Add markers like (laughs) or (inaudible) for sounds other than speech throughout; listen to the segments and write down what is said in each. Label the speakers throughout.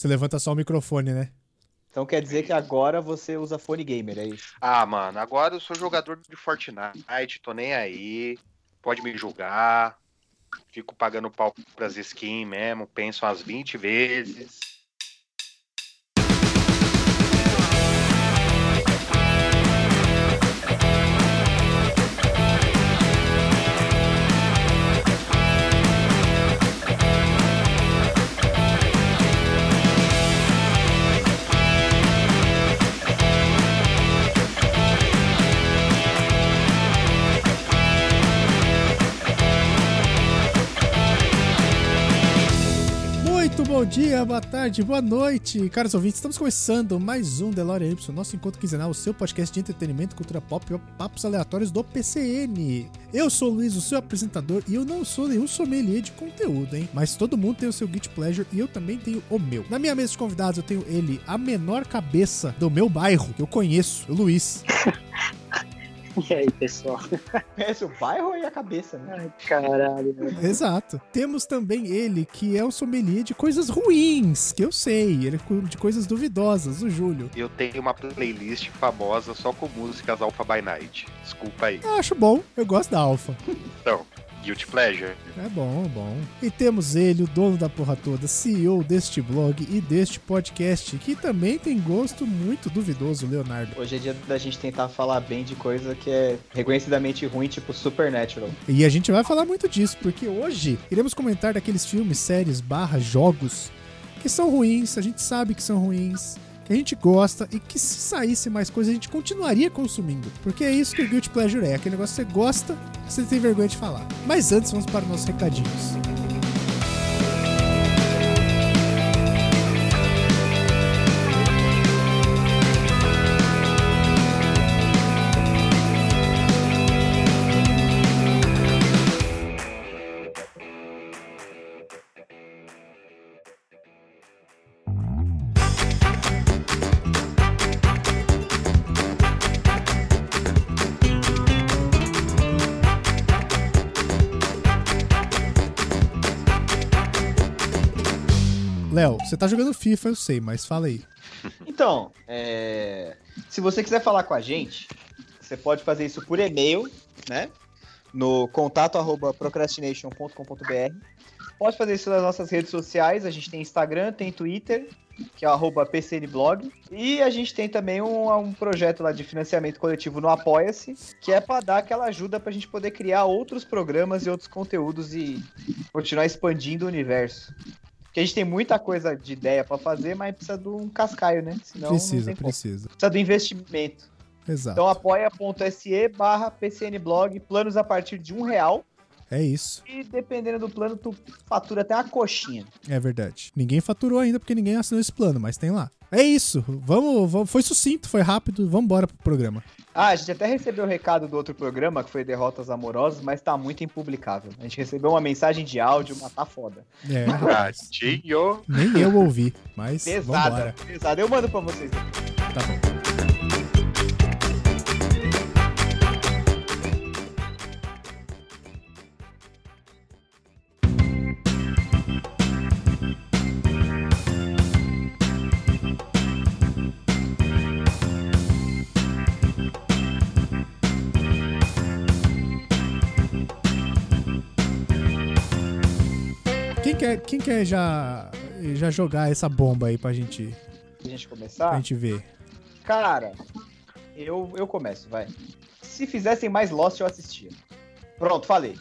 Speaker 1: Você levanta só o microfone, né?
Speaker 2: Então quer dizer que agora você usa fone gamer, é isso?
Speaker 3: Ah, mano, agora eu sou jogador de Fortnite, tô nem aí. Pode me julgar. Fico pagando pau pras skins mesmo, penso umas 20 vezes.
Speaker 1: Muito bom dia, boa tarde, boa noite, caros ouvintes. Estamos começando mais um DeLorean Y, nosso encontro quinzenal, o seu podcast de entretenimento, cultura pop e papos aleatórios do PCN. Eu sou o Luiz, o seu apresentador, e eu não sou nenhum sommelier de conteúdo, hein? Mas todo mundo tem o seu Git Pleasure e eu também tenho o meu. Na minha mesa de convidados, eu tenho ele, a menor cabeça do meu bairro, que eu conheço, o Luiz.
Speaker 4: E aí, pessoal?
Speaker 2: Conhece o bairro e a cabeça, né?
Speaker 4: (laughs) Ai, Caralho.
Speaker 1: Exato. Temos também ele, que é o sommelier de coisas ruins, que eu sei, ele é cu- de coisas duvidosas, o Júlio.
Speaker 3: Eu tenho uma playlist famosa só com músicas Alpha by Night. Desculpa aí.
Speaker 1: Eu acho bom, eu gosto da Alfa.
Speaker 3: Então, Guilty Pleasure.
Speaker 1: É bom, é bom. E temos ele, o dono da porra toda, CEO deste blog e deste podcast, que também tem gosto muito duvidoso, Leonardo.
Speaker 2: Hoje é dia da gente tentar falar bem de coisa que é reconhecidamente ruim, tipo Supernatural.
Speaker 1: E a gente vai falar muito disso, porque hoje iremos comentar daqueles filmes, séries, barra, jogos que são ruins, a gente sabe que são ruins, que a gente gosta e que se saísse mais coisa a gente continuaria consumindo. Porque é isso que o Guilty Pleasure é, aquele negócio que você gosta, que você tem vergonha de falar. Mas antes, vamos para os nossos recadinhos. Léo, você tá jogando FIFA, eu sei, mas fala aí.
Speaker 2: Então, é, se você quiser falar com a gente, você pode fazer isso por e-mail, né? No contato arroba procrastination.com.br. Pode fazer isso nas nossas redes sociais. A gente tem Instagram, tem Twitter, que é o arroba PCNblog. E a gente tem também um, um projeto lá de financiamento coletivo no Apoia-se, que é para dar aquela ajuda pra gente poder criar outros programas e outros conteúdos e continuar expandindo o universo. Porque a gente tem muita coisa de ideia pra fazer, mas precisa de um cascaio, né? Senão não
Speaker 1: precisa,
Speaker 2: tem como.
Speaker 1: precisa.
Speaker 2: Precisa do investimento.
Speaker 1: Exato.
Speaker 2: Então apoia.se barra PCNblog, planos a partir de um real.
Speaker 1: É isso,
Speaker 2: E dependendo do plano, tu fatura até uma coxinha.
Speaker 1: é verdade. Ninguém faturou ainda porque ninguém assinou esse plano, mas tem lá. É isso, vamos, vamos foi sucinto, foi rápido, vamos embora pro programa.
Speaker 2: Ah, a gente até recebeu o recado do outro programa, que foi Derrotas Amorosas, mas tá muito impublicável. A gente recebeu uma mensagem de áudio, mas tá foda.
Speaker 1: É, rapaz.
Speaker 3: Gatinho.
Speaker 1: Nem eu ouvi, mas
Speaker 2: Pesada,
Speaker 1: vambora.
Speaker 2: pesada. Eu mando pra vocês.
Speaker 1: Tá bom. Quem quer, quem quer já, já jogar essa bomba aí pra gente,
Speaker 2: Pra gente
Speaker 1: pra
Speaker 2: começar.
Speaker 1: gente ver?
Speaker 2: Cara, eu, eu começo, vai. Se fizessem mais Lost, eu assistia. Pronto, falei.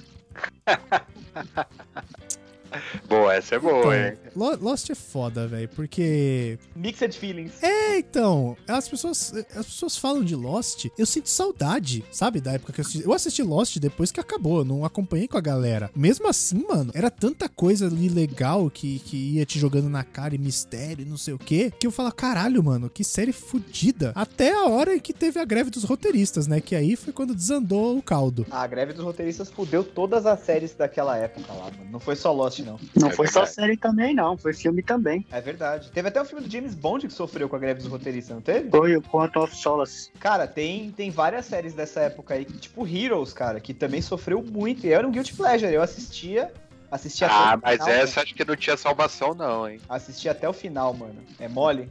Speaker 3: Boa, essa é boa, hein?
Speaker 1: Então, Lo- Lost é foda, velho, porque.
Speaker 2: Mixed Feelings.
Speaker 1: É, então, as pessoas, as pessoas falam de Lost, eu sinto saudade, sabe, da época que eu assisti. Eu assisti Lost depois que acabou, eu não acompanhei com a galera. Mesmo assim, mano, era tanta coisa ali legal que, que ia te jogando na cara e mistério e não sei o quê, que eu falo, caralho, mano, que série fodida. Até a hora em que teve a greve dos roteiristas, né? Que aí foi quando desandou o caldo.
Speaker 2: A greve dos roteiristas fudeu todas as séries daquela época lá, mano. Não foi só Lost, não.
Speaker 4: Não
Speaker 3: É
Speaker 4: foi só
Speaker 3: verdade.
Speaker 4: série também, não. Foi filme também.
Speaker 2: É verdade. Teve até o filme do James Bond que sofreu com a greve dos roteiristas, não teve?
Speaker 4: Foi o Quantum of Solace.
Speaker 2: Cara, tem, tem várias séries dessa época aí, que, tipo Heroes, cara, que também sofreu muito. E era um Guilty Pleasure. Eu assistia, Assisti até
Speaker 3: Ah,
Speaker 2: o
Speaker 3: mas
Speaker 2: final,
Speaker 3: essa acho que não tinha salvação, não, hein?
Speaker 2: mano. Assisti até o final, mano. É mole?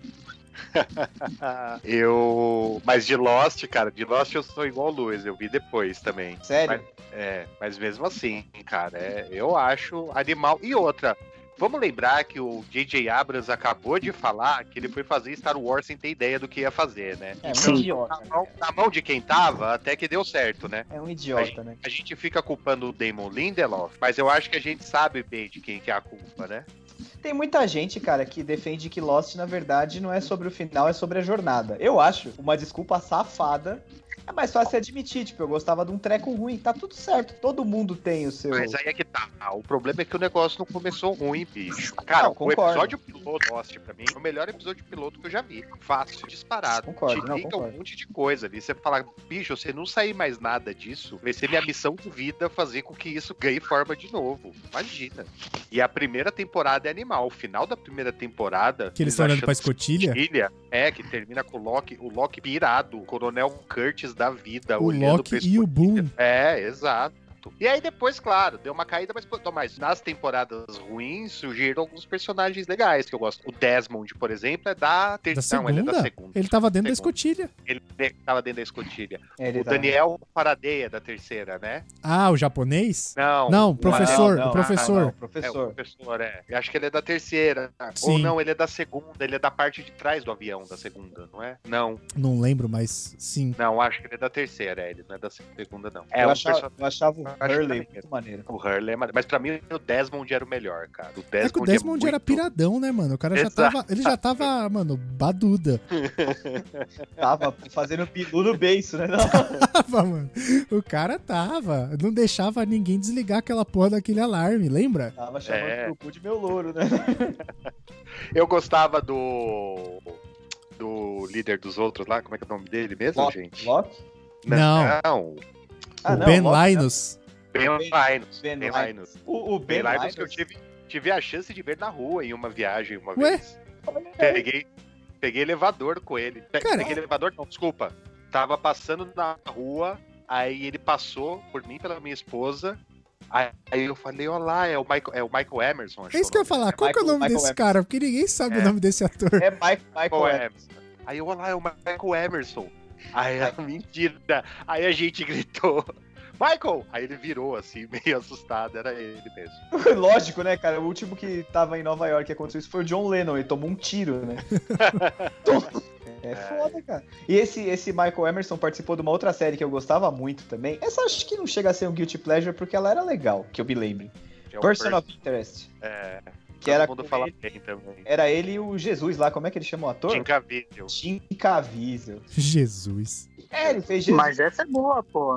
Speaker 4: Ah,
Speaker 3: Eu. Mas de Lost, cara, de Lost eu sou igual o Luiz, eu vi depois também.
Speaker 2: Sério?
Speaker 3: É, mas mesmo assim, cara, é, eu acho animal. E outra, vamos lembrar que o J.J. Abrams acabou de falar que ele foi fazer Star Wars sem ter ideia do que ia fazer, né?
Speaker 2: É, um
Speaker 4: Sim.
Speaker 2: idiota.
Speaker 3: Na
Speaker 2: né,
Speaker 3: mão, na mão de quem tava, até que deu certo, né?
Speaker 2: cara? É um idiota, né?
Speaker 3: A gente fica culpando o Damon Lindelof, mas eu acho que a gente sabe bem de quem que é a culpa, né?
Speaker 2: Tem muita gente, cara, que defende que Lost, na verdade, não é sobre o final, é sobre a jornada. Eu acho uma desculpa safada. É mais fácil admitir, tipo, eu gostava de um treco ruim, tá tudo certo. Todo mundo tem o seu.
Speaker 3: Mas aí é que tá. O problema é que o negócio não começou ruim, bicho. Cara,
Speaker 2: Não,
Speaker 3: o
Speaker 2: concordo.
Speaker 3: episódio piloto, Lost, pra mim, é o melhor episódio piloto que eu já vi. Fácil, disparado.
Speaker 2: Concordo,
Speaker 3: Te
Speaker 2: não,
Speaker 3: liga um
Speaker 2: concordo.
Speaker 3: monte de coisa ali. Você fala, bicho, você não sair mais nada disso, vai ser minha missão de vida fazer com que isso ganhe forma de novo. Imagina. E a primeira temporada é animal. O final da primeira temporada.
Speaker 1: Que eles estão olhando pra
Speaker 3: achando-
Speaker 1: escotilha.
Speaker 3: Ilha, é, que termina com o Loki, o Loki pirado, o Coronel Curtis da vida,
Speaker 1: O
Speaker 3: olhando
Speaker 1: Loki
Speaker 3: pra
Speaker 1: e o Boom.
Speaker 3: é, exato. E aí depois, claro, deu uma caída, mas, pô, mas nas temporadas ruins surgiram alguns personagens legais que eu gosto. O Desmond, por exemplo, é da
Speaker 1: Da
Speaker 3: terceira. Não, ele é
Speaker 1: segunda?
Speaker 3: da segunda.
Speaker 1: Ele tava dentro da
Speaker 3: Segunda.
Speaker 1: escotilha.
Speaker 3: Ele tava dentro da escotilha.
Speaker 2: É, ele
Speaker 3: o
Speaker 2: tá-
Speaker 3: Daniel Faraday é da terceira, né?
Speaker 1: Ah, o japonês?
Speaker 3: Não.
Speaker 1: Não,
Speaker 3: o-
Speaker 1: professor,
Speaker 2: Não,
Speaker 1: o
Speaker 2: não,
Speaker 1: professor.
Speaker 2: não, não,
Speaker 3: É, o
Speaker 2: professor.
Speaker 3: professor, é. Eu acho que ele é da terceira. Ou
Speaker 1: Sim.
Speaker 3: não, ele é da segunda, ele é da parte de trás do avião da segunda, não é? Não,
Speaker 1: Não lembro, mas sim.
Speaker 3: não, acho que ele é da terceira, é, ele não é da segunda, não. É,
Speaker 2: eu,
Speaker 3: o
Speaker 2: achava, eu achava
Speaker 3: acho
Speaker 2: o
Speaker 3: que tá
Speaker 2: Hurley
Speaker 3: maneiro.
Speaker 2: muito maneiro.
Speaker 3: O Hurley, é maravilhoso. mas pra mim o Desmond era o melhor, cara. O Desmond
Speaker 1: É que o Desmond
Speaker 3: é
Speaker 1: era
Speaker 3: muito-
Speaker 1: piradão, né, mano? O cara já
Speaker 3: Exato.
Speaker 1: tava. Ele já tava, mano, baduda. (laughs)
Speaker 2: Tava fazendo pilu no beiço, né? Não.
Speaker 1: Tava, mano. O cara tava. Não deixava ninguém desligar aquela porra daquele alarme, lembra?
Speaker 2: Tava chamando
Speaker 3: É.
Speaker 2: pro cu de meu louro, né?
Speaker 3: Eu gostava do do líder dos outros lá, como é que é o nome dele mesmo,
Speaker 2: Loki,
Speaker 3: gente?
Speaker 2: Loki?
Speaker 3: Não.
Speaker 1: Não.
Speaker 3: Ah,
Speaker 1: o Ben
Speaker 2: Ah,
Speaker 3: né?
Speaker 2: Loki,
Speaker 1: Linus.
Speaker 3: Ben Linus.
Speaker 2: Ben
Speaker 3: Ben
Speaker 2: Linus.
Speaker 3: Linus.
Speaker 2: O, o
Speaker 3: Ben
Speaker 2: Ben
Speaker 3: Linus que eu
Speaker 2: Linus-
Speaker 3: tive, tive a chance de ver na rua em uma viagem uma
Speaker 1: Ué?
Speaker 3: vez. Peguei, peguei elevador com ele. Pe-
Speaker 1: Cara-
Speaker 3: peguei elevador, não, desculpa. Tava passando na rua, aí ele passou por mim, pela minha esposa. Aí aí eu falei, olha lá, é o Michael, é o Michael Emerson, acho
Speaker 1: É isso que eu ia falar. Qual que é o
Speaker 2: Michael-
Speaker 1: nome desse
Speaker 2: Michael
Speaker 1: cara? Porque ninguém sabe
Speaker 3: É.
Speaker 1: o nome desse ator. (laughs)
Speaker 2: É Mike, Michael
Speaker 3: Michael
Speaker 2: Evans.
Speaker 3: Emerson. Aí eu, olha lá, é o Michael Emerson. Aí ela, (laughs) mentira. Aí a gente gritou, Michael! Aí ele virou assim, (laughs) meio assustado, era ele mesmo.
Speaker 2: Lógico, né, cara? O último que tava em Nova York que aconteceu isso foi o John Lennon, ele tomou um tiro,
Speaker 3: (laughs)
Speaker 2: né? é foda, cara. E esse, esse Michael Emerson participou de uma outra série que eu gostava muito também. Essa acho que não chega a ser um Guilty Pleasure porque ela era legal, que eu me lembre.
Speaker 3: Que é o
Speaker 2: Person
Speaker 3: Percy.
Speaker 2: of Interest.
Speaker 3: É,
Speaker 2: Que era,
Speaker 3: todo mundo
Speaker 2: com
Speaker 3: fala
Speaker 2: ele,
Speaker 3: bem também.
Speaker 2: era ele e o Jesus lá, como é que ele chamou o ator?
Speaker 3: Jim Caviezel.
Speaker 2: Tim Caviezel.
Speaker 1: Jesus.
Speaker 2: É, ele fez Jesus.
Speaker 4: Mas essa é boa, pô.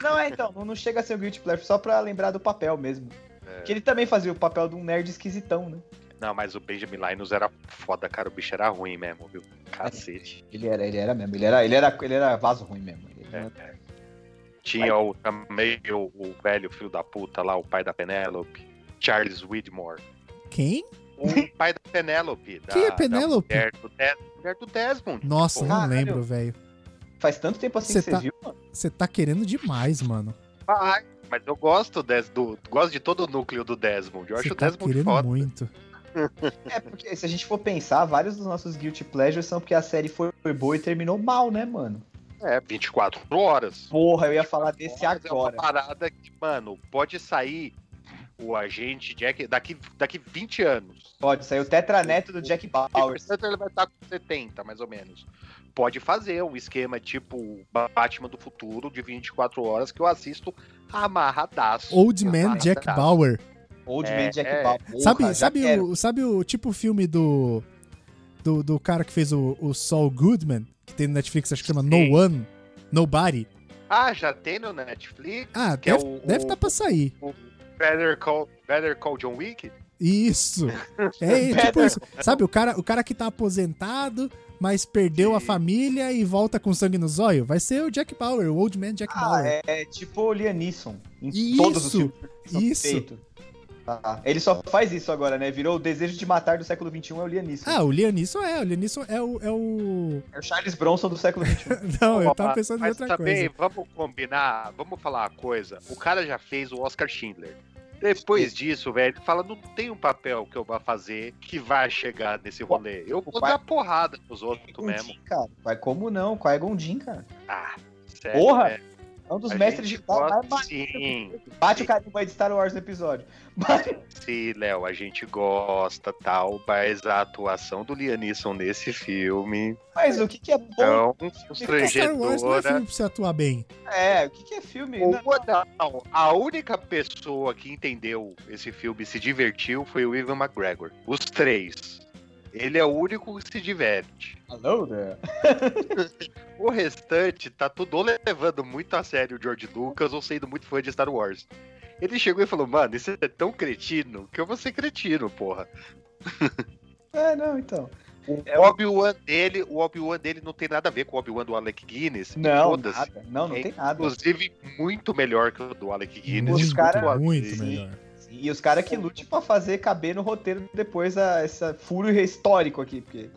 Speaker 2: Não, é então, não, não chega a ser um Guilty Pleasure, só pra lembrar do papel mesmo.
Speaker 3: É.
Speaker 2: Que ele também fazia o papel de um nerd esquisitão, né?
Speaker 3: Não, mas o Benjamin Linus era foda, cara. O bicho era ruim mesmo, viu?
Speaker 1: (laughs)
Speaker 3: Cacete.
Speaker 2: Ele era, ele era mesmo. Ele era, ele era, ele era vaso ruim mesmo. Ele
Speaker 3: É.
Speaker 2: não-
Speaker 3: Tinha o, também o, o velho filho da puta lá, o pai da Penélope. Charles Widmore.
Speaker 1: Quem? (laughs)
Speaker 3: O pai da Penélope. da-
Speaker 1: Quem é
Speaker 3: da
Speaker 1: Penélope?
Speaker 3: mulher do Des- mulher do Desmond.
Speaker 1: Nossa, não
Speaker 2: Caralho.
Speaker 1: lembro, velho.
Speaker 2: Faz tanto tempo assim
Speaker 1: Cê
Speaker 2: que você
Speaker 1: tá-
Speaker 2: viu, mano.
Speaker 1: Você tá querendo demais, mano.
Speaker 3: Vai, mas eu gosto des- do, gosto de todo o núcleo do Desmond. Eu
Speaker 1: Você
Speaker 3: acho
Speaker 1: tá
Speaker 3: o Desmond
Speaker 1: querendo
Speaker 3: foda.
Speaker 1: muito.
Speaker 2: É, porque se a gente for pensar, vários dos nossos Guilty Pleasures são porque a série foi foi boa e terminou mal, né, mano?
Speaker 3: É, 24 horas.
Speaker 2: Porra, eu ia falar desse
Speaker 3: Mas É uma
Speaker 2: agora.
Speaker 3: parada que, mano, pode sair o agente Jack daqui, daqui 20 anos.
Speaker 2: Pode sair o tetraneto do Jack Bowers.
Speaker 3: Portanto, ele vai estar com 70, mais ou menos. Pode fazer um esquema tipo Batman do Futuro, de 24 horas, que eu assisto amarradaço.
Speaker 1: Old Man
Speaker 3: Amarradaço.
Speaker 1: Jack Bauer.
Speaker 2: Old
Speaker 3: É,
Speaker 2: Man Jack
Speaker 3: é.
Speaker 2: Bauer. Porra, já
Speaker 1: Sabe, sabe,
Speaker 2: quero.
Speaker 1: o, sabe o tipo o filme do, do. do cara que fez o, o Saul Goodman, que tem no Netflix, acho que chama
Speaker 3: Sim.
Speaker 1: No One, Nobody.
Speaker 3: Ah, já tem no Netflix?
Speaker 1: Ah,
Speaker 3: Que
Speaker 1: deve,
Speaker 3: é o,
Speaker 1: deve tá pra sair.
Speaker 3: o Better Call, Better Call John Wick? (laughs)
Speaker 1: Isso. É, tipo isso. Sabe, o cara, o cara que tá aposentado, mas perdeu a
Speaker 3: Sim.
Speaker 1: família e volta com sangue no zóio. Vai ser o Jack Bauer, o Old Man Jack
Speaker 2: Ah,
Speaker 1: Bauer.
Speaker 2: é, é tipo o Lianisson. Em
Speaker 1: Isso,
Speaker 2: todos os filmes. que são
Speaker 1: isso.
Speaker 2: feitos. Ah, ele só faz isso agora, né? Virou o desejo de matar do século XXI, é o Lianisson.
Speaker 1: Ah, o Leonisson é, o Leonisson é o. É o... (laughs)
Speaker 2: É o Charles Bronson do século um. XXI.
Speaker 1: Não, eu
Speaker 3: Mas-
Speaker 1: tava pensando em
Speaker 3: mas tá
Speaker 1: outra coisa.
Speaker 3: também, vamos combinar, vamos falar uma coisa. O cara já fez o Oscar Schindler. Depois disso, velho, ele fala: não tem um papel que eu vá fazer que vai chegar nesse rolê. Eu vou
Speaker 2: Vai-
Speaker 3: dar porrada nos outros mesmo.
Speaker 2: Gondim, cara. Vai como não? Qual é Gondim, cara?
Speaker 3: Ah, sério.
Speaker 2: Porra!
Speaker 3: velho,
Speaker 2: É um dos
Speaker 3: a
Speaker 2: mestres
Speaker 3: gente
Speaker 2: de tal.
Speaker 3: gosta-
Speaker 2: vai bater.
Speaker 3: Sim,
Speaker 2: Bate o carimbo aí de Star Wars no episódio. (laughs) Bate-
Speaker 3: sim, Léo, a gente gosta tal, mas a atuação do Lianisson nesse filme
Speaker 2: Mas o que, que é bom?
Speaker 3: tão
Speaker 1: Porque Star Wars não é
Speaker 3: constrangedora.
Speaker 1: filme pra você atuar bem.
Speaker 2: É, o que, que é filme?
Speaker 3: Ou-
Speaker 2: Não,
Speaker 3: não, a única pessoa que entendeu esse filme e se divertiu foi o Ivan McGregor. Os três. Ele é o único que se diverte.
Speaker 2: Hello there.
Speaker 3: O restante tá tudo ou levando muito a sério o George Lucas ou sendo muito fã de Star Wars. Ele chegou e falou, mano, isso é tão cretino que eu vou ser cretino, porra.
Speaker 2: É, não, então.
Speaker 3: O Obi-Wan dele, o Obi-Wan dele não tem nada a ver com o Obi-Wan do Alec Guinness.
Speaker 2: Não,
Speaker 3: Foda-se.
Speaker 2: nada. Não, não
Speaker 3: É,
Speaker 2: tem nada.
Speaker 3: Inclusive, muito melhor que o do Alec Guinness.
Speaker 2: Os
Speaker 1: Muito,
Speaker 3: desculpa
Speaker 2: cara-
Speaker 1: muito
Speaker 3: dizer.
Speaker 1: melhor.
Speaker 2: E os caras que lute pra fazer caber no roteiro depois a, essa furo histórico aqui,
Speaker 3: (laughs)
Speaker 2: porque.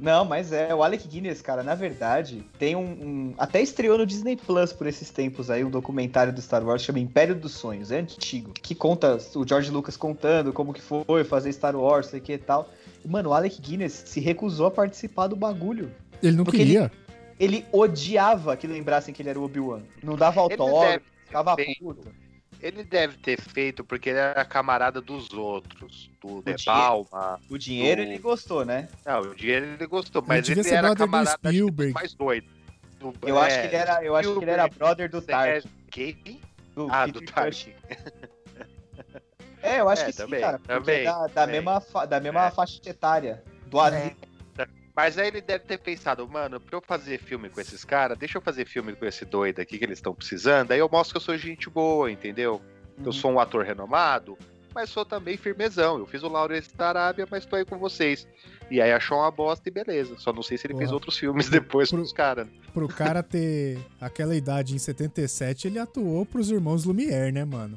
Speaker 2: Não, mas é, o Alec Guinness, cara, na verdade, tem um, um- Até estreou no Disney Plus por esses tempos aí um documentário do Star Wars que chama Império dos Sonhos, é antigo. Que conta o George Lucas contando como que foi fazer Star Wars, sei que e tal. E, mano, o Alec Guinness se recusou a participar do bagulho.
Speaker 1: Ele não
Speaker 2: Porque
Speaker 1: queria.
Speaker 2: Ele odiava que lembrassem que ele era o Obi-Wan. Não dava
Speaker 3: Ele
Speaker 2: autógrafo,
Speaker 3: deve ter
Speaker 2: ficava
Speaker 3: feito-
Speaker 2: puto.
Speaker 3: Ele deve ter feito porque ele era camarada dos outros, do De
Speaker 2: dinheiro.
Speaker 3: Palma.
Speaker 2: O dinheiro
Speaker 3: Do-
Speaker 2: ele gostou, né?
Speaker 3: Não, o dinheiro ele gostou,
Speaker 1: Ele
Speaker 3: mas
Speaker 1: devia
Speaker 3: ele
Speaker 1: ser
Speaker 3: era
Speaker 1: brother do
Speaker 3: camarada acho que,
Speaker 1: Spielberg.
Speaker 3: mais doido. Do-
Speaker 2: Eu acho que ele era, eu acho que ele era
Speaker 3: É, Spielberg,
Speaker 2: brother do Tarkin.
Speaker 3: Sérgio, Quem?
Speaker 2: Do
Speaker 3: Ah,
Speaker 2: Peter
Speaker 3: do
Speaker 2: Cushing.
Speaker 3: Tarkin.
Speaker 2: É, eu acho
Speaker 3: É,
Speaker 2: que sim,
Speaker 3: também,
Speaker 2: cara. porque
Speaker 3: também,
Speaker 2: é da, da
Speaker 3: também.
Speaker 2: mesma, fa- da mesma
Speaker 3: É.
Speaker 2: faixa etária. Do asilo.
Speaker 3: Mas aí ele deve ter pensado, mano, pra eu fazer filme com esses caras, deixa eu fazer filme com esse doido aqui que eles estão precisando, aí eu mostro que eu sou gente boa, entendeu?
Speaker 1: Uhum.
Speaker 3: Eu sou um ator renomado, mas sou também firmezão. Eu fiz o Lawrence da Arábia, mas tô aí com vocês. E aí achou uma bosta e beleza. Só não sei se ele fez
Speaker 1: Porra.
Speaker 3: outros filmes (laughs) depois com
Speaker 1: Pro-
Speaker 3: os caras.
Speaker 1: Pro cara ter aquela idade em 77, ele atuou pros irmãos Lumière, né, mano?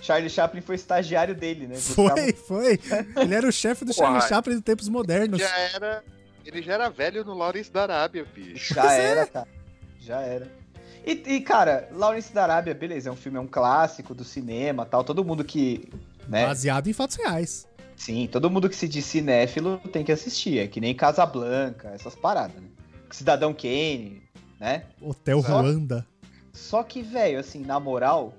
Speaker 2: Charlie Chaplin foi estagiário dele, né? Buscava-
Speaker 1: Foi, foi. Ele era o chefe do Charlie
Speaker 3: Uai.
Speaker 1: Chaplin dos tempos modernos.
Speaker 3: Já era. Ele já era velho no Lawrence da Arábia, bicho.
Speaker 2: um- Já era, cara. Já era. E, e, cara, Lawrence da Arábia, beleza, é um filme, é um clássico do cinema tal. Todo mundo que. Né?
Speaker 1: Baseado em fatos reais.
Speaker 2: Sim, todo mundo que se diz cinéfilo tem que assistir. É que nem Casablanca, essas paradas, né? Cidadão Kane, né?
Speaker 1: Hotel
Speaker 2: Só-
Speaker 1: Ruanda.
Speaker 2: Só que, velho, assim, na moral,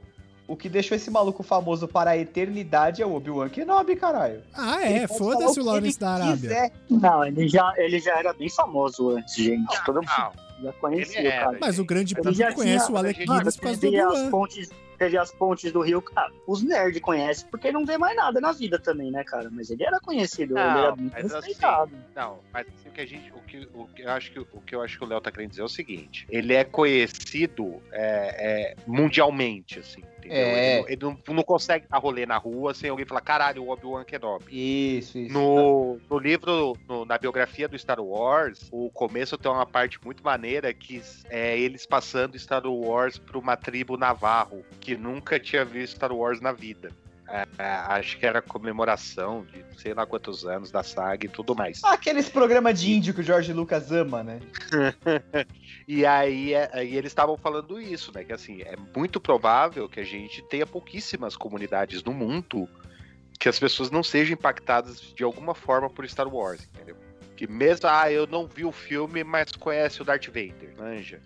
Speaker 2: o que deixou esse maluco famoso para a eternidade é o Obi-Wan Kenobi, caralho.
Speaker 1: Ah,
Speaker 2: Ele
Speaker 1: é.
Speaker 2: pode falar
Speaker 1: Foda-se
Speaker 2: que
Speaker 1: o Lawrence
Speaker 2: ele
Speaker 1: da Arábia.
Speaker 2: quiser.
Speaker 4: Não, ele já, ele já era bem famoso antes, gente. Todo mundo
Speaker 3: Não,
Speaker 4: já conhecia,
Speaker 3: Ele era,
Speaker 4: cara.
Speaker 1: Mas o grande
Speaker 3: Mas
Speaker 1: público
Speaker 4: já tinha-
Speaker 1: conhece o Alec
Speaker 3: mas a gente-
Speaker 1: Guinness por causa do
Speaker 4: teve as
Speaker 1: Obi-Wan.
Speaker 4: pontes, teve as pontes do Rio, cara. Os nerds conhecem porque não vê mais nada na vida também, né, cara? Mas ele era conhecido, ele
Speaker 3: Não,
Speaker 4: era muito
Speaker 3: mas assim,
Speaker 4: respeitado.
Speaker 3: Não, mas assim, o que a gente, o que, o que eu acho que o que eu acho que o Léo tá querendo dizer é o seguinte: ele é conhecido é, é, mundialmente, assim, entendeu?
Speaker 2: É.
Speaker 3: Ele, não- ele não, não consegue dar rolê na rua sem alguém falar, caralho, o Obi-Wan Kenobi.
Speaker 2: Isso, isso.
Speaker 3: No, no livro, no- na biografia do Star Wars, o começo tem uma parte muito maneira que é eles passando Star Wars para uma tribo navarro que nunca tinha visto Star Wars na vida. É, é, acho que era comemoração de sei lá quantos anos da saga e tudo mais.
Speaker 2: Aqueles programas de índio que o Jorge Lucas ama, né?
Speaker 3: E aí, é- aí eles estavam falando isso, né? Que assim, é muito provável que a gente tenha pouquíssimas comunidades no mundo que as pessoas não sejam impactadas de alguma forma por Star Wars, entendeu? Que mesmo, ah, eu não vi o filme, mas conhece o Darth Vader, manja.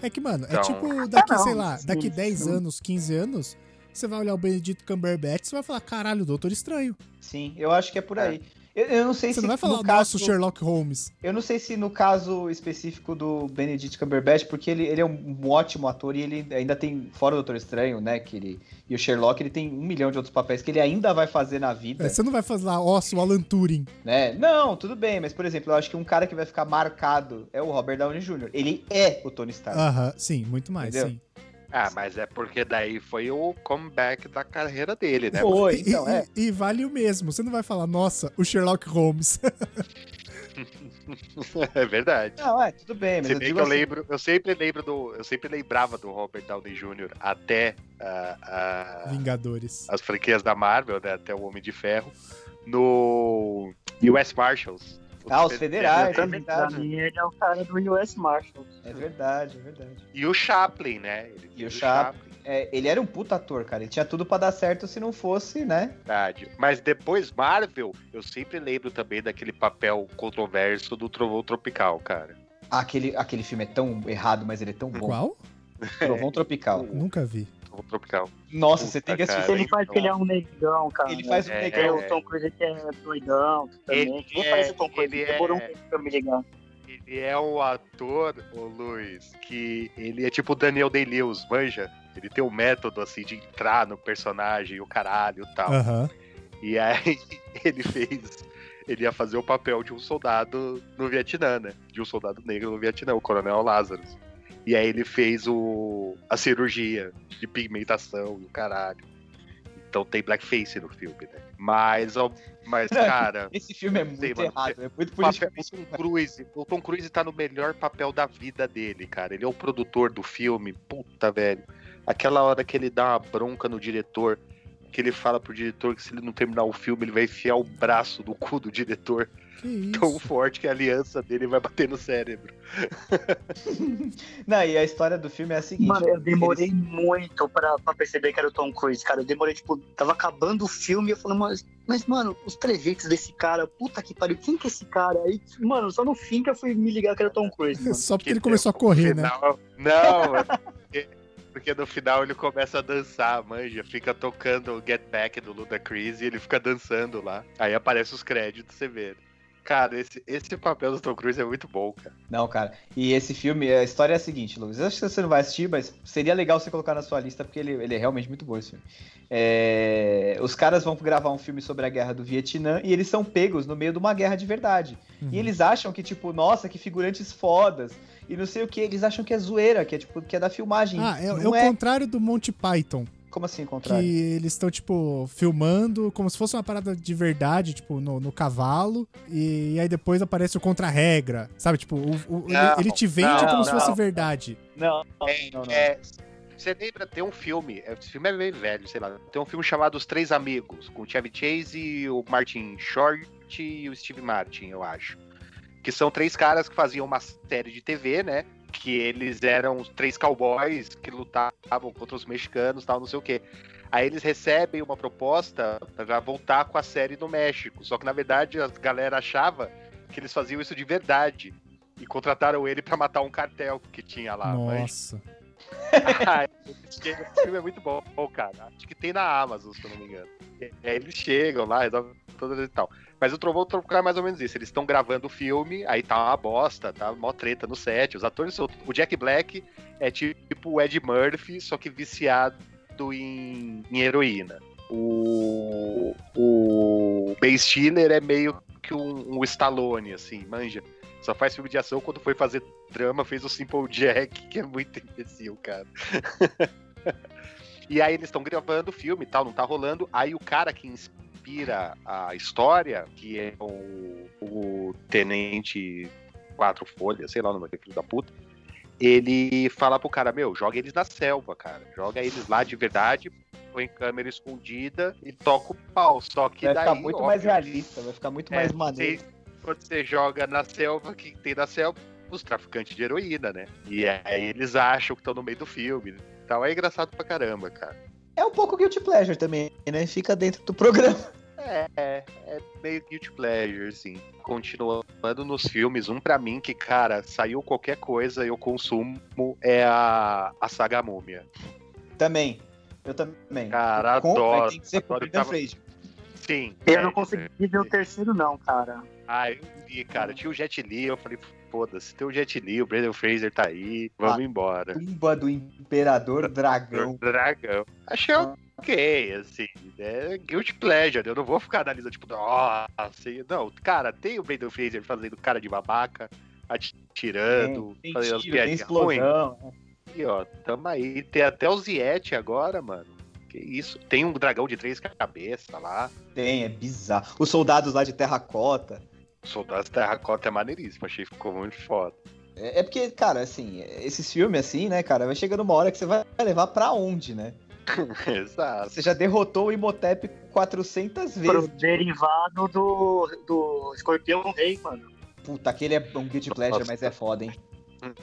Speaker 1: É que, mano, é
Speaker 3: Então-
Speaker 1: tipo daqui,
Speaker 4: Ah, não,
Speaker 1: sei lá,
Speaker 4: sim,
Speaker 1: daqui
Speaker 4: sim.
Speaker 1: 10 anos, 15 anos, você vai olhar o Benedito Cumberbatch e vai falar, caralho, o Doutor Estranho.
Speaker 2: Sim, eu acho que é por aí. Eu, eu não sei
Speaker 1: Você
Speaker 2: se.
Speaker 1: não vai falar,
Speaker 2: no
Speaker 1: nosso
Speaker 2: caso-
Speaker 1: Sherlock Holmes.
Speaker 2: Eu não sei se no caso específico do Benedict Cumberbatch, porque ele, ele é um ótimo ator e ele ainda tem, fora o Doutor Estranho, né? Que ele, e o Sherlock, ele tem um milhão de outros papéis que ele ainda vai fazer na vida.
Speaker 1: É, Você não vai falar, nossa, o Alan Turing.
Speaker 2: né? Não, tudo bem, mas por exemplo, eu acho que um cara que vai ficar marcado é o Robert Downey Jr. Ele é o Tony Stark.
Speaker 1: Aham, sim, muito mais,
Speaker 2: Entendeu?
Speaker 1: sim.
Speaker 3: Ah, mas é porque daí foi o comeback da carreira dele, né?
Speaker 2: Foi,
Speaker 1: E-
Speaker 2: (laughs) então
Speaker 1: e,
Speaker 2: é.
Speaker 1: e vale o mesmo. Você não vai falar, nossa, o Sherlock Holmes.
Speaker 3: (laughs)
Speaker 1: (laughs)
Speaker 3: É verdade.
Speaker 2: Não, é, tudo bem, mas
Speaker 3: Se
Speaker 2: eu
Speaker 3: bem
Speaker 2: digo
Speaker 3: que eu
Speaker 2: assim,
Speaker 3: lembro, eu sempre lembro do, eu sempre lembrava do Robert Downey Jr. até ah, a
Speaker 1: Vingadores.
Speaker 3: as franquias da Marvel, né, até o Homem de Ferro, no US Marshals.
Speaker 2: Ah, os federais,
Speaker 4: Pra
Speaker 2: é
Speaker 4: mim- pra
Speaker 2: verdade.
Speaker 4: mim, ele é o cara do US Marshals.
Speaker 2: É verdade, é verdade.
Speaker 3: E o Chaplin, né? Ele fez
Speaker 2: E o Chaplin. é, ele era um puta ator, cara. Ele tinha tudo pra dar certo se não fosse, né?
Speaker 3: Verdade. Mas depois Marvel, eu sempre lembro também daquele papel controverso do Trovão Tropical, cara.
Speaker 2: Aquele, aquele filme é tão errado, mas ele é tão (laughs) bom.
Speaker 1: Qual?
Speaker 2: Trovão Tropical.
Speaker 1: Nunca vi.
Speaker 3: Trovão Tropical.
Speaker 2: Nossa,
Speaker 3: Puta,
Speaker 2: você tem que assistir.
Speaker 3: cara.
Speaker 2: esse
Speaker 4: Ele
Speaker 3: então-
Speaker 4: faz que ele é um negão, cara.
Speaker 2: Ele faz um
Speaker 4: É,
Speaker 2: negão,
Speaker 4: é o
Speaker 3: é.
Speaker 4: Tom Cruise que é doidão também.
Speaker 3: Ele
Speaker 4: Quem
Speaker 3: é-
Speaker 4: faz o Tom Cruise?
Speaker 3: ele
Speaker 4: Demorou um
Speaker 3: é-
Speaker 4: tempo pra me ligar.
Speaker 3: Ele é um ator, ô Luiz, que ele é tipo o Daniel Day-Lewis, manja? Ele tem um método, assim, de entrar no personagem, e o caralho e tal.
Speaker 2: (laughs)
Speaker 1: Aham.
Speaker 3: E aí (laughs) ele fez. Ele ia fazer o papel de um soldado no Vietnã, né? De um soldado negro no Vietnã, o Coronel Lázaro. E aí ele fez o, a cirurgia de pigmentação e o caralho. Então tem blackface no filme, né? Mas, ó, mas cara,
Speaker 2: Esse filme é muito
Speaker 3: Sei, mano.
Speaker 2: errado. É muito
Speaker 3: o papel
Speaker 2: politicamente
Speaker 3: do Tom Cruise, o Tom Cruise tá no melhor papel da vida dele, cara. Ele é o produtor do filme, puta, velho. Aquela hora que ele dá uma bronca no diretor, que ele fala pro diretor que se ele não terminar o filme, ele vai enfiar o braço no cu do diretor
Speaker 1: Que isso.
Speaker 2: Então,
Speaker 3: tão forte que a aliança dele vai bater no cérebro.
Speaker 2: Não, e a história do filme é a seguinte.
Speaker 4: Mano, eu
Speaker 2: eles-
Speaker 4: demorei muito pra, pra perceber que era o Tom Cruise, cara. Eu demorei, tipo, tava acabando o filme e eu falei, mas, mas, mano, os trejeitos desse cara, puta que pariu, quem que é esse cara? Aí, mano, só no fim que eu fui me ligar que era o Tom
Speaker 2: (laughs)
Speaker 4: Cruise,
Speaker 1: (laughs)
Speaker 4: mano.
Speaker 1: Só porque ele
Speaker 3: Que
Speaker 1: começou a
Speaker 3: no
Speaker 1: correr, né?
Speaker 3: um final- Não, é porque, porque no final ele começa a dançar, manja. Fica tocando o Get Back do Ludacris e ele fica dançando lá. Aí aparece os créditos, você vê. Cara, esse, esse papel do Tom Cruise é muito bom, cara.
Speaker 2: Não, cara. E esse filme, a história é a seguinte, Lucas. Eu acho que você não vai assistir, mas seria legal você colocar na sua lista, porque ele, ele é realmente muito bom esse filme. É, Os caras vão gravar um filme sobre a guerra do Vietnã e eles são pegos no meio de uma guerra de verdade.
Speaker 1: Uhum.
Speaker 2: E eles acham que, tipo, nossa, que figurantes fodas. E não sei o que, eles acham que é zoeira, que é tipo, que é da filmagem.
Speaker 1: Ah, é, é
Speaker 2: não
Speaker 1: o
Speaker 2: é.
Speaker 1: contrário do Monty Python,
Speaker 2: Como assim, o contrário?
Speaker 1: que eles estão, tipo, filmando como se fosse uma parada de verdade, tipo, no, no cavalo, e, aí depois aparece o contra-regra, sabe? Tipo, o- o- ele,
Speaker 3: Não,
Speaker 1: ele te vende
Speaker 3: não,
Speaker 1: como se
Speaker 2: não.
Speaker 1: fosse verdade.
Speaker 2: Não,
Speaker 3: É,
Speaker 2: não, não.
Speaker 3: é, você lembra, tem um filme, é, esse filme é bem velho, sei lá, tem um filme chamado Os Três Amigos, com o Chevy Chase, o Martin Short e o Steve Martin, eu acho. Que são três caras que faziam uma série de TV, né? Que eles eram os três cowboys que lutavam contra os mexicanos tal, não sei o quê. Aí eles recebem uma proposta pra voltar com a série no México. Só que, na verdade, a galera achava que eles faziam isso de verdade. E contrataram ele pra matar um cartel que tinha lá. mas-
Speaker 1: Nossa.
Speaker 3: ah, esse filme é muito bom, cara. Acho que tem na Amazon, se eu não me engano. É, eles chegam lá, resolvem todas e tal. Mas o Trovão Tropical é mais ou menos isso. Eles estão gravando o filme, aí tá uma bosta, tá mó treta no set. Os atores são. O Jack Black é tipo o Ed Murphy, só que viciado em, em heroína. O, o Ben Stiller é meio que um, um Stallone, assim, manja. Só faz filme de ação quando foi fazer drama, fez o Simple Jack, (laughs) que é muito imbecil, cara. (laughs) e aí eles estão gravando o filme e tal, não tá rolando. Aí o cara que inspira a história, que é o, o Tenente Quatro Folhas, sei lá o nome daquele filho da puta, ele fala pro cara, meu, joga eles na selva, cara. Joga eles lá de verdade, põe câmera escondida e toca o pau. Só que
Speaker 2: Vai
Speaker 3: daí,
Speaker 2: ficar muito mais
Speaker 3: óbvio,
Speaker 2: realista, vai ficar muito
Speaker 3: é,
Speaker 2: mais
Speaker 3: você-
Speaker 2: maneiro.
Speaker 3: quando você joga na selva, o que tem na selva? Os traficantes de heroína, né? E aí eles acham que estão no meio do filme. Então é engraçado pra caramba, cara.
Speaker 2: É um pouco Guilty Pleasure também, né? Fica dentro do programa.
Speaker 3: É, é, é meio guilty pleasure, assim. Continuando nos filmes, um pra mim que, cara, saiu qualquer coisa eu consumo é a, a Saga Múmia.
Speaker 2: Também. Eu também.
Speaker 3: Cara,
Speaker 2: Com- mas
Speaker 3: adoro.
Speaker 2: Tem que ser com o
Speaker 3: adoro,
Speaker 2: Brendan
Speaker 3: tava-
Speaker 2: Fraser.
Speaker 3: Sim.
Speaker 4: Eu não
Speaker 3: é,
Speaker 4: consegui ver o terceiro, não, cara.
Speaker 3: Ah, eu vi, cara. Tinha o Jet Li, eu falei, foda-se, tem o Jet Li, o Brendan Fraser tá aí, vamos
Speaker 2: Ah,
Speaker 3: embora.
Speaker 2: Tumba do Imperador Dragão.
Speaker 3: Dragão. Achei ok, assim, né? Guilty pleasure. Eu não vou ficar analisando, tipo, nossa, e- não. Cara, tem o Brendan Fraser fazendo cara de babaca, atirando,
Speaker 2: tem
Speaker 3: fazendo as
Speaker 2: tiro, tem
Speaker 3: piadinhas ruins.
Speaker 2: explosão.
Speaker 3: E, ó, tamo aí. Tem até o Ziete agora, mano. Que isso. Tem um dragão de três cabeças lá.
Speaker 2: Tem, é bizarro. Os soldados lá de terracota.
Speaker 3: Soldados Terracota é maneiríssimo. Achei que ficou muito foda. (laughs)
Speaker 2: É é porque, cara, assim, esses filmes assim, né, cara, vai chegando uma hora que você vai levar pra onde, né?
Speaker 3: Exato.
Speaker 2: Você já derrotou o Imhotep 400
Speaker 4: Pro
Speaker 2: vezes.
Speaker 4: derivado do, do Escorpião Rei, mano.
Speaker 2: Puta, aquele é um guilty pleasure, mas é foda, hein?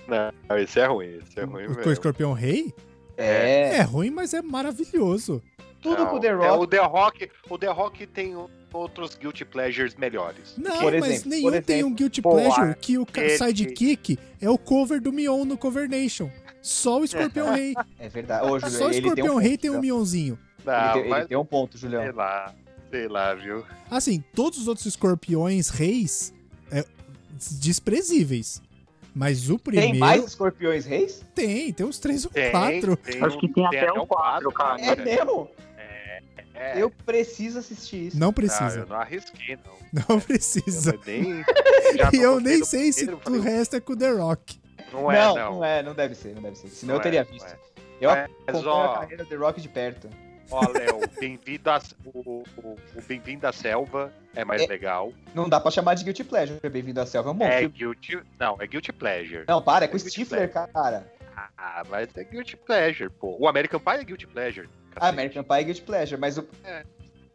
Speaker 3: Não, esse é ruim. Esse é ruim
Speaker 1: O, o
Speaker 3: mesmo.
Speaker 1: Escorpião Rei?
Speaker 2: É.
Speaker 1: É ruim, mas é maravilhoso.
Speaker 2: Tudo
Speaker 3: Não,
Speaker 2: com o The
Speaker 3: é,
Speaker 2: Rock.
Speaker 3: o The Rock. O The Rock tem o- outros guilty pleasures melhores.
Speaker 1: Não,
Speaker 2: Por
Speaker 1: mas
Speaker 2: exemplo,
Speaker 1: nenhum
Speaker 2: por
Speaker 1: tem
Speaker 2: exemplo,
Speaker 1: um Guilty
Speaker 3: Boa,
Speaker 1: Pleasure que o ca-
Speaker 3: esse-
Speaker 1: sidekick é o cover do Mion no Cover Nation. Só o Escorpião Rei.
Speaker 2: É verdade. Ô, Julião,
Speaker 1: Tá Só o
Speaker 2: ele tem um
Speaker 1: Escorpião
Speaker 2: ponto,
Speaker 1: Rei tem um É,
Speaker 2: Julião.
Speaker 1: Mionzinho.
Speaker 3: Ah,
Speaker 2: ele, tem,
Speaker 3: mas
Speaker 2: ele tem um ponto,
Speaker 3: sei
Speaker 2: Julião.
Speaker 3: lá. Sei lá, viu?
Speaker 1: Assim, todos os outros escorpiões reis é desprezíveis. Mas o primeiro
Speaker 2: Tem mais escorpiões reis?
Speaker 1: tem, tem uns três ou
Speaker 3: Tem,
Speaker 1: quatro.
Speaker 3: tem
Speaker 4: Acho
Speaker 3: um-
Speaker 4: que tem até o
Speaker 3: quatro,
Speaker 4: quatro, cara.
Speaker 2: É mesmo?
Speaker 3: É.
Speaker 2: Eu preciso assistir isso.
Speaker 1: Não
Speaker 3: Ah,
Speaker 1: precisa,
Speaker 3: eu não arrisquei, não.
Speaker 1: (laughs) não precisa.
Speaker 3: Eu nem,
Speaker 1: (laughs) E eu nem sei se
Speaker 3: primeiro,
Speaker 1: o
Speaker 3: falei,
Speaker 1: resto é com o The Rock.
Speaker 3: Não é, não.
Speaker 2: não é, não deve ser, não deve ser. Senão
Speaker 3: Não
Speaker 2: eu
Speaker 3: é,
Speaker 2: teria
Speaker 3: não
Speaker 2: visto.
Speaker 3: é.
Speaker 2: Eu
Speaker 3: Mas,
Speaker 2: acompanho a
Speaker 3: ó,
Speaker 2: carreira do The Rock de perto.
Speaker 3: ó, Léo, bem-vindo à- o, o, o Bem-vindo à Selva é mais
Speaker 2: É,
Speaker 3: legal.
Speaker 2: Não dá pra chamar de Guilty Pleasure. Bem-vindo à Selva é um bom
Speaker 3: é
Speaker 2: filme.
Speaker 3: Guilty... Não, é Guilty Pleasure.
Speaker 2: Não, para, é com
Speaker 3: é
Speaker 2: o
Speaker 3: Guilty
Speaker 2: Stifler, cara.
Speaker 3: Ah, mas é Guilty Pleasure, pô. O American Pie é Guilty Pleasure.
Speaker 2: Ah,
Speaker 3: cacete.
Speaker 2: American Pie é Guilty Pleasure, mas o...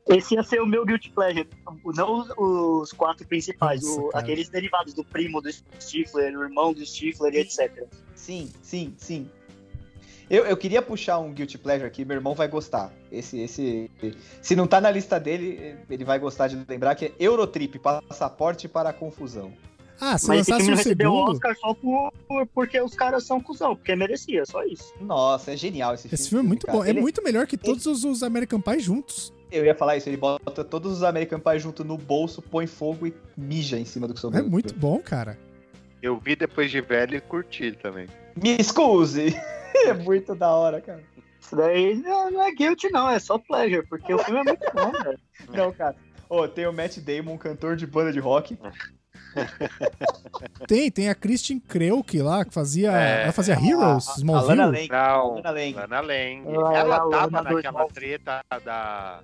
Speaker 4: Esse ia ser o meu Guilty Pleasure. O- Não os- os quatro principais,
Speaker 1: Nossa,
Speaker 4: o-
Speaker 1: cara.
Speaker 4: aqueles derivados do primo do Stifler, o irmão do Stifler e etc.
Speaker 2: sim, sim, sim. Eu, eu queria puxar um Guilty Pleasure aqui, meu irmão vai gostar. Esse, esse, se não tá na lista dele, ele vai gostar de lembrar que é Eurotrip, passaporte para a confusão.
Speaker 1: Ah, se
Speaker 4: Mas esse
Speaker 1: lançasse
Speaker 4: filme
Speaker 1: um
Speaker 4: recebeu o
Speaker 1: segundo.
Speaker 4: Oscar só por, por- porque os caras são cuzão, porque merecia, só isso.
Speaker 2: Nossa, é genial esse filme.
Speaker 1: Esse filme é muito
Speaker 2: cara.
Speaker 1: bom. É
Speaker 2: Ele-
Speaker 1: muito melhor que todos os, os American Pie juntos.
Speaker 2: Eu ia falar isso, ele bota todos os American Pie junto no bolso, põe fogo e mija em cima do
Speaker 1: É
Speaker 2: que sobrou.
Speaker 1: muito bom, cara.
Speaker 3: Eu vi depois de velho e curti também.
Speaker 2: Me excuse! (laughs) é muito da hora, cara.
Speaker 4: Isso daí não, não é guilty, não, é só pleasure, porque o filme é muito bom, (laughs) velho.
Speaker 2: Não, cara. Ô, tem o Matt Damon, um cantor de banda de rock.
Speaker 1: Tem, tem a Kristen Kreuk lá, que fazia.
Speaker 3: É.
Speaker 1: ela fazia Heroes,
Speaker 2: a, a Lana
Speaker 1: Smallville.
Speaker 2: Lang. A
Speaker 3: Não,
Speaker 2: Lana Lang.
Speaker 3: Lana Lang.
Speaker 4: Ah,
Speaker 3: Ela
Speaker 4: a
Speaker 3: tava
Speaker 4: Lana do
Speaker 3: naquela treta da...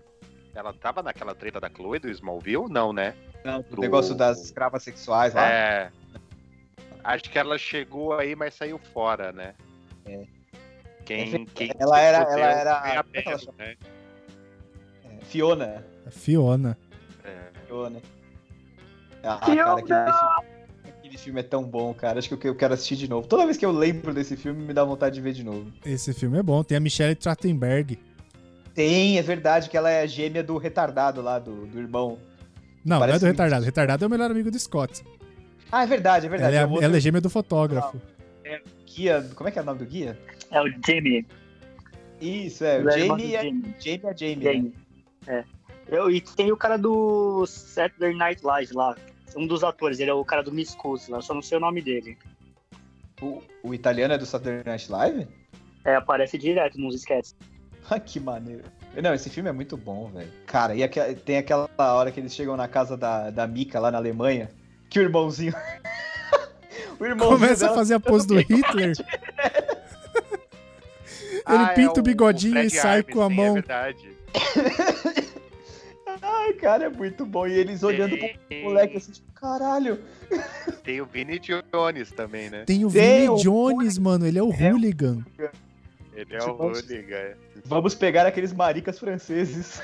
Speaker 3: Ela tava naquela treta da Chloe do Smallville? Não, né?
Speaker 2: Não, o
Speaker 3: Pro-
Speaker 2: negócio das escravas sexuais lá.
Speaker 3: É. Acho que ela chegou aí, mas saiu fora, né?
Speaker 2: É.
Speaker 3: Quem, quem
Speaker 2: Ela
Speaker 3: se
Speaker 2: era-
Speaker 3: fudeu
Speaker 2: ela era-
Speaker 3: foi a
Speaker 2: como é que ela
Speaker 3: Beth, né?
Speaker 2: Fiona.
Speaker 1: É Fiona.
Speaker 2: Fiona. Ah,
Speaker 4: Fiona!
Speaker 2: cara, aquele filme, aquele filme é tão bom, cara. Acho que eu, que- eu quero assistir de novo. Toda vez que eu lembro desse filme, me dá vontade de ver de novo.
Speaker 1: Esse filme é bom. Tem a Michelle Trachtenberg.
Speaker 2: Tem, é verdade que ela é a gêmea do retardado lá, do, do irmão.
Speaker 1: Não,
Speaker 2: Parece
Speaker 1: não é do
Speaker 2: muito.
Speaker 1: retardado. Retardado é o melhor amigo do Scott.
Speaker 2: Ah, é verdade, é verdade.
Speaker 1: ela, é,
Speaker 2: É o outro
Speaker 1: ela é gêmea do fotógrafo.
Speaker 2: guia. Como é que é o nome do guia?
Speaker 4: É o Jimmy.
Speaker 2: Isso, é.
Speaker 4: ele
Speaker 2: O
Speaker 4: é irmão do
Speaker 2: Jamie é
Speaker 4: Jimmy.
Speaker 2: Jamie. É Jamie. né?
Speaker 4: Jimmy. É. Eu, e tem o cara do Saturday Night Live lá. Um dos atores, ele é o cara do Miss Coast lá, só não sei o nome dele.
Speaker 2: O, o italiano é do Saturday Night Live? (laughs)
Speaker 4: É, aparece direto nos sketches.
Speaker 2: Ah, que maneiro. Não, esse filme é muito bom, velho. Cara, e aqua- tem aquela hora que eles chegam na casa da, da Mika lá na Alemanha, que o irmãozinho. (laughs) o irmãozinho.
Speaker 1: Começa a
Speaker 2: dela-
Speaker 1: fazer a pose do Hitler. (laughs) Ele
Speaker 3: Ah, é
Speaker 1: pinta o
Speaker 3: o-
Speaker 1: bigodinho
Speaker 3: Fred
Speaker 1: e sai com a
Speaker 3: Armisen,
Speaker 1: mão.
Speaker 3: É verdade.
Speaker 2: Ai, cara, é muito bom. E eles olhando pro
Speaker 3: tem,
Speaker 2: moleque assim, tipo, caralho.
Speaker 3: Tem o Vinny Jones também, né?
Speaker 1: Tem o
Speaker 2: Tem
Speaker 1: Vinny
Speaker 2: o
Speaker 1: Jones, mano. Ele é o
Speaker 2: É.
Speaker 1: hooligan.
Speaker 3: Ele é o
Speaker 2: Jones.
Speaker 3: Hooligan.
Speaker 2: Vamos pegar aqueles maricas franceses.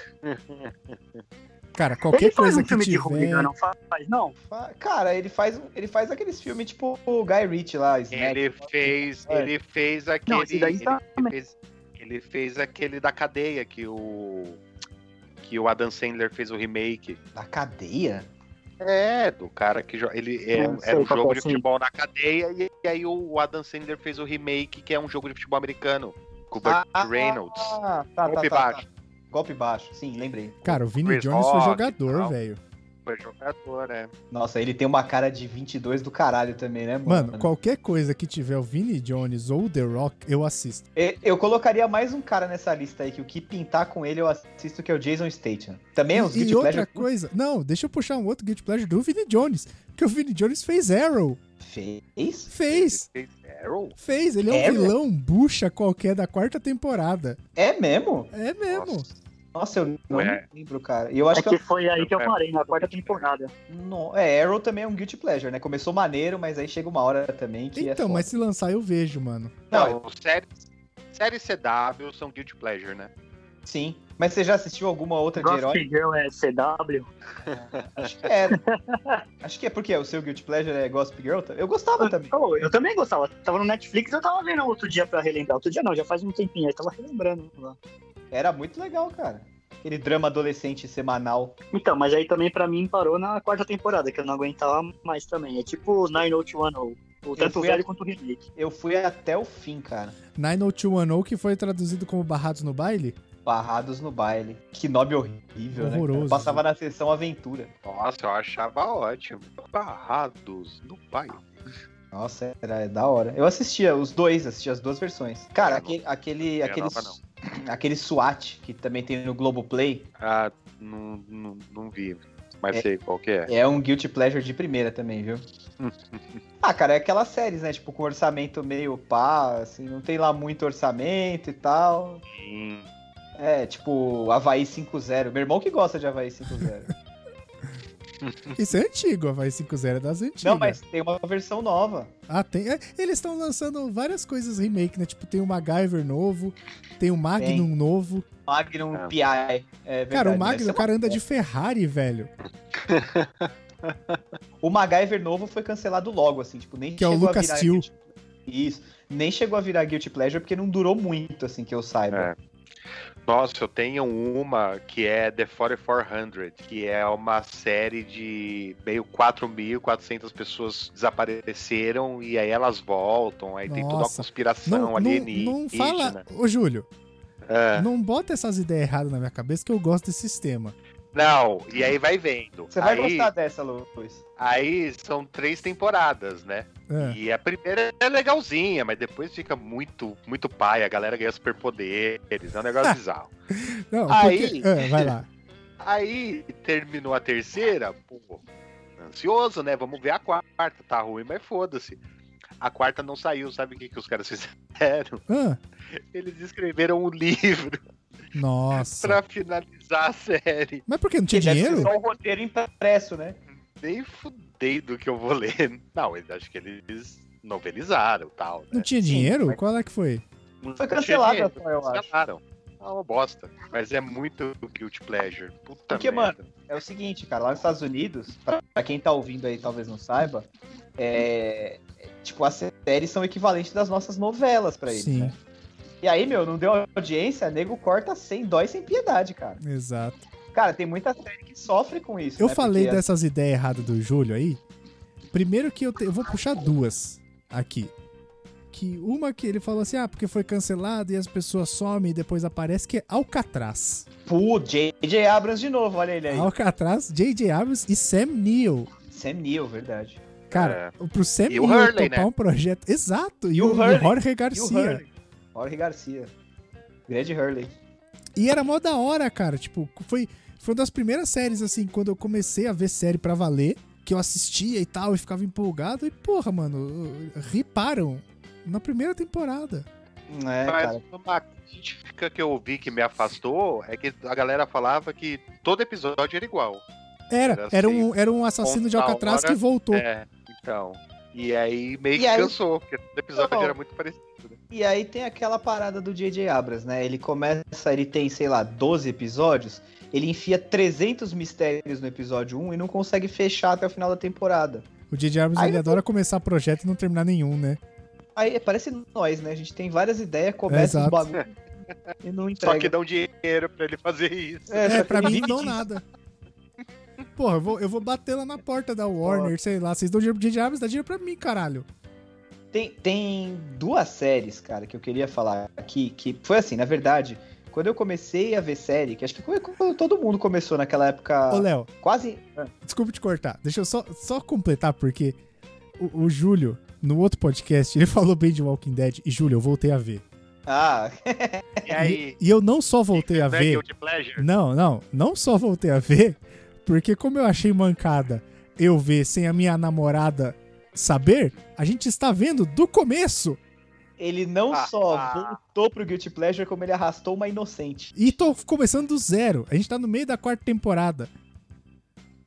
Speaker 1: Cara, qualquer
Speaker 4: ele faz
Speaker 1: coisa
Speaker 4: um
Speaker 1: que
Speaker 4: filme de
Speaker 1: tiver...
Speaker 4: Hooligan, não faz, não?
Speaker 2: Fa- Cara, ele faz, um, ele faz aqueles filmes tipo o Guy Ritchie lá, Snack.
Speaker 3: Ele fez,
Speaker 2: É.
Speaker 3: ele fez aquele.
Speaker 4: Não, esse daí tá-
Speaker 3: ele, fez, ele fez aquele da cadeia que o. Que o Adam Sandler fez o remake.
Speaker 2: Na cadeia?
Speaker 3: É, do cara que joga. Ele é,
Speaker 4: Não sei
Speaker 3: era um
Speaker 4: qual
Speaker 3: jogo
Speaker 4: que é,
Speaker 3: de
Speaker 4: sim.
Speaker 3: futebol na cadeia, e, e aí o Adam Sandler fez o remake, que é um jogo de futebol americano. Com o Burt Reynolds.
Speaker 2: Ah, tá, tá,
Speaker 3: Golpe
Speaker 2: tá,
Speaker 3: baixo.
Speaker 2: tá. Golpe baixo, sim, lembrei.
Speaker 1: Cara, o Vinny
Speaker 3: Chris
Speaker 1: Jones foi
Speaker 3: Rock e
Speaker 1: jogador,
Speaker 3: tal.
Speaker 1: velho.
Speaker 3: Foi jogador, né?
Speaker 2: Nossa, ele tem uma cara de 22 do caralho também, né, mano?
Speaker 1: Mano, qualquer coisa que tiver o Vinny Jones ou o The Rock, eu assisto.
Speaker 2: E- Eu colocaria mais um cara nessa lista aí, que o que pintar com ele eu assisto, que é o Jason Statham. Também é uns
Speaker 1: e
Speaker 2: Guilty
Speaker 1: outra
Speaker 2: Pleasure
Speaker 1: coisa... Não, deixa eu puxar um outro Guilty Pleasure do Vinny Jones. Porque o Vinny Jones fez Arrow.
Speaker 2: fez?
Speaker 1: Fez!
Speaker 3: Ele fez Arrow?
Speaker 1: Fez! Ele é um
Speaker 2: Arrow?
Speaker 1: vilão bucha qualquer da quarta temporada.
Speaker 2: É mesmo?
Speaker 1: É mesmo.
Speaker 3: Nossa.
Speaker 2: Nossa, eu não
Speaker 3: Ué.
Speaker 2: lembro, cara. E eu acho
Speaker 4: É
Speaker 2: que...
Speaker 4: que foi aí que eu parei, na quarta temporada.
Speaker 2: eu- Não, é, Arrow também é um Guilty Pleasure, né? Começou maneiro, mas aí chega uma hora também que é
Speaker 1: Então,
Speaker 2: foda.
Speaker 1: mas se lançar eu vejo, mano.
Speaker 2: Não,
Speaker 3: Não, séries série CW são Guilty Pleasure, né?
Speaker 2: Sim. Mas você já assistiu alguma outra de herói?
Speaker 4: Gossip Girl é CW?
Speaker 2: Acho que é. Acho que é porque o seu Guilty Pleasure é Gossip Girl. tá? Eu gostava também.
Speaker 4: Pô, eu também gostava. Tava no Netflix, eu tava vendo outro dia pra relembrar. Outro dia não, já faz um tempinho. Eu tava relembrando lá.
Speaker 2: Era muito legal, cara. Aquele drama adolescente semanal.
Speaker 4: Então, mas aí também pra mim parou na quarta temporada, que eu não aguentava mais também. É tipo 90210. O tanto o
Speaker 2: fui
Speaker 4: velho
Speaker 2: a-
Speaker 4: quanto o remake.
Speaker 2: Eu fui até o fim, cara.
Speaker 1: 90210, que foi traduzido como Barrados no Baile.
Speaker 2: Barrados no baile. Que nome horrível, né?
Speaker 1: Horroroso.
Speaker 2: cara? Passava na sessão aventura.
Speaker 3: Nossa, eu achava ótimo. Barrados no pai.
Speaker 2: Nossa, era da hora. Eu assistia os dois, assistia as duas versões. Cara,
Speaker 3: Não,
Speaker 2: aquele aquele
Speaker 3: não
Speaker 2: aquele,
Speaker 3: era nova,
Speaker 2: su- aquele SWAT que também tem no Globoplay
Speaker 3: Ah, não, não, não vi. Mas
Speaker 2: É.
Speaker 3: sei qual que é.
Speaker 2: é um guilty pleasure de primeira também,
Speaker 3: (laughs)
Speaker 2: viu? ah, cara, é aquelas séries, né? Tipo, com orçamento meio pá, assim, não tem lá muito orçamento e tal.
Speaker 3: Hum,
Speaker 2: É, tipo, Havaí 5-0. Meu irmão que gosta de
Speaker 1: (laughs)
Speaker 2: Havaí 5-0.
Speaker 1: Isso é antigo, a Vai 5.0 é das antigas.
Speaker 2: Hum. não, mas tem uma versão nova.
Speaker 1: Ah, tem. é, eles estão lançando várias coisas remake, né? Tipo, tem o MacGyver novo, tem o Magnum novo.
Speaker 2: Magnum
Speaker 3: Ah.
Speaker 2: PI. É verdade,
Speaker 1: Cara, o
Speaker 2: essa
Speaker 1: Magnum,
Speaker 2: é
Speaker 1: o cara anda de Ferrari, velho.
Speaker 2: O MacGyver novo foi cancelado logo, assim, tipo, nem
Speaker 1: Que é o
Speaker 2: chegou
Speaker 1: Lucas
Speaker 2: a virar
Speaker 1: Till.
Speaker 2: Guilty- Isso. Nem chegou a virar Guilty Pleasure porque não durou muito, assim, que eu
Speaker 3: É.
Speaker 2: saiba.
Speaker 3: Nossa, eu tenho uma que é The 4400, que é uma série de meio 4.400 pessoas desapareceram e aí elas voltam, aí tem toda uma
Speaker 1: Nossa.
Speaker 3: conspiração
Speaker 1: Não, não,
Speaker 3: alienígena.
Speaker 1: não fala. Ô, Júlio,
Speaker 2: É.
Speaker 3: Ah.
Speaker 1: não bota essas ideias erradas na minha cabeça que eu gosto desse sistema.
Speaker 3: Não, e aí vai vendo.
Speaker 2: Você vai
Speaker 3: aí,
Speaker 2: gostar dessa, Luiz.
Speaker 3: aí são três temporadas, né?
Speaker 1: Ah,
Speaker 3: E a primeira é legalzinha, mas depois fica muito, muito pai, a galera ganha superpoderes, é um
Speaker 1: Ah.
Speaker 3: negócio bizarro.
Speaker 1: não,
Speaker 3: Aí-
Speaker 1: porque- ah, vai lá.
Speaker 3: Aí terminou a terceira, pô, ansioso, né? Vamos ver a quarta, tá ruim, mas foda-se. A quarta não saiu, sabe o que, que os caras (laughs) fizeram?
Speaker 1: Ah,
Speaker 3: Eles escreveram um livro
Speaker 1: nossa.
Speaker 3: pra finalizar a série.
Speaker 1: Mas por que não tinha
Speaker 2: Porque deve ser
Speaker 1: dinheiro?
Speaker 2: Só o roteiro impresso, né?
Speaker 3: Nem fudei do que eu vou ler. Não, eu acho que eles novelizaram e tal,
Speaker 1: Não
Speaker 3: né?
Speaker 1: tinha
Speaker 2: um Sim,
Speaker 1: dinheiro?
Speaker 2: mas-
Speaker 1: Qual é que foi?
Speaker 3: Não
Speaker 2: Foi
Speaker 3: tinha
Speaker 2: cancelado,
Speaker 3: jeito,
Speaker 2: Rafael, eu acho.
Speaker 3: cancelaram. É uma bosta. Mas é muito guilty pleasure. Puta
Speaker 2: Porque,
Speaker 3: merda.
Speaker 2: É o seguinte, cara, lá nos Estados Unidos, pra pra quem tá ouvindo aí talvez não saiba, é. Tipo, as séries são equivalentes das nossas novelas pra eles,
Speaker 1: Sim.
Speaker 2: né? E aí, meu, não deu audiência, nego corta sem dó e sem piedade, cara.
Speaker 1: Exato.
Speaker 2: Cara, tem muita série que sofre com isso.
Speaker 1: Eu
Speaker 2: né?
Speaker 1: falei
Speaker 2: É Porque-
Speaker 1: dessas ideias erradas do Júlio aí. Primeiro que eu, te- eu vou puxar duas aqui. Que uma que ele falou assim, ah, porque foi cancelado e as pessoas somem e depois aparece, que é Alcatraz.
Speaker 2: Pô, J.J. Abrams de novo, olha ele aí.
Speaker 1: Ah. Alcatraz, J.J. Abrams e Sam Neill.
Speaker 2: Sam Neill, verdade.
Speaker 3: É.
Speaker 1: Cara, pro Sam
Speaker 3: E
Speaker 1: Neill
Speaker 3: o Hurley,
Speaker 1: topar
Speaker 3: né?
Speaker 1: um projeto. Exato, e,
Speaker 2: E
Speaker 1: o,
Speaker 2: o Hurley.
Speaker 1: e o Jorge
Speaker 2: E
Speaker 1: Garcia.
Speaker 2: o Hurley. Jorge Garcia. Grande Hurley.
Speaker 1: E era mó da hora, cara. Tipo, foi, foi uma das primeiras séries, assim, quando eu comecei a ver série pra valer, que eu assistia e tal, e ficava empolgado. E, porra, mano, riparam na primeira temporada.
Speaker 2: É, cara.
Speaker 3: Mas uma crítica que eu ouvi que me afastou é que a galera falava que todo episódio era igual.
Speaker 1: Era,
Speaker 3: Era
Speaker 1: era um, era um assassino de
Speaker 3: Conta a
Speaker 1: Alcatraz que
Speaker 3: hora.
Speaker 1: voltou.
Speaker 3: É, então. E aí meio
Speaker 2: E
Speaker 3: que
Speaker 2: aí-
Speaker 3: cansou, porque todo episódio
Speaker 2: Não.
Speaker 3: era muito parecido.
Speaker 2: E aí tem aquela parada do J.J. Abrams, né? Ele começa, ele tem, sei lá, 12 episódios, ele enfia 300 mistérios no episódio 1 e não consegue fechar até o final da temporada.
Speaker 1: O J.J. Abrams,
Speaker 2: Aí
Speaker 1: ele
Speaker 2: eu-
Speaker 1: adora começar projeto e não terminar nenhum, né?
Speaker 2: Aí é, parece nós, né? A gente tem várias ideias, começa
Speaker 1: Exato.
Speaker 2: os bagulho e não entrega.
Speaker 3: Só que dão dinheiro pra ele fazer isso.
Speaker 2: É,
Speaker 1: É,
Speaker 2: só (laughs)
Speaker 1: pra
Speaker 2: que
Speaker 1: mim não
Speaker 2: ninguém
Speaker 1: dão
Speaker 2: diz.
Speaker 1: nada. Porra, eu vou, eu vou bater lá na porta da Warner, sei lá. Vocês dão dinheiro pro J.J. Abrams, dá dinheiro pra mim, caralho.
Speaker 2: Tem, tem duas séries, cara, que eu queria falar aqui, que foi assim, na verdade, quando eu comecei a ver série, que acho que foi quando todo mundo começou naquela época,
Speaker 1: Ô, Léo,
Speaker 2: quase...
Speaker 1: Desculpa te cortar. Deixa eu só, só completar, porque o, o Júlio, no outro podcast, (laughs) ele falou bem de Walking Dead. E, Júlio, eu voltei a ver.
Speaker 2: Ah,
Speaker 3: E aí.
Speaker 1: E eu não só (laughs) voltei a
Speaker 3: né,
Speaker 1: ver.
Speaker 3: Guilty Pleasure?
Speaker 1: Não, não. Não só voltei a ver, porque como eu achei mancada eu ver sem a minha namorada saber, a gente está vendo do começo.
Speaker 2: ele não
Speaker 3: Ah,
Speaker 2: só
Speaker 3: ah.
Speaker 2: voltou pro Guilty Pleasure, como ele arrastou uma inocente.
Speaker 1: E tô começando do zero. A gente tá no meio da quarta temporada.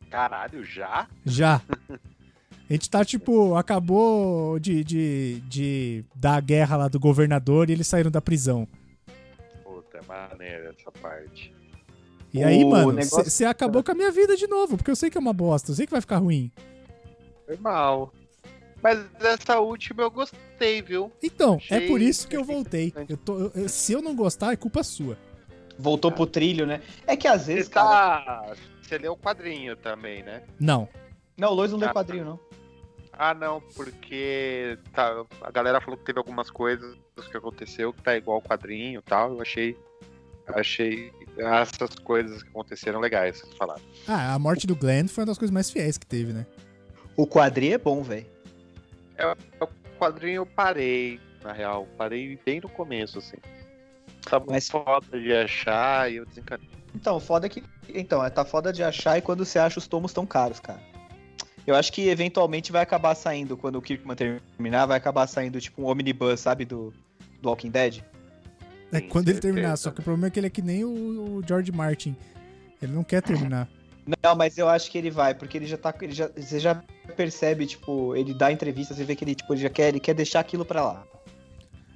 Speaker 3: Caralho, já? (laughs)
Speaker 1: Já. A gente tá, tipo, acabou de, de, de dar a guerra lá do governador e eles saíram da prisão.
Speaker 3: Puta, é maneira essa parte.
Speaker 1: E aí,
Speaker 2: O
Speaker 1: mano,
Speaker 2: negócio-
Speaker 1: você acabou com a minha vida de novo, porque eu sei que é uma bosta, eu sei que vai ficar ruim.
Speaker 3: Foi mal. Mas dessa última eu gostei, viu?
Speaker 1: Então, é
Speaker 3: Achei
Speaker 1: por isso que eu voltei.
Speaker 3: interessante.
Speaker 1: Eu tô- eu- eu- se eu não gostar, é culpa sua.
Speaker 2: Voltou pro trilho, né? É que às vezes,
Speaker 3: Você
Speaker 2: cara.
Speaker 3: tá. Você leu o quadrinho também, né?
Speaker 1: Não.
Speaker 2: Não, o Lois não lê
Speaker 3: Ah.
Speaker 2: quadrinho, não.
Speaker 3: Ah, não, porque tá, a galera falou que teve algumas coisas que aconteceu que tá igual o quadrinho e tal. Eu achei. Achei essas coisas que aconteceram legais, vocês falaram.
Speaker 1: Ah, a morte do Glenn foi uma das coisas mais fiéis que teve, né?
Speaker 2: O quadrinho é bom, velho.
Speaker 3: O quadrinho eu parei, na real. Parei bem no começo, assim. Tava
Speaker 2: Mas-
Speaker 3: foda de achar e eu desencanei.
Speaker 2: Então, foda que. Então, é, tá foda de achar e quando você acha, os tomos tão caros, cara. Eu acho que eventualmente vai acabar saindo, quando o Kirkman terminar, vai acabar saindo tipo um omnibus, sabe, do, do Walking Dead.
Speaker 1: É
Speaker 3: Sim,
Speaker 1: quando ele terminar,
Speaker 3: certeza.
Speaker 1: só que o problema é que ele é que nem o, o George Martin. Ele não quer terminar.
Speaker 2: Não, mas eu acho que ele vai, porque ele já tá. Ele já, você já percebe, tipo, ele dá entrevistas, você vê que ele, tipo, ele já quer, ele quer deixar aquilo pra lá.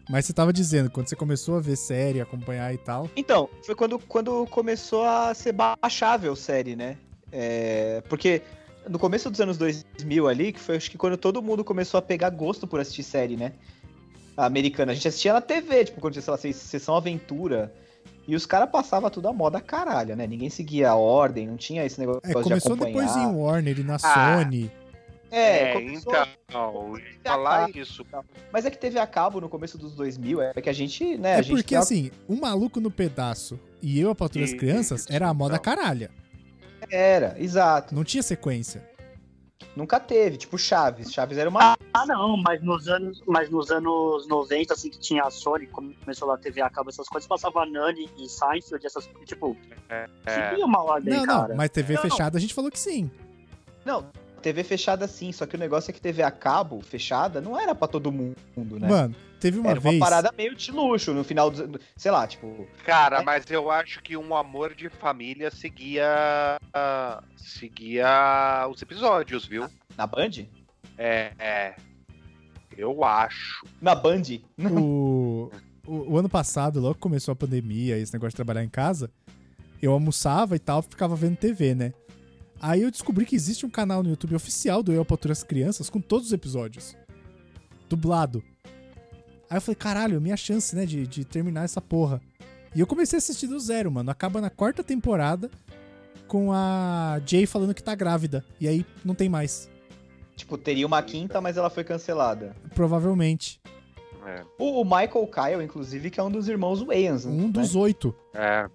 Speaker 1: Mas você tava dizendo, quando você começou a ver série, acompanhar e tal.
Speaker 2: Então, foi quando, quando começou a ser baixável série, né? É, porque no começo dos anos 2000 ali, que foi acho que quando todo mundo começou a pegar gosto por assistir série, né? A americana. A gente assistia na TV, tipo, quando tinha, sei lá, se- Sessão Aventura. E os caras passavam tudo à moda caralho, né? Ninguém seguia a ordem, não tinha esse negócio
Speaker 1: É,
Speaker 2: de
Speaker 1: começou
Speaker 2: acompanhar.
Speaker 1: depois em Warner e na
Speaker 3: Ah.
Speaker 1: Sony.
Speaker 2: É, começou...
Speaker 3: então. Falar isso.
Speaker 2: Mas é que teve a cabo no começo dos 2000, é que a gente, né?
Speaker 1: É
Speaker 2: a gente
Speaker 1: porque,
Speaker 2: tava-
Speaker 1: assim, um maluco no pedaço e eu, a Patrulha das
Speaker 3: Isso,
Speaker 1: Crianças, era a moda
Speaker 3: então.
Speaker 1: caralha.
Speaker 2: Era, exato.
Speaker 1: Não tinha sequência.
Speaker 2: Nunca teve, tipo Chaves. Chaves era uma
Speaker 4: Ah, não, mas nos anos, mas nos anos 90, assim, que tinha a Sony, como começou lá a TV a cabo, essas coisas, passava Nani e Seinfeld, essas coisas, tipo,
Speaker 3: É,
Speaker 4: seguia uma ordem,
Speaker 1: não,
Speaker 4: cara.
Speaker 1: não, mas TV
Speaker 4: Não.
Speaker 1: fechada a gente falou que sim.
Speaker 2: Não, TV fechada sim, só que o negócio é que TV a cabo fechada não era pra todo mundo, né?
Speaker 1: Mano, teve uma
Speaker 2: era
Speaker 1: vez.
Speaker 2: uma parada meio de luxo no final do, sei lá, tipo,
Speaker 3: Cara,
Speaker 2: É.
Speaker 3: mas eu acho que um amor de família seguia. ah, seguia os episódios, viu?
Speaker 2: na Band?
Speaker 3: É, é. Eu acho.
Speaker 2: Na Band?
Speaker 1: o, o, o ano passado, logo que começou a pandemia, esse negócio de trabalhar em casa, eu almoçava e tal, ficava vendo TV, né? Aí eu descobri que existe um canal no YouTube oficial do Eu Patrulho as Crianças com todos os episódios. Dublado. Aí eu falei, caralho, minha chance, né, de, de terminar essa porra. E eu comecei a assistir do zero, mano. Acaba na quarta temporada com a Jay falando que tá grávida. E aí não tem mais.
Speaker 2: Tipo, teria uma quinta, mas ela foi cancelada.
Speaker 1: Provavelmente.
Speaker 3: É.
Speaker 2: O, o Michael Kyle, inclusive, que é um dos irmãos Wayans.
Speaker 1: Um dos oito.
Speaker 3: é.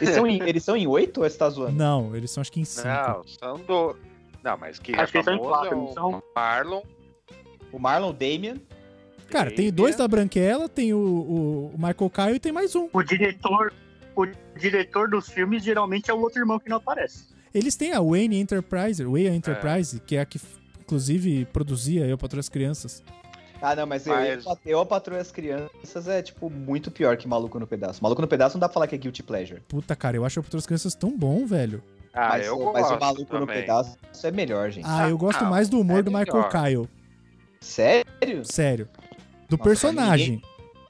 Speaker 2: Eles
Speaker 3: (laughs)
Speaker 2: são, em, eles são em oito ou você tá zoando?
Speaker 1: Não, eles são acho que em cinco.
Speaker 3: Não, são do. Não, mas que
Speaker 4: Acho que
Speaker 3: é
Speaker 4: eles são em
Speaker 3: famoso
Speaker 4: quatro, não
Speaker 3: é
Speaker 4: são?
Speaker 3: o Marlon.
Speaker 2: O Marlon o Damian.
Speaker 1: Cara, tem dois da Branquela, tem o, o- o Michael Caio e tem mais um.
Speaker 4: O diretor, o diretor dos filmes geralmente é o outro irmão que não aparece.
Speaker 1: Eles têm a Wayne Enterprise, Way Enterprise, que é a que inclusive produzia Eu Patrulho as Crianças.
Speaker 2: Ah, não, mas eu,
Speaker 3: Mas-
Speaker 2: eu, eu a patroa as crianças é, tipo, muito pior que Maluco no Pedaço. Maluco no Pedaço não dá pra falar que é Guilty Pleasure.
Speaker 1: Puta, cara, eu acho Eu Patrulho as Crianças tão bom, velho.
Speaker 3: Ah,
Speaker 2: mas,
Speaker 3: eu
Speaker 2: o-
Speaker 3: gosto
Speaker 2: mas o Maluco no
Speaker 3: também.
Speaker 2: Pedaço é melhor, gente.
Speaker 1: Ah, eu gosto
Speaker 3: não,
Speaker 1: mais do humor
Speaker 3: é
Speaker 1: do Michael
Speaker 3: melhor.
Speaker 1: Caio,
Speaker 2: Sério?
Speaker 1: sério. Do
Speaker 2: Nossa,
Speaker 1: personagem.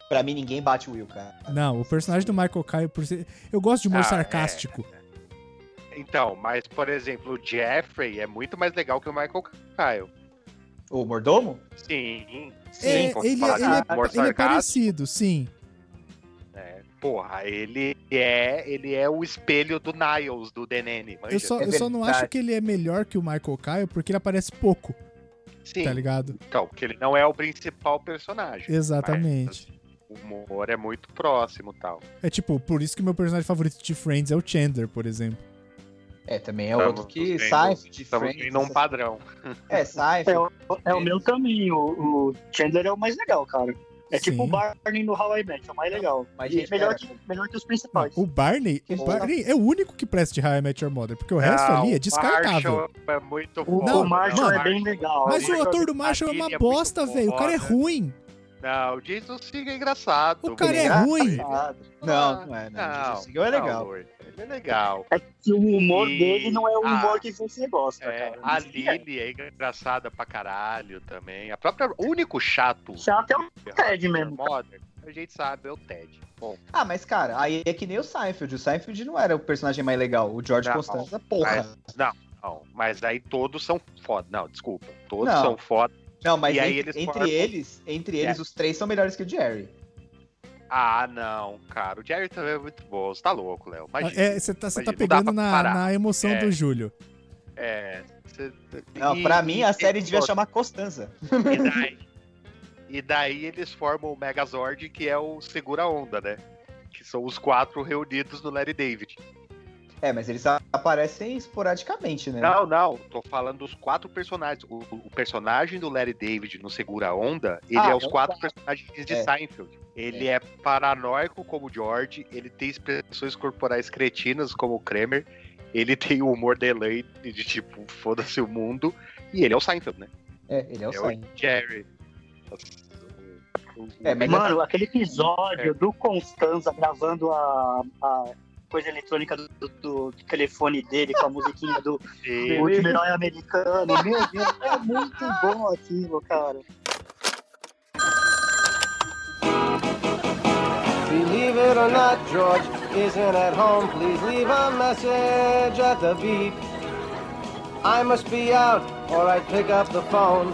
Speaker 2: Pra mim, ninguém bate o Will, cara.
Speaker 1: Não, o personagem do Michael Caio por ser... Eu gosto de humor
Speaker 3: Ah, é.
Speaker 1: sarcástico.
Speaker 3: Então, mas, por exemplo, o Jeffrey é muito mais legal que o Michael Kyle.
Speaker 2: O Mordomo?
Speaker 3: Sim.
Speaker 1: É,
Speaker 3: quando
Speaker 1: ele,
Speaker 3: fala
Speaker 1: ele
Speaker 3: de
Speaker 1: é-
Speaker 3: humor
Speaker 1: ele é
Speaker 3: sarcástico,
Speaker 1: parecido, sim.
Speaker 3: né? Porra, ele é, ele é o espelho do Niles, do DNN. manja?
Speaker 1: Eu só,
Speaker 2: é
Speaker 1: eu só não
Speaker 2: verdade.
Speaker 1: acho que ele é melhor que o Michael Caio porque ele aparece pouco,
Speaker 3: Sim,
Speaker 1: tá ligado?
Speaker 3: então, porque ele não é o principal personagem.
Speaker 1: Exatamente.
Speaker 3: O humor é muito próximo e tal.
Speaker 1: É tipo, por isso que meu personagem favorito de Friends é o Chandler, por exemplo.
Speaker 2: É, também é
Speaker 3: Estamos
Speaker 2: outro que
Speaker 3: vendo-
Speaker 2: Seinfeld, de
Speaker 3: Estamos
Speaker 2: Friends. né?
Speaker 3: indo um
Speaker 2: essas-
Speaker 3: padrão.
Speaker 2: É,
Speaker 4: É,
Speaker 2: Seinfeld.
Speaker 4: o- é o meu caminho. O o Chandler é o mais legal, cara. É
Speaker 1: Sim.
Speaker 4: tipo o Barney no How I Met, é o mais legal.
Speaker 2: Mas,
Speaker 4: E
Speaker 2: gente,
Speaker 4: melhor,
Speaker 2: pera.
Speaker 4: que, melhor que os principais.
Speaker 1: O Barney,
Speaker 2: Que
Speaker 1: o
Speaker 2: boa.
Speaker 1: Barney é o único que presta de How I Met Your Mother, porque o resto
Speaker 3: Ah,
Speaker 1: ali é
Speaker 3: o
Speaker 1: descartável.
Speaker 3: Marshall É muito
Speaker 4: O,
Speaker 1: Não,
Speaker 4: o Marshall
Speaker 1: mano,
Speaker 4: é bem legal.
Speaker 1: Mas o
Speaker 3: Marshall-
Speaker 1: ator do Marshall é
Speaker 3: Ele é
Speaker 1: uma
Speaker 3: muito
Speaker 1: bosta,
Speaker 3: bom,
Speaker 1: velho. O cara é
Speaker 3: né?
Speaker 1: ruim.
Speaker 3: Não, o Jason Segel é engraçado.
Speaker 1: O cara
Speaker 2: é
Speaker 1: ruim. né?
Speaker 3: tá,
Speaker 4: Ah,
Speaker 2: Não, não é, não. Jason Segel é legal.
Speaker 3: Lorde, Ele é legal.
Speaker 4: É que o humor
Speaker 3: E-
Speaker 4: dele não é o humor
Speaker 3: ah,
Speaker 4: que você gosta,
Speaker 3: É,
Speaker 4: cara.
Speaker 3: a
Speaker 4: Isso que é.
Speaker 3: Lily é engraçada pra caralho também. A própria, o único chato.
Speaker 4: Chato é o Ted mesmo.
Speaker 3: Modern, a gente sabe, é o Ted. Bom,
Speaker 2: Ah, mas cara, aí é que nem o Seinfeld. O Seinfeld não era o personagem mais legal. O George
Speaker 3: Não.
Speaker 2: Costanza, porra.
Speaker 3: não, mas aí todos são foda. Não, desculpa. Todos
Speaker 2: Não.
Speaker 3: são foda.
Speaker 2: Não, mas
Speaker 3: E
Speaker 2: entre,
Speaker 3: aí eles É.
Speaker 2: entre
Speaker 3: formam-
Speaker 2: eles, entre eles, os três são melhores que o Jerry.
Speaker 3: Ah, não, cara. O Jerry também é muito bom. Você tá louco, Léo. Imagina.
Speaker 1: É, Você tá, você tá
Speaker 3: Imagina, não dá
Speaker 1: pegando
Speaker 3: pra
Speaker 1: na,
Speaker 3: comparar.
Speaker 1: na emoção
Speaker 3: É.
Speaker 1: do Júlio.
Speaker 3: É. você-
Speaker 2: Não,
Speaker 3: e-
Speaker 2: pra mim a
Speaker 3: e-
Speaker 2: série
Speaker 3: e-
Speaker 2: devia chamar Costanza.
Speaker 3: E daí, e daí eles formam o Megazord, que é o Segura Onda, né? Que são os quatro reunidos no Larry David.
Speaker 2: É, mas eles a- aparecem esporadicamente, né?
Speaker 3: Não, não, tô falando dos quatro personagens. O, o personagem do Larry David no Segura Onda, ele
Speaker 2: Ah,
Speaker 3: é os
Speaker 2: é um
Speaker 3: quatro personagens de
Speaker 2: É.
Speaker 3: Seinfeld. Ele é. paranoico como o George, ele tem expressões corporais cretinas como o Kramer, ele tem o humor da Elaine de tipo, foda-se o mundo, e ele é o Seinfeld, né?
Speaker 2: É, ele é o
Speaker 3: É o
Speaker 2: Seinfeld.
Speaker 3: Jerry. O- o-
Speaker 2: É, mas
Speaker 4: Mano, aquele episódio do Constanza gravando a, a coisa eletrônica do, do- do telefone dele com a musiquinha (laughs) do
Speaker 3: Ele-
Speaker 4: O Último Herói Americano. Meu Deus, é muito bom aquilo, cara.
Speaker 5: Believe it or not, George isn't at home. Please leave a message at the beep. I must be out, or I'd pick up the phone.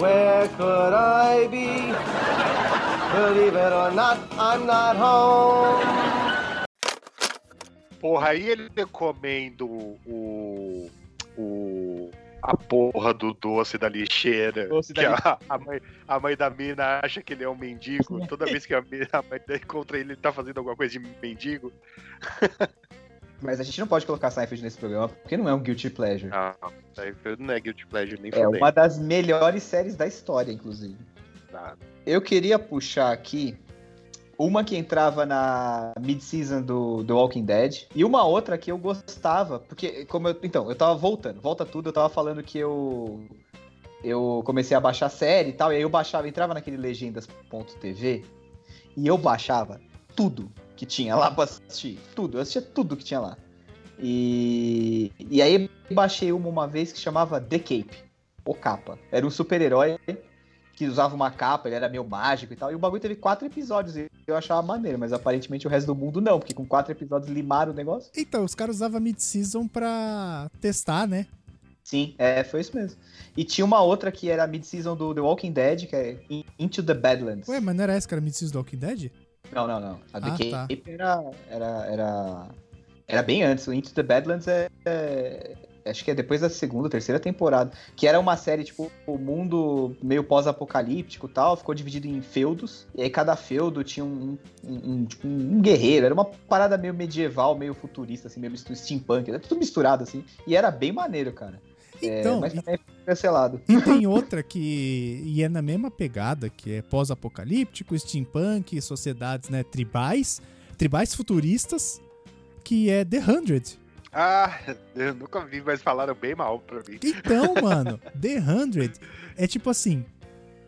Speaker 5: Where could I be? Believe it or not, I'm not home.
Speaker 3: Porra, aí ele comendo o. o a porra do doce da lixeira.
Speaker 2: Doce da
Speaker 3: que a, a mãe, a mãe da mina acha que ele é um mendigo. Toda vez que a, mina- a mãe dele encontra ele, ele tá fazendo alguma coisa de mendigo.
Speaker 2: Mas a gente não pode colocar Seinfeld nesse programa, porque não é um Guilty Pleasure.
Speaker 3: Não, Ah, aí eu não é Guilty Pleasure nem
Speaker 2: É
Speaker 3: fudei.
Speaker 2: uma das melhores séries da história, inclusive.
Speaker 3: Tá.
Speaker 2: Eu queria puxar aqui uma que entrava na mid-season do, do Walking Dead e uma outra que eu gostava, porque como eu, então, eu tava voltando, volta tudo, eu tava falando que eu eu comecei a baixar série e tal, e aí eu baixava, entrava naquele legendas.tv e eu baixava tudo que tinha lá pra assistir, tudo, eu assistia tudo que tinha lá. E, e aí baixei uma uma vez que chamava The Cape, o capa. Era um super-herói que usava uma capa, ele era meio mágico e tal. E o bagulho teve quatro episódios e eu achava maneiro, mas aparentemente o resto do mundo não, porque com quatro episódios limaram o negócio.
Speaker 1: Então, os caras usavam mid-season pra testar, né?
Speaker 2: Sim. É, foi isso mesmo. E tinha uma outra que era a mid-season do The Walking Dead, que é In- Into the Badlands.
Speaker 1: Ué, mas não era esse que era mid-season do Walking Dead?
Speaker 2: Não, não, não. A The
Speaker 1: Ah,
Speaker 2: Cape
Speaker 1: tá.
Speaker 2: era, era, era. Era bem antes. O Into the Badlands é. é- Acho que é depois da segunda, terceira temporada. Que era uma série, tipo, o mundo meio pós-apocalíptico e tal. Ficou dividido em feudos. E aí cada feudo tinha um, um, um- tipo, um guerreiro. Era uma parada meio medieval, meio futurista, assim, meio mistu- steampunk. Era tudo misturado, assim. E era bem maneiro, cara. É,
Speaker 1: Então,
Speaker 2: mas
Speaker 1: e- Hum?
Speaker 2: também foi cancelado.
Speaker 1: E tem outra que e é na mesma pegada, que é pós-apocalíptico, steampunk, sociedades, né, tribais, tribais futuristas, que é The Hundred.
Speaker 3: Ah, eu nunca vi, mas falaram bem mal pra mim.
Speaker 1: Então, mano, The Hundred é tipo assim,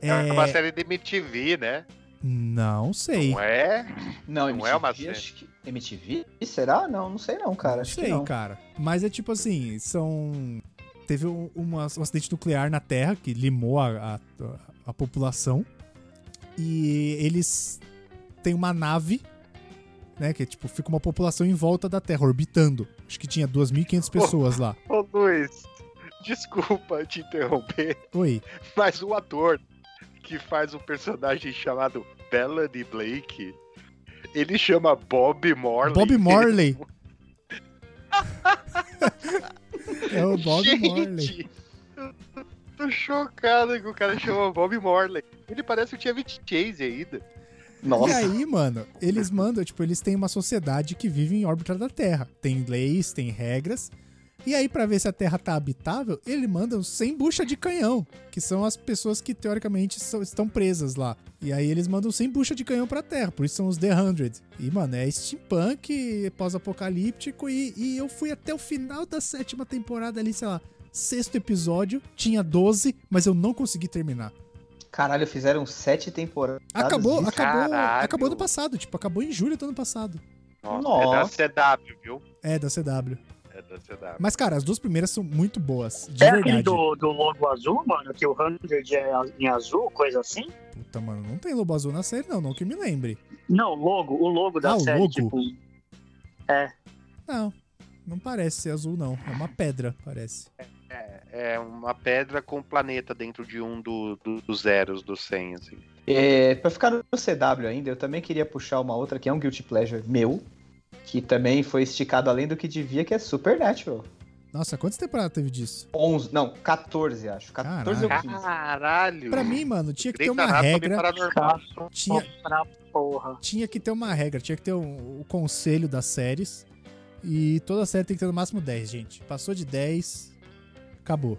Speaker 3: É, uma
Speaker 1: é...
Speaker 3: série de MTV, né?
Speaker 1: Não sei.
Speaker 3: Não é?
Speaker 2: Não,
Speaker 3: Não é uma
Speaker 2: MTV, acho que- MTV? Será? Não, não sei não, cara.
Speaker 1: Não
Speaker 2: Acho
Speaker 1: sei,
Speaker 2: que não.
Speaker 1: cara. Mas é tipo assim, são. Teve um, uma- um acidente nuclear na Terra que limou a, a, a população. E eles têm uma nave, né? Que é, tipo, fica uma população em volta da Terra, orbitando. Acho que tinha
Speaker 2: Oh.
Speaker 1: 2.500 pessoas lá.
Speaker 3: Ô, Luiz, desculpa te interromper.
Speaker 1: Oi.
Speaker 3: Mas o ator que faz um personagem chamado Bellamy Blake, ele chama Bob Morley. (laughs)
Speaker 1: Bob Morley. é o Bob
Speaker 3: Gente,
Speaker 1: Morley.
Speaker 3: eu Tô chocado que o cara chama Bob Morley. Ele parece o Chevy Chase ainda.
Speaker 1: E
Speaker 2: Nossa.
Speaker 1: aí, mano, eles mandam, tipo, eles têm uma sociedade que vive em órbita da Terra. Tem leis, tem regras. E aí, pra ver se a Terra tá habitável, ele manda os 100 bucha de canhão, que são as pessoas que teoricamente são- estão presas lá. E aí eles mandam 100 bucha de canhão pra Terra, por isso são os The 100. E, mano, é steampunk, pós-apocalíptico, e, e eu fui até o final da sétima temporada ali, sei lá, sexto episódio, tinha 12, mas eu não consegui terminar.
Speaker 2: Caralho, fizeram sete temporadas.
Speaker 1: Acabou,
Speaker 2: disso.
Speaker 1: acabou,
Speaker 3: Caralho.
Speaker 1: acabou do passado, tipo, acabou em julho do ano passado.
Speaker 2: Nossa.
Speaker 3: É da CW, viu?
Speaker 1: É, da CW.
Speaker 3: É da CW.
Speaker 1: Mas, cara, as duas primeiras são muito boas, de
Speaker 4: é aquele
Speaker 1: verdade.
Speaker 4: do, do logo azul, mano, que o 100 é a- em azul, coisa assim?
Speaker 1: Puta, preta, mano. Não tem lobo azul na série, não, não que eu me lembre.
Speaker 4: Não, o logo, o logo da
Speaker 1: Ah, o
Speaker 4: série,
Speaker 1: logo?
Speaker 4: tipo.
Speaker 1: Não, não parece ser azul, não. É uma pedra, parece.
Speaker 3: É uma pedra com um planeta dentro de um do- do- dos zeros do 100, assim.
Speaker 2: É, pra ficar no CW ainda, eu também queria puxar uma outra que é um Guilty Pleasure meu, que também foi esticado além do que devia, que é Supernatural.
Speaker 1: Nossa, quantas temporadas teve disso?
Speaker 2: 11, não, 14, acho. 14 ou 15.
Speaker 3: Caralho!
Speaker 1: Pra mim, mano, tinha que ter uma
Speaker 3: Grey's Anatomy
Speaker 1: regra.
Speaker 3: Paranormal.
Speaker 1: Tinha,
Speaker 4: Pra porra.
Speaker 1: tinha que ter uma regra, tinha que ter um- o conselho das séries. E toda série tem que ter no máximo 10, gente. Passou de 10, acabou.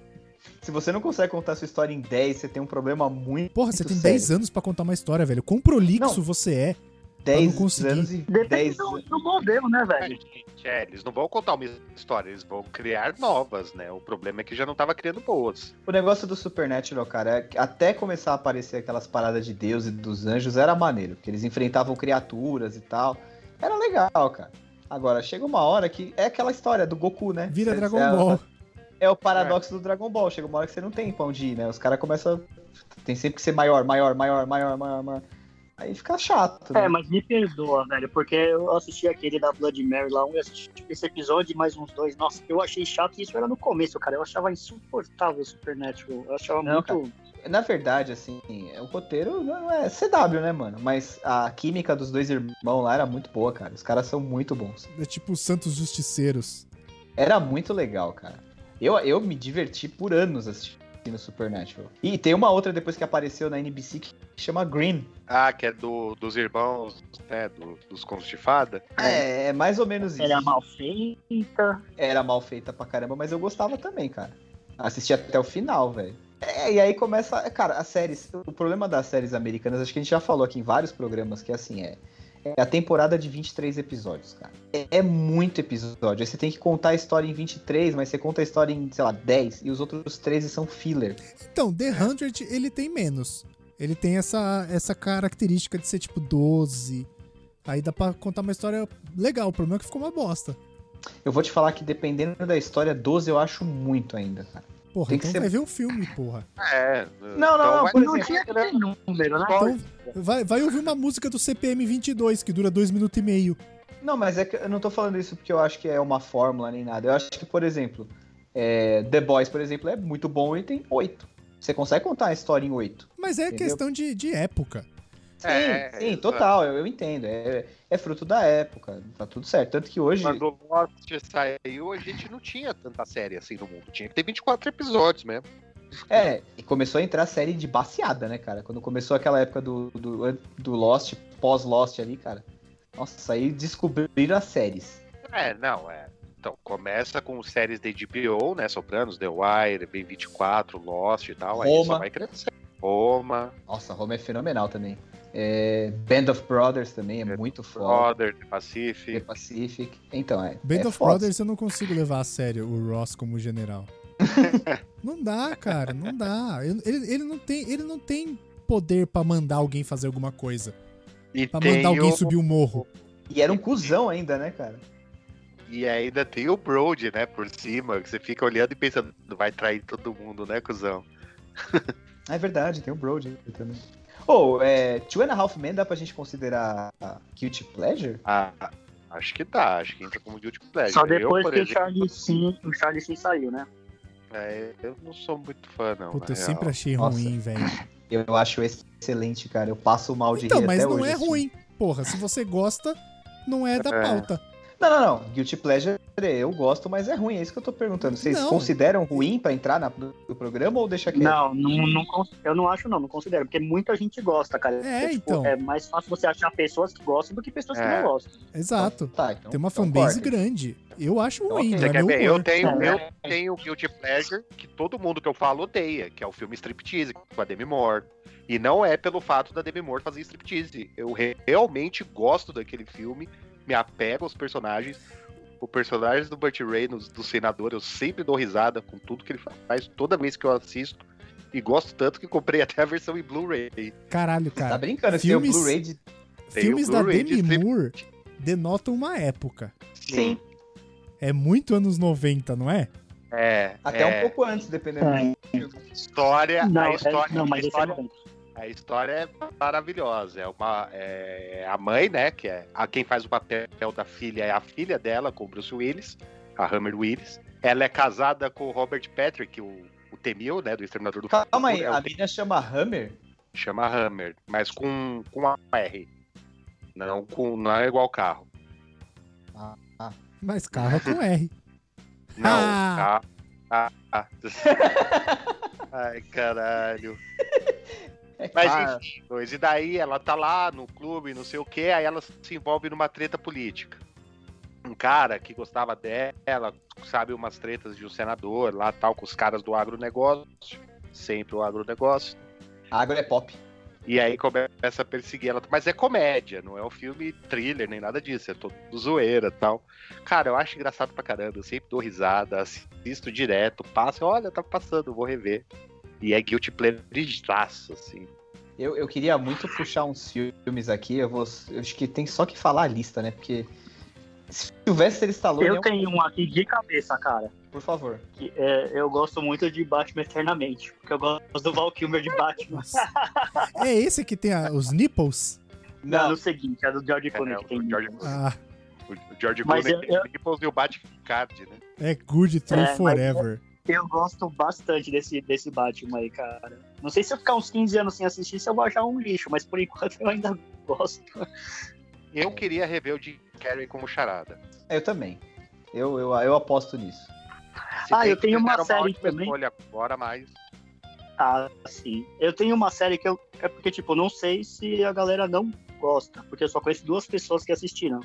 Speaker 2: Se você não consegue contar sua história em 10, você tem um problema muito.
Speaker 1: Porra, você
Speaker 2: Muito
Speaker 1: tem
Speaker 2: sério.
Speaker 1: 10 anos pra contar uma história, velho. Quão prolixo
Speaker 2: Não.
Speaker 1: você é. não
Speaker 2: 10
Speaker 1: consegui.
Speaker 2: anos e 10
Speaker 4: Depende do, do modelo, né,
Speaker 3: É,
Speaker 4: velho?
Speaker 3: gente, é, eles não vão contar uma história, eles vão criar novas, né? O problema é que já não tava criando boas.
Speaker 2: O negócio do Supernatural, cara, é que até começar a aparecer aquelas paradas de Deus e dos anjos era maneiro, porque eles enfrentavam criaturas e tal. Era legal, cara. Agora, chega uma hora que é aquela história do Goku, né?
Speaker 1: Vira
Speaker 2: É-
Speaker 1: Dragon
Speaker 2: é-
Speaker 1: Ball.
Speaker 2: É o paradoxo do Dragon Ball. Chega uma hora que você não tem pra onde ir, né? Os caras começam. a- Tem sempre que ser maior, maior, maior, maior, maior, maior. Aí fica chato, né?
Speaker 4: É, mas me perdoa, velho, porque eu assisti aquele da Blood Mary lá, um, eu assisti esse episódio e mais uns dois. Nossa, eu achei chato e isso era no começo, cara. Eu achava insuportável o Supernatural. Eu achava
Speaker 2: Não,
Speaker 4: muito.
Speaker 2: cara. Na verdade, assim, o roteiro não é CW, né, mano? Mas a química dos dois irmãos lá era muito boa, cara. Os caras são muito bons.
Speaker 1: É tipo os Santos Justiceiros.
Speaker 2: Era muito legal, cara. Eu, eu me diverti por anos assistindo Supernatural. E tem uma outra depois que apareceu na NBC que chama Green.
Speaker 3: Ah, que é do, dos irmãos, né? do- dos contos de fada.
Speaker 2: É, é mais ou menos isso.
Speaker 4: Era mal feita.
Speaker 2: era mal feita pra caramba, mas eu gostava também, cara. Assisti até o final, velho. É, e aí começa. Cara, as séries. O problema das séries americanas, acho que a gente já falou aqui em vários programas, que assim é. É a temporada de 23 episódios, cara. É, é muito episódio. Aí você tem que contar a história em 23, mas você conta a história em, sei lá, 10. E os outros 13 são filler.
Speaker 1: Então, The
Speaker 2: É.
Speaker 1: 100 ele tem menos. Ele tem essa, essa característica de ser tipo 12. Aí dá pra contar uma história legal. O problema é que ficou uma bosta.
Speaker 2: Eu vou te falar que dependendo da história, 12 eu acho muito ainda, cara.
Speaker 1: Porra,
Speaker 2: Tem que
Speaker 1: então
Speaker 2: ser-
Speaker 1: vai ver um filme, porra.
Speaker 3: É.
Speaker 2: não, não,
Speaker 3: vai-
Speaker 2: por
Speaker 4: Não
Speaker 2: exemplo,
Speaker 4: tinha que ter número, né?
Speaker 1: Então, vai, vai ouvir uma música do CPM 22, que dura dois minutos e meio.
Speaker 2: Não, mas é que eu não tô falando isso porque eu acho que é uma fórmula nem nada. Eu acho que, por exemplo, é, The Boys, por exemplo, é muito bom e tem oito. Você consegue contar a história em oito.
Speaker 1: Mas é
Speaker 2: Entendeu?
Speaker 1: questão de, de época.
Speaker 2: Sim,
Speaker 3: É,
Speaker 2: sim,
Speaker 3: exato.
Speaker 2: total, eu, eu entendo. É, é fruto da época, tá tudo certo. Tanto que hoje.
Speaker 3: Quando o Lost saiu, a gente não tinha tanta série assim no mundo. Tinha que ter 24 episódios mesmo.
Speaker 2: É, e começou a entrar a série de baseada, né, cara? Quando começou aquela época do, do, do Lost, pós-Lost ali, cara. Nossa, aí descobriram as séries.
Speaker 3: É, não, é. Então, começa com séries da HBO, né? Sopranos, The Wire, B24, Lost e tal. Aí
Speaker 2: Roma.
Speaker 3: só vai crescer. Roma,
Speaker 2: Nossa, Roma é fenomenal também. É, Band of Brothers também é muito foda.
Speaker 3: Brother, The
Speaker 2: The
Speaker 3: Pacific.
Speaker 2: Pacific. Então, é.
Speaker 1: Band
Speaker 2: é
Speaker 1: of
Speaker 2: foda.
Speaker 1: Brothers eu não consigo levar a sério o Ross como
Speaker 3: (laughs)
Speaker 1: general. não dá, cara, não dá. Eu- Ele, ele não, tem, ele não tem poder pra mandar alguém fazer alguma coisa.
Speaker 3: E
Speaker 1: Pra
Speaker 3: tem
Speaker 1: mandar alguém
Speaker 3: o-
Speaker 1: subir um morro.
Speaker 2: E era um cuzão ainda, né, cara?
Speaker 3: E ainda tem o Brody, né? Por cima, que você fica olhando e pensando, vai trair todo mundo, né, cuzão?
Speaker 2: Ah, É verdade, tem o Brody também. Ou, é, Two and a Half Men dá pra gente considerar Guilty Pleasure?
Speaker 3: Ah, acho que tá, acho que entra como Guilty Pleasure.
Speaker 4: Só depois
Speaker 3: eu, por
Speaker 4: que o
Speaker 3: exemplo,
Speaker 4: Charlie Sim, o Charlie Sim saiu, né?
Speaker 3: é, eu não sou muito fã, não.
Speaker 1: Puta, eu
Speaker 3: na
Speaker 1: sempre
Speaker 3: real.
Speaker 1: achei
Speaker 2: Nossa.
Speaker 1: ruim,
Speaker 3: (laughs)
Speaker 1: velho.
Speaker 2: Eu acho excelente, cara. Eu passo mal de
Speaker 1: Então,
Speaker 2: rir
Speaker 1: mas
Speaker 2: até
Speaker 1: não
Speaker 2: hoje,
Speaker 1: é
Speaker 2: assim.
Speaker 1: ruim. Porra, se você gosta, não é da
Speaker 3: É.
Speaker 1: pauta.
Speaker 2: Não, não, não. Guilty Pleasure eu gosto, mas é ruim. É isso que eu tô perguntando. Vocês
Speaker 1: Não.
Speaker 2: consideram ruim pra entrar na- no programa ou deixa quieto?
Speaker 4: Não, não, não cons- eu não acho, não, não considero, porque muita gente gosta, cara.
Speaker 1: É,
Speaker 4: Porque, tipo,
Speaker 1: então.
Speaker 4: é mais fácil você achar pessoas que gostam do que pessoas que
Speaker 3: É.
Speaker 4: não gostam.
Speaker 1: Exato.
Speaker 2: Tá, então,
Speaker 1: Tem uma
Speaker 2: então
Speaker 1: fanbase
Speaker 2: corta.
Speaker 1: grande. Eu acho
Speaker 2: Então,
Speaker 1: ruim,
Speaker 2: ok.
Speaker 1: não
Speaker 3: Você
Speaker 1: é
Speaker 3: quer
Speaker 1: meu
Speaker 3: ver? Eu
Speaker 1: humor.
Speaker 3: tenho,
Speaker 4: Não,
Speaker 3: eu tenho Guilty Pleasure que todo mundo que eu falo odeia, que é o filme Striptease, com a Demi Moore. E não é pelo fato da Demi Moore fazer striptease. Eu re- realmente gosto daquele filme, me apego aos personagens. O personagem do Burt Reynolds, do senador, eu sempre dou risada com tudo que ele faz, toda vez que eu assisto. E gosto tanto que comprei até a versão em Blu-ray.
Speaker 1: Caralho,
Speaker 2: Tá
Speaker 1: cara.
Speaker 2: brincando, você tem o
Speaker 1: filmes-
Speaker 2: Blu-ray de...
Speaker 3: Tem
Speaker 1: Filmes
Speaker 3: o
Speaker 1: da
Speaker 3: Blu-ray de
Speaker 1: Demi
Speaker 3: strip-
Speaker 1: Moore denotam uma época.
Speaker 2: Sim.
Speaker 1: É muito anos 90, não é?
Speaker 3: É.
Speaker 2: Até
Speaker 3: é,
Speaker 2: um pouco antes, dependendo.
Speaker 4: É.
Speaker 3: História,
Speaker 4: Não,
Speaker 3: a
Speaker 4: é-
Speaker 3: história,
Speaker 4: não, mas
Speaker 3: a
Speaker 4: esse é
Speaker 3: história
Speaker 4: bom.
Speaker 3: A história é maravilhosa. É uma é a mãe, né? Que é a quem faz o papel da filha é a filha dela com o Bruce Willis, a Hammer Willis. Ela é casada com o Robert Patrick, o, o Temil, né? Do Exterminador do
Speaker 2: Calma aí,
Speaker 3: Futuro, é o
Speaker 2: a mina chama Hammer?
Speaker 3: chama Hammer, mas com, com a R. Não, com, não é igual carro.
Speaker 1: Mas carro é com R.
Speaker 3: Não,
Speaker 1: Ah.
Speaker 3: ca-
Speaker 2: (laughs)
Speaker 3: ah, ah. Ai, caralho.
Speaker 2: É
Speaker 3: Mas
Speaker 2: claro.
Speaker 3: enfim, dois. Ah, E daí ela tá lá no clube, não sei o que, aí ela se envolve numa treta política. Um cara que gostava dela, sabe, umas tretas de um senador lá, tal, com os caras do agronegócio. Sempre o agronegócio.
Speaker 2: Agro é pop.
Speaker 3: E aí começa a perseguir ela. Mas é comédia, não é um filme thriller nem nada disso. É todo zoeira e tal. Cara, eu acho engraçado pra caramba. Eu sempre dou risada, assisto direto, passo. Olha, tá passando, vou rever. E é Guilty Pleasure de traço, assim.
Speaker 2: Eu, eu queria muito puxar uns filmes aqui. Eu, vou, eu acho que tem só que falar a lista, né? Porque. Sylvester Stallone, é
Speaker 4: Eu
Speaker 2: um-
Speaker 4: tenho um aqui de cabeça, cara.
Speaker 2: por favor.
Speaker 4: Que, é, eu gosto muito de Batman Eternamente. Porque eu gosto do Val Kilmer de Batman.
Speaker 1: Nossa. É esse que tem a- os nipples?
Speaker 4: Não, no seguinte, é do George Clooney
Speaker 3: É,
Speaker 4: que tem.
Speaker 3: o George,
Speaker 1: Ah,
Speaker 3: o George
Speaker 4: Mas
Speaker 3: Clooney
Speaker 4: eu- eu-
Speaker 3: tem Nipples e o Batcard, né?
Speaker 1: é Good Tree
Speaker 4: É, mas-
Speaker 1: Forever.
Speaker 4: Eu gosto bastante desse, desse Batman aí, cara. Não sei se eu ficar uns 15 anos sem assistir, se eu vou achar um lixo, mas por (laughs) enquanto eu ainda gosto. É.
Speaker 3: Eu queria rever o Jim Carrey como charada.
Speaker 2: Eu também. Eu, eu, eu aposto nisso.
Speaker 3: Se
Speaker 4: Ah,
Speaker 3: bem
Speaker 4: eu
Speaker 3: que
Speaker 4: tenho uma
Speaker 3: fizeram
Speaker 4: série
Speaker 3: ótima
Speaker 4: também.
Speaker 3: escolha agora, mas...
Speaker 4: Ah, sim. Eu tenho uma série que eu. É porque, tipo, não sei se a galera não gosta, porque eu só conheço duas pessoas que assistiram.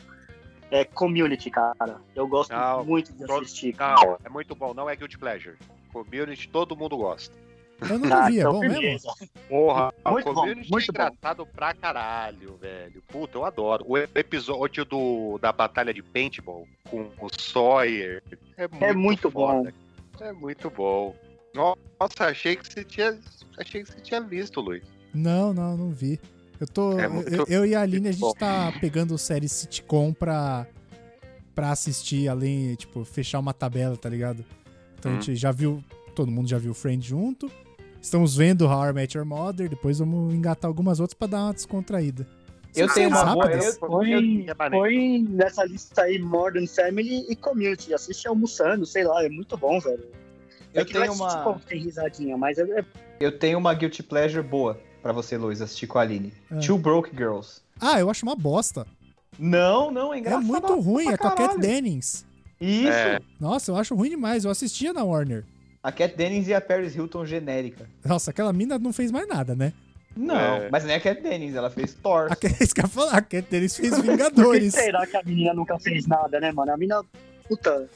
Speaker 4: É Community, cara. Eu gosto
Speaker 3: Não,
Speaker 4: muito de
Speaker 3: todo-
Speaker 4: assistir. cara.
Speaker 3: Não, é muito bom. Não é Guilty Pleasure. Community, todo mundo gosta.
Speaker 1: Eu nunca
Speaker 4: Ah,
Speaker 1: vi, é
Speaker 4: então,
Speaker 1: bom mesmo?
Speaker 4: beleza.
Speaker 3: Porra,
Speaker 4: Muito
Speaker 3: o
Speaker 4: bom,
Speaker 3: Community
Speaker 4: muito
Speaker 3: é engraçado pra caralho, velho. Puta, eu adoro. O episódio do, da batalha de paintball com o Sawyer é muito,
Speaker 4: muito bom.
Speaker 3: foda. É muito bom. Nossa, achei que você tinha, achei que você tinha visto, Luiz.
Speaker 1: Não, não, não vi. Eu tô.
Speaker 3: É
Speaker 1: eu-
Speaker 3: muito-
Speaker 1: eu, e a Aline, a gente
Speaker 3: bom.
Speaker 1: tá pegando série sitcom pra, pra assistir, além, tipo, fechar uma tabela, tá ligado? Então a
Speaker 3: Hum.
Speaker 1: gente já viu. Todo mundo já viu Friends junto. Estamos vendo How I Met Your Mother. Depois vamos engatar algumas outras pra dar uma descontraída.
Speaker 2: Eu
Speaker 1: São
Speaker 2: tenho
Speaker 1: séries
Speaker 2: uma boa-
Speaker 1: rápidas.
Speaker 2: eu-
Speaker 4: Põe,
Speaker 3: É maneiro.
Speaker 4: põe nessa lista aí Modern Family e Community. Assiste almoçando, sei lá, é muito bom, velho. é
Speaker 2: Eu
Speaker 4: que não é
Speaker 2: tenho
Speaker 4: sitcom
Speaker 2: uma,
Speaker 4: que tem risadinha, mas é, é
Speaker 2: eu tenho uma guilty pleasure boa pra você, Luiz, assistir com a Aline.
Speaker 1: Ah.
Speaker 2: Two Broke Girls.
Speaker 1: Ah, eu acho uma bosta.
Speaker 2: Não, não, é
Speaker 1: É
Speaker 2: engraçado.
Speaker 1: muito ruim,
Speaker 2: pra
Speaker 1: é com a Cat
Speaker 2: caralho.
Speaker 1: Dennings.
Speaker 2: Isso.
Speaker 3: É.
Speaker 1: Nossa, eu acho ruim demais. Eu assistia na Warner.
Speaker 2: A Cat Dennings e a Paris Hilton genérica.
Speaker 1: Nossa, aquela mina não fez mais nada, né? (laughs)
Speaker 2: Não,
Speaker 3: É.
Speaker 2: mas nem a Cat Dennings, ela fez Thor.
Speaker 1: A Cat, isso que eu ia falar, a Cat Dennings fez
Speaker 4: Por que
Speaker 1: Vingadores.
Speaker 4: será que a menina nunca fez nada, né, mano? A menina, puta,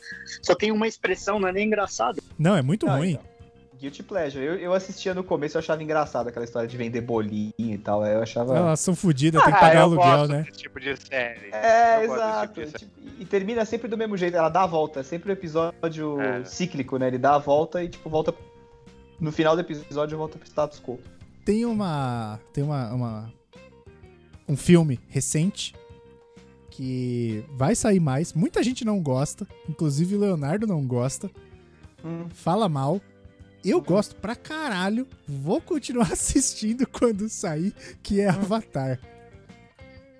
Speaker 4: só tem uma expressão, não é nem engraçado.
Speaker 1: Não, é muito
Speaker 2: Não,
Speaker 1: ruim.
Speaker 2: então. Guilty Pleasure. Eu, eu assistia no começo, eu achava engraçado aquela história de vender bolinho e tal. Eu achava.
Speaker 1: Elas são fodidas, tem que pagar
Speaker 3: Ah, eu
Speaker 1: aluguel,
Speaker 3: gosto
Speaker 1: né?
Speaker 3: desse tipo de série.
Speaker 2: É,
Speaker 3: Eu gosto desse tipo
Speaker 2: exato.
Speaker 3: de série.
Speaker 2: Tipo, e termina sempre do mesmo jeito, ela dá a volta. É sempre um episódio
Speaker 3: É.
Speaker 2: cíclico, né? Ele dá a volta e, tipo, volta. No final do episódio volta pro status quo.
Speaker 1: Tem uma. Tem uma, uma- Um filme recente que vai sair mais. Muita gente não gosta. Inclusive o Leonardo não gosta. Fala mal. Eu gosto pra caralho. Vou continuar (laughs) assistindo quando sair, que é Avatar.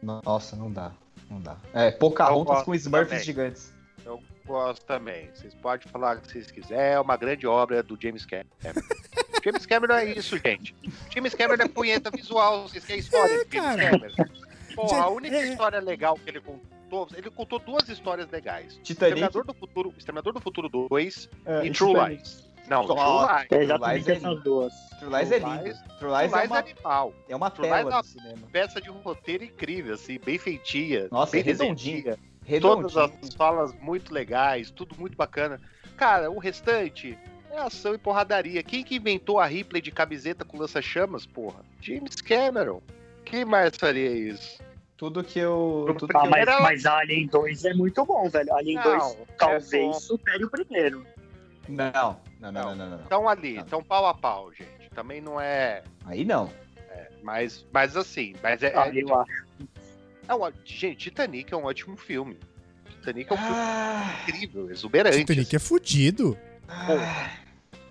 Speaker 2: Nossa, não dá. Não dá. É, Pocahontas
Speaker 3: gosto
Speaker 2: com Smurfs
Speaker 3: também.
Speaker 2: gigantes.
Speaker 3: Eu gosto também. Vocês podem falar o que vocês quiserem. É uma grande obra do James Cameron. (laughs) James Cameron é isso, gente. James Cameron é punheta visual. Vocês querem história
Speaker 1: É,
Speaker 3: de James
Speaker 1: cara.
Speaker 3: Cameron? Porra, a única
Speaker 1: É.
Speaker 3: história legal que ele contou... Ele contou duas histórias legais.
Speaker 2: Titanic.
Speaker 3: Exterminador do Futuro, Exterminador do Futuro 2
Speaker 2: é,
Speaker 3: e True
Speaker 2: Titanic.
Speaker 3: Lies. Não,
Speaker 2: Ó,
Speaker 3: True Lies.
Speaker 4: É
Speaker 2: Mas
Speaker 4: exatamente
Speaker 2: é
Speaker 4: essas duas.
Speaker 2: True Lies é
Speaker 3: True Lies-
Speaker 2: lindo. True
Speaker 3: True
Speaker 2: Lies é
Speaker 3: Lies é
Speaker 2: uma,
Speaker 3: animal.
Speaker 2: é uma
Speaker 3: True Lies é
Speaker 2: pérola
Speaker 3: uma-
Speaker 2: do cinema.
Speaker 3: Peça de um roteiro incrível, assim, bem feitinha.
Speaker 2: Nossa,
Speaker 3: bem
Speaker 2: é redondinho.
Speaker 3: desenhadinha.
Speaker 2: é
Speaker 3: Todas
Speaker 2: Redondinho.
Speaker 3: as falas muito legais, tudo muito bacana. Cara, o restante é ação e porradaria. Quem que inventou a Ripley de camiseta com lança-chamas, porra? James Cameron. Quem mais faria isso?
Speaker 2: Tudo que eu.
Speaker 3: Pro-
Speaker 2: Tudo
Speaker 3: pra-
Speaker 4: Ah,
Speaker 2: que eu...
Speaker 4: mas,
Speaker 3: Primeiro ela-
Speaker 4: mas Alien 2 é muito bom, velho. Alien 2
Speaker 3: Não, é
Speaker 4: talvez
Speaker 3: bom.
Speaker 4: supere o primeiro.
Speaker 2: Não, não, não, não, não, não, não.
Speaker 3: Estão ali, estão pau a pau, gente. Também não é.
Speaker 2: Aí não.
Speaker 3: Mas, mas assim, mas é.
Speaker 4: Ah,
Speaker 3: é-
Speaker 4: eu acho.
Speaker 3: é um ó- gente, Titanic é um ótimo filme. Titanic é um filme
Speaker 2: Ah,
Speaker 3: incrível, exuberante. assim.
Speaker 1: Titanic é fudido.
Speaker 2: ah.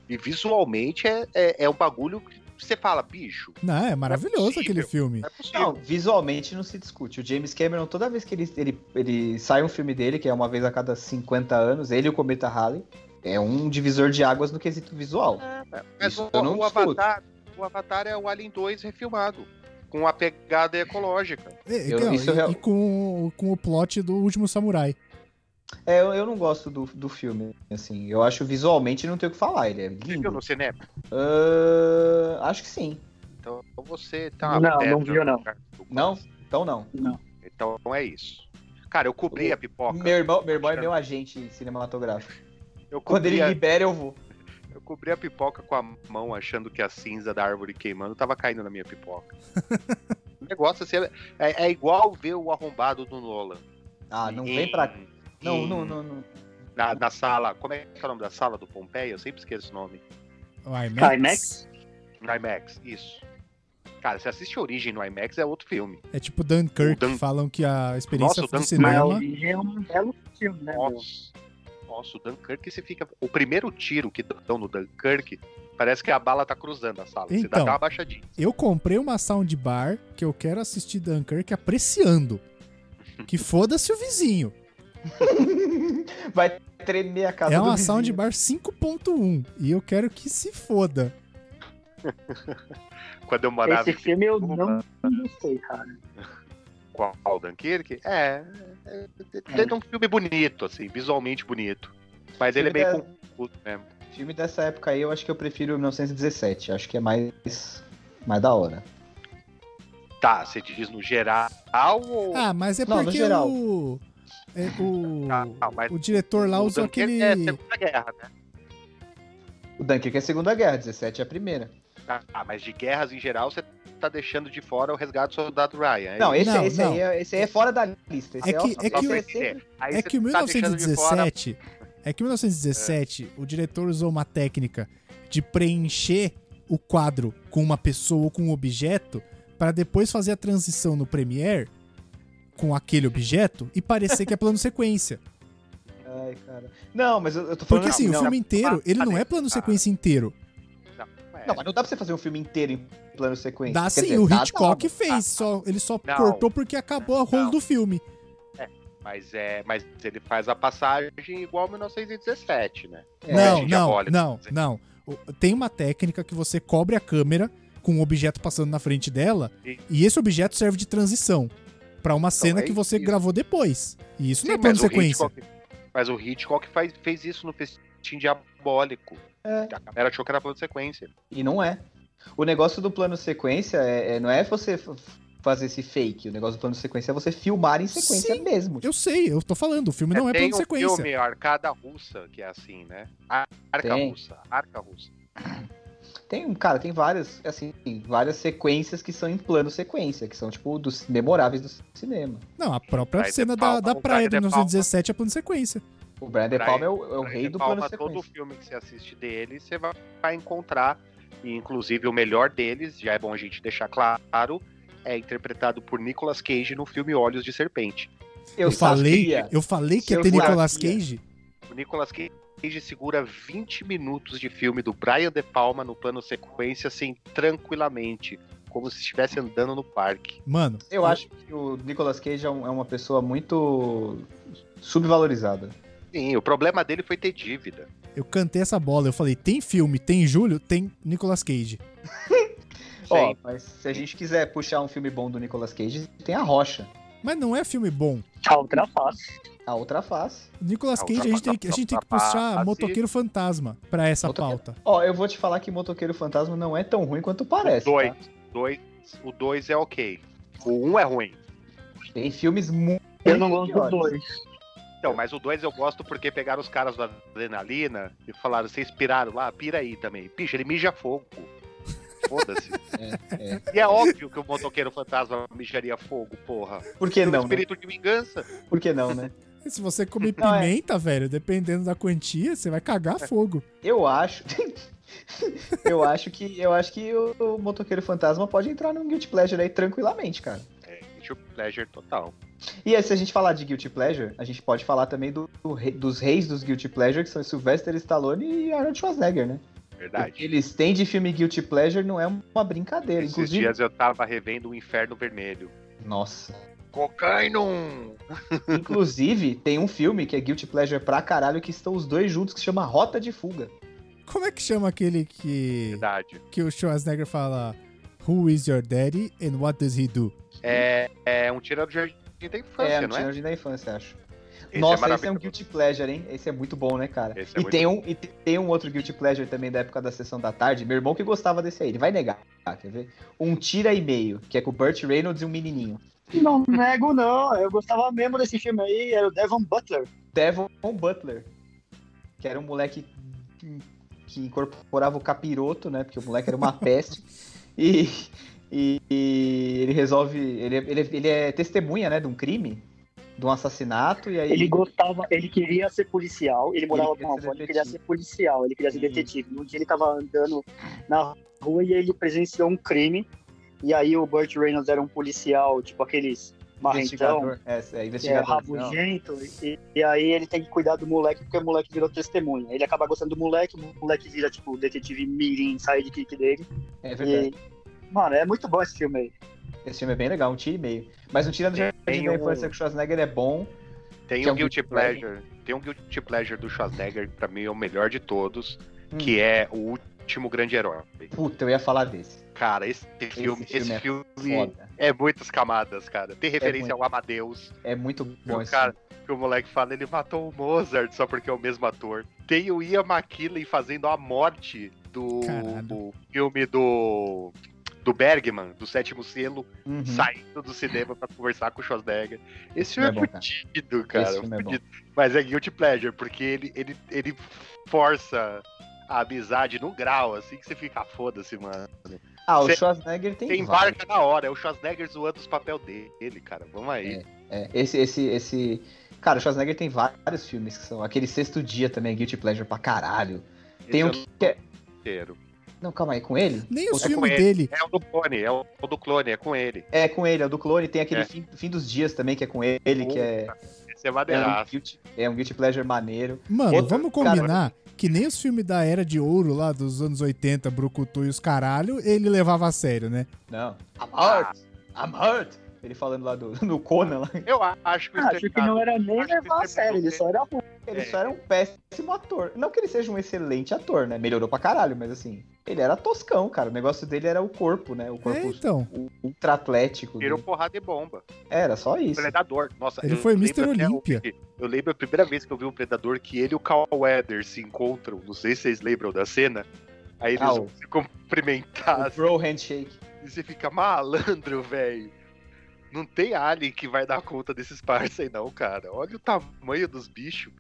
Speaker 3: E visualmente é, é, é um bagulho que você fala, bicho,
Speaker 1: Não, é maravilhoso
Speaker 3: possível.
Speaker 1: aquele filme.
Speaker 3: não é possível.
Speaker 2: Não, visualmente não se discute. O James Cameron, toda vez que ele, ele, ele sai um filme dele, que é uma vez a cada 50 anos, ele e o Cometa Halley, é um divisor de águas no quesito visual.
Speaker 3: Mas
Speaker 2: Isso
Speaker 3: o,
Speaker 2: eu não
Speaker 3: o
Speaker 2: discuto.
Speaker 3: Avatar, o Avatar é o Alien 2 refilmado, com uma pegada ecológica.
Speaker 1: E,
Speaker 2: Eu-
Speaker 1: não,
Speaker 2: isso é
Speaker 1: e-
Speaker 2: real-
Speaker 1: e com, com o plot do Último Samurai.
Speaker 2: É, eu, eu não gosto do, do filme, assim. Eu acho visualmente não tem o que falar, ele é
Speaker 3: Você viu
Speaker 2: lindo.
Speaker 3: no cinema?
Speaker 2: Ah, acho que sim.
Speaker 3: Então você tá...
Speaker 4: Não,
Speaker 3: é,
Speaker 4: não viu, não.
Speaker 2: Não? Então não.
Speaker 3: Então é isso. Cara, eu cobri a pipoca.
Speaker 2: Meu irmão, meu irmão é meu agente cinematográfico.
Speaker 3: Eu cobri
Speaker 2: Quando ele
Speaker 3: a-
Speaker 2: libera, eu vou.
Speaker 3: Eu cobri a pipoca com a mão, achando que a cinza da árvore queimando tava caindo na
Speaker 2: (laughs)
Speaker 3: minha pipoca. o negócio assim, é, é igual ver o arrombado do Nolan.
Speaker 2: Ah, não
Speaker 3: Em-
Speaker 2: vem pra cá. Não,
Speaker 3: em-
Speaker 2: não, não, (laughs) não.
Speaker 3: Na, na sala, como é que é o nome da sala do Pompeia? Eu sempre esqueço o nome.
Speaker 1: O IMAX.
Speaker 4: IMAX?
Speaker 3: No IMAX, isso. Cara, você assiste Origem no IMAX, é outro filme.
Speaker 1: É tipo Dunkirk,
Speaker 3: O Dan-
Speaker 1: falam que a experiência
Speaker 3: Nossa, o
Speaker 1: do
Speaker 3: Dan-
Speaker 4: Mas
Speaker 1: cinema...
Speaker 4: Origem é um belo filme,
Speaker 1: É
Speaker 4: né? meu?
Speaker 3: Nossa, nossa, o Dunkirk, você fica... O primeiro tiro que dão no Dunkirk, parece que a bala tá cruzando a sala. Você dá
Speaker 1: Então.
Speaker 3: até uma baixadinha.
Speaker 1: Eu comprei uma soundbar que eu quero assistir Dunkirk
Speaker 3: (laughs)
Speaker 1: apreciando. Que foda-se o vizinho.
Speaker 2: Vai tremer a casa
Speaker 1: é
Speaker 2: do
Speaker 1: uma
Speaker 2: vizinho.
Speaker 1: soundbar 5.1 e eu quero que se foda.
Speaker 3: Quando eu morava
Speaker 4: Esse
Speaker 3: em
Speaker 4: filme eu
Speaker 3: Cuba,
Speaker 4: não, não sei, cara.
Speaker 3: qual o Dunkirk, é, é, é, é um filme bonito, assim, visualmente bonito. Mas ele é meio
Speaker 2: Filme
Speaker 3: confuso mesmo.
Speaker 2: Filme dessa época aí, eu acho que eu prefiro 1917. Acho que é mais, mais da hora.
Speaker 3: Tá, você diz no geral ou.
Speaker 1: Ah, mas é
Speaker 2: Não, no
Speaker 1: porque
Speaker 2: geral.
Speaker 1: o. é o,
Speaker 3: Ah, não, mas
Speaker 1: o diretor lá
Speaker 3: o
Speaker 1: usou
Speaker 3: Dunkirk
Speaker 1: aquele.
Speaker 3: É Segunda Guerra, né?
Speaker 2: O Dunkirk é a Segunda Guerra, 17 é a primeira.
Speaker 3: Ah, mas de guerras em geral, você tá deixando de fora o resgate do soldado Ryan.
Speaker 2: Não,
Speaker 3: Aí-
Speaker 2: esse,
Speaker 1: não,
Speaker 2: esse
Speaker 1: não.
Speaker 2: Aí, é, esse aí é fora da lista. Esse
Speaker 1: É que-
Speaker 2: ó-
Speaker 1: é
Speaker 3: só
Speaker 1: que
Speaker 3: pra
Speaker 1: o-
Speaker 2: esse é
Speaker 3: entender. Aí
Speaker 1: É
Speaker 3: você
Speaker 1: que o
Speaker 3: tá deixando de fora-
Speaker 1: 1917. É que em 1917 o diretor usou uma técnica de preencher o quadro com uma pessoa ou com um objeto para depois fazer a transição no Premiere com aquele objeto e parecer que é plano sequência.
Speaker 2: sempre- Ai, cara. Não, mas eu, eu tô falando.
Speaker 1: Porque assim,
Speaker 2: não,
Speaker 1: o filme inteiro, ele não é plano sequência inteiro.
Speaker 3: É,
Speaker 2: Não, mas não dá pra você fazer um filme inteiro em plano sequência.
Speaker 1: Dá
Speaker 2: Quer
Speaker 1: sim,
Speaker 2: dizer,
Speaker 1: o
Speaker 2: dá,
Speaker 1: Hitchcock
Speaker 2: dá.
Speaker 3: Ah,
Speaker 1: fez, só ele só
Speaker 3: Não.
Speaker 1: cortou porque acabou a rolo
Speaker 3: Não.
Speaker 1: do filme.
Speaker 3: mas é, mas ele faz a passagem igual 1917, né?
Speaker 2: É,
Speaker 3: a
Speaker 1: não,
Speaker 3: gente
Speaker 1: não,
Speaker 3: abole,
Speaker 1: não,
Speaker 3: quer dizer.
Speaker 1: não. O- Tem uma técnica que você cobre a câmera com um objeto passando na frente dela
Speaker 3: E-
Speaker 1: e esse objeto serve de transição pra uma cena
Speaker 3: é
Speaker 1: que você
Speaker 3: isso.
Speaker 1: gravou depois. E isso não é
Speaker 3: Sim,
Speaker 1: plano
Speaker 3: mas o
Speaker 1: sequência.
Speaker 3: Hitchcock- mas o Hitchcock faz, fez isso no festim diabólico.
Speaker 2: É.
Speaker 3: A galera achou que era plano de sequência.
Speaker 2: E não é. O negócio do plano sequência é, é- não é você f- fazer esse fake. O negócio do plano sequência é você filmar em sequência
Speaker 1: Sim.
Speaker 2: mesmo.
Speaker 1: Eu sei, eu tô falando, o filme não é
Speaker 3: tem
Speaker 1: plano
Speaker 3: um
Speaker 1: sequência.
Speaker 3: filme, Arcada Russa, que é assim, né? Ar- Arca
Speaker 2: Tem.
Speaker 3: Russa, Arca Russa.
Speaker 2: Tem, cara, tem várias, assim, várias sequências que são em plano sequência, que são, tipo, dos memoráveis do cinema.
Speaker 1: Não, a própria
Speaker 3: Brian De
Speaker 1: cena da,
Speaker 3: Palma,
Speaker 1: da
Speaker 3: o
Speaker 1: praia
Speaker 3: Brian
Speaker 1: de
Speaker 3: De Palma.
Speaker 1: 1917 é plano sequência.
Speaker 2: O Brian De
Speaker 3: Brian-
Speaker 2: Palma é o, é o
Speaker 3: Aí
Speaker 2: rei
Speaker 3: você
Speaker 2: do
Speaker 3: palma
Speaker 2: plano
Speaker 3: todo
Speaker 2: sequência.
Speaker 3: filme que você assiste dele, você vai, vai encontrar. E, inclusive, o melhor deles, já é bom a gente deixar claro, é interpretado por Nicolas Cage no filme Olhos de Serpente.
Speaker 1: Eu, falei,
Speaker 2: sabia.
Speaker 1: eu falei que ia
Speaker 2: Eu
Speaker 1: ter Nicolas
Speaker 2: sabia.
Speaker 1: Cage.
Speaker 3: O Nicolas Cage segura 20 minutos de filme do Brian De Palma no plano sequência, assim, tranquilamente, como se estivesse andando no parque.
Speaker 1: Mano,
Speaker 2: Eu acho que o Nicolas Cage é, um- é uma pessoa muito subvalorizada.
Speaker 3: Sim, o problema dele foi ter dívida.
Speaker 1: eu cantei essa bola, eu falei, tem filme, tem julho, tem Nicolas Cage.
Speaker 2: Ó,
Speaker 3: Sim.
Speaker 2: mas se a gente quiser puxar um filme bom do Nicolas Cage, tem A Rocha,
Speaker 1: Mas não é filme bom.
Speaker 4: A outra face.
Speaker 2: A Outra Face.
Speaker 1: Nicolas
Speaker 3: Não,
Speaker 1: Cage, a gente, tem, que- a gente tem que puxar
Speaker 3: ultrapasse.
Speaker 1: Motoqueiro Fantasma pra essa
Speaker 2: Motoqueiro-
Speaker 1: pauta.
Speaker 2: Ó, eu vou te falar que Motoqueiro Fantasma não é tão ruim quanto parece,
Speaker 3: dois,
Speaker 2: tá?
Speaker 3: dois, o 2 é ok. O 1 um é ruim.
Speaker 2: Tem filmes muito
Speaker 4: Eu não gosto dos
Speaker 2: piores.
Speaker 4: dois.
Speaker 3: Então, mas o 2 eu gosto porque pegaram os caras da adrenalina e falaram, vocês piraram lá, pira aí também. Bicho, ele mija fogo. Foda-se.
Speaker 2: (laughs) É, é.
Speaker 3: E é óbvio que o motoqueiro fantasma mijaria fogo, porra.
Speaker 2: Por que
Speaker 3: É um
Speaker 2: não, né?
Speaker 3: espírito de vingança.
Speaker 2: Por que não, né?
Speaker 1: E Se você comer
Speaker 2: Não, é.
Speaker 1: pimenta, velho, dependendo da quantia, você vai cagar fogo.
Speaker 2: Eu acho. (laughs) eu acho que eu acho que o, o motoqueiro fantasma pode entrar num guilty pleasure aí tranquilamente, cara.
Speaker 3: É, guilty pleasure total.
Speaker 2: E aí, se a gente falar de guilty pleasure, a gente pode falar também do- do rei- dos reis dos guilty pleasure que são Sylvester Stallone e Arnold Schwarzenegger, né? O que
Speaker 3: verdade.
Speaker 2: eles têm de filme Guilty Pleasure não é uma brincadeira.
Speaker 3: Esses
Speaker 2: Inclusive.
Speaker 3: dias eu tava revendo o Inferno Vermelho.
Speaker 2: Nossa.
Speaker 3: Cocainum!
Speaker 2: Inclusive, tem um filme que é Guilty Pleasure pra caralho que estão os dois juntos que chama Rota de Fuga.
Speaker 1: Como é que chama aquele que,
Speaker 3: Verdade.
Speaker 1: que o Schwarzenegger fala Who is your daddy and what does he do?
Speaker 3: É, é um tirano do jardim da infância,
Speaker 2: é, um
Speaker 3: não é?
Speaker 2: Tirando da Infância, acho.
Speaker 3: Esse
Speaker 2: Nossa, esse é um
Speaker 3: maravilhoso.
Speaker 2: Guilty Pleasure, hein? Esse é muito bom, né, cara?
Speaker 3: Esse é
Speaker 2: e,
Speaker 3: muito
Speaker 2: tem um, e te- tem um outro Guilty Pleasure também da época da Sessão da Tarde. Meu irmão que gostava desse aí, ele vai negar, quer ver? Um Tira e Meio, que é com o Burt Reynolds e um menininho.
Speaker 4: Não nego, não. Eu gostava mesmo desse filme aí, era o Devon Butler.
Speaker 2: Devon Butler, que era um moleque que- que incorporava o capiroto, né? Porque o moleque
Speaker 3: (laughs)
Speaker 2: era uma peste. E, e- e ele resolve... Ele, é- ele, é- ele é testemunha, né? De um crime, de um assassinato. E aí...
Speaker 4: Ele gostava, ele queria ser policial, ele morava
Speaker 2: queria
Speaker 4: com a
Speaker 2: ser
Speaker 4: avó, ele queria
Speaker 2: detetive.
Speaker 4: ser policial, ele queria ser
Speaker 2: Isso.
Speaker 4: detetive. Um dia ele tava andando na rua e ele presenciou um crime, e aí o Burt Reynolds era um policial, tipo aqueles
Speaker 3: um
Speaker 4: marrentão,
Speaker 2: investigador. É, é
Speaker 4: que é
Speaker 2: investigador. não.
Speaker 4: rabugento, e, e aí ele tem que cuidar do moleque, porque o moleque virou testemunha. Ele acaba gostando do moleque, o moleque vira, tipo, o detetive mirim, sai de kick dele.
Speaker 2: É verdade.
Speaker 4: E, mano, é muito bom esse filme aí.
Speaker 2: Esse filme é bem legal, um tiro e meio. Mas um tiro do
Speaker 3: Tem
Speaker 2: Jardim da
Speaker 3: um-
Speaker 2: Infância com o Schwarzenegger é bom.
Speaker 3: Tem
Speaker 2: que é
Speaker 3: um
Speaker 2: um
Speaker 3: Guilty
Speaker 2: Guilty Pleasure.
Speaker 3: Pleasure. Tem um Guilty Pleasure do Schwarzenegger, que pra mim é o melhor de todos,
Speaker 2: Hum.
Speaker 3: que é o último grande herói.
Speaker 2: Puta, eu ia falar desse.
Speaker 3: Cara, esse filme, esse
Speaker 2: filme é
Speaker 3: filme,
Speaker 2: Foda.
Speaker 3: é muitas camadas, cara. Tem referência
Speaker 2: muito.
Speaker 3: ao Amadeus,
Speaker 2: É muito bom
Speaker 3: o
Speaker 2: esse
Speaker 3: cara
Speaker 2: filme.
Speaker 3: que o moleque fala, ele matou o Mozart só porque é o mesmo ator. Tem o Ian McKinley fazendo a morte do,
Speaker 1: Caralho.
Speaker 3: do filme do do Bergman, do Sétimo Selo,
Speaker 2: Uhum.
Speaker 3: saindo do cinema pra conversar com o Schwarzenegger. Esse
Speaker 2: filme é
Speaker 3: filme é,
Speaker 2: bom, cara.
Speaker 3: fudido, cara.
Speaker 2: Esse filme é bom.
Speaker 3: fudido. Mas é guilty pleasure, porque ele, ele, ele força a amizade no grau, assim que você fica "Ah, foda-se, mano.
Speaker 2: Ah, o
Speaker 3: Cê-
Speaker 2: Schwarzenegger tem,
Speaker 3: Você
Speaker 2: vários.
Speaker 3: embarca na hora, é o Schwarzenegger zoando os papel dele, cara. Vamos aí.
Speaker 2: É, esse, esse, esse... Cara, o Schwarzenegger tem vários filmes que são... Aquele Sexto Dia também é Guilty Pleasure pra caralho. Tem um
Speaker 3: Esse
Speaker 2: que é...
Speaker 3: é o inteiro.
Speaker 2: Não, calma aí, com ele?
Speaker 1: Nem os
Speaker 3: É com
Speaker 1: filmes
Speaker 3: ele.
Speaker 1: dele.
Speaker 3: É o do clone, é o do clone, é com ele.
Speaker 2: É, com ele, é o do clone. Tem aquele
Speaker 3: É.
Speaker 2: fim, fim dos Dias também, que é com ele, que é...
Speaker 3: Esse é
Speaker 2: É um,
Speaker 3: madeiraço.
Speaker 2: guilty, é um Guilty Pleasure maneiro.
Speaker 1: Mano,
Speaker 2: Outro
Speaker 1: vamos
Speaker 2: cara- né?
Speaker 1: combinar que nem os filmes da era de ouro lá dos anos 80, Brucutu e os caralho, ele levava a sério, né?
Speaker 2: Não. I'm
Speaker 3: Ah,
Speaker 2: hurt! I'm hurt! Ele falando lá do, (laughs) do Conan, lá.
Speaker 3: Eu a- acho que o
Speaker 4: Acho que Ah, não era nem
Speaker 3: Acho que
Speaker 4: levar a
Speaker 3: esse é
Speaker 4: sério, ele
Speaker 3: muito
Speaker 4: só era ruim.
Speaker 2: Ele
Speaker 3: É.
Speaker 2: só era um péssimo ator. Não que ele seja um excelente ator, né? Melhorou pra caralho, mas assim, ele era toscão, cara. O negócio dele era o corpo, né? O
Speaker 1: É,
Speaker 2: corpo
Speaker 1: então.
Speaker 2: ultra atlético.
Speaker 3: Virou porrada e bomba.
Speaker 2: Era só isso.
Speaker 3: Predador. Nossa,
Speaker 1: Ele
Speaker 3: eu
Speaker 1: foi
Speaker 3: lembro
Speaker 1: Mr.
Speaker 3: até hoje-
Speaker 1: Olímpia.
Speaker 3: Eu lembro a primeira vez que eu vi um Predador que ele e o Carl Weather se encontram. Não sei se vocês lembram da cena. Aí eles
Speaker 2: Ah,
Speaker 3: vão
Speaker 2: o-
Speaker 3: se
Speaker 2: O (laughs)
Speaker 3: cumprimentar.
Speaker 2: bro handshake.
Speaker 3: E você fica malandro, velho. Não tem alien que vai dar conta desses parça aí, não, cara. Olha o tamanho dos bichos.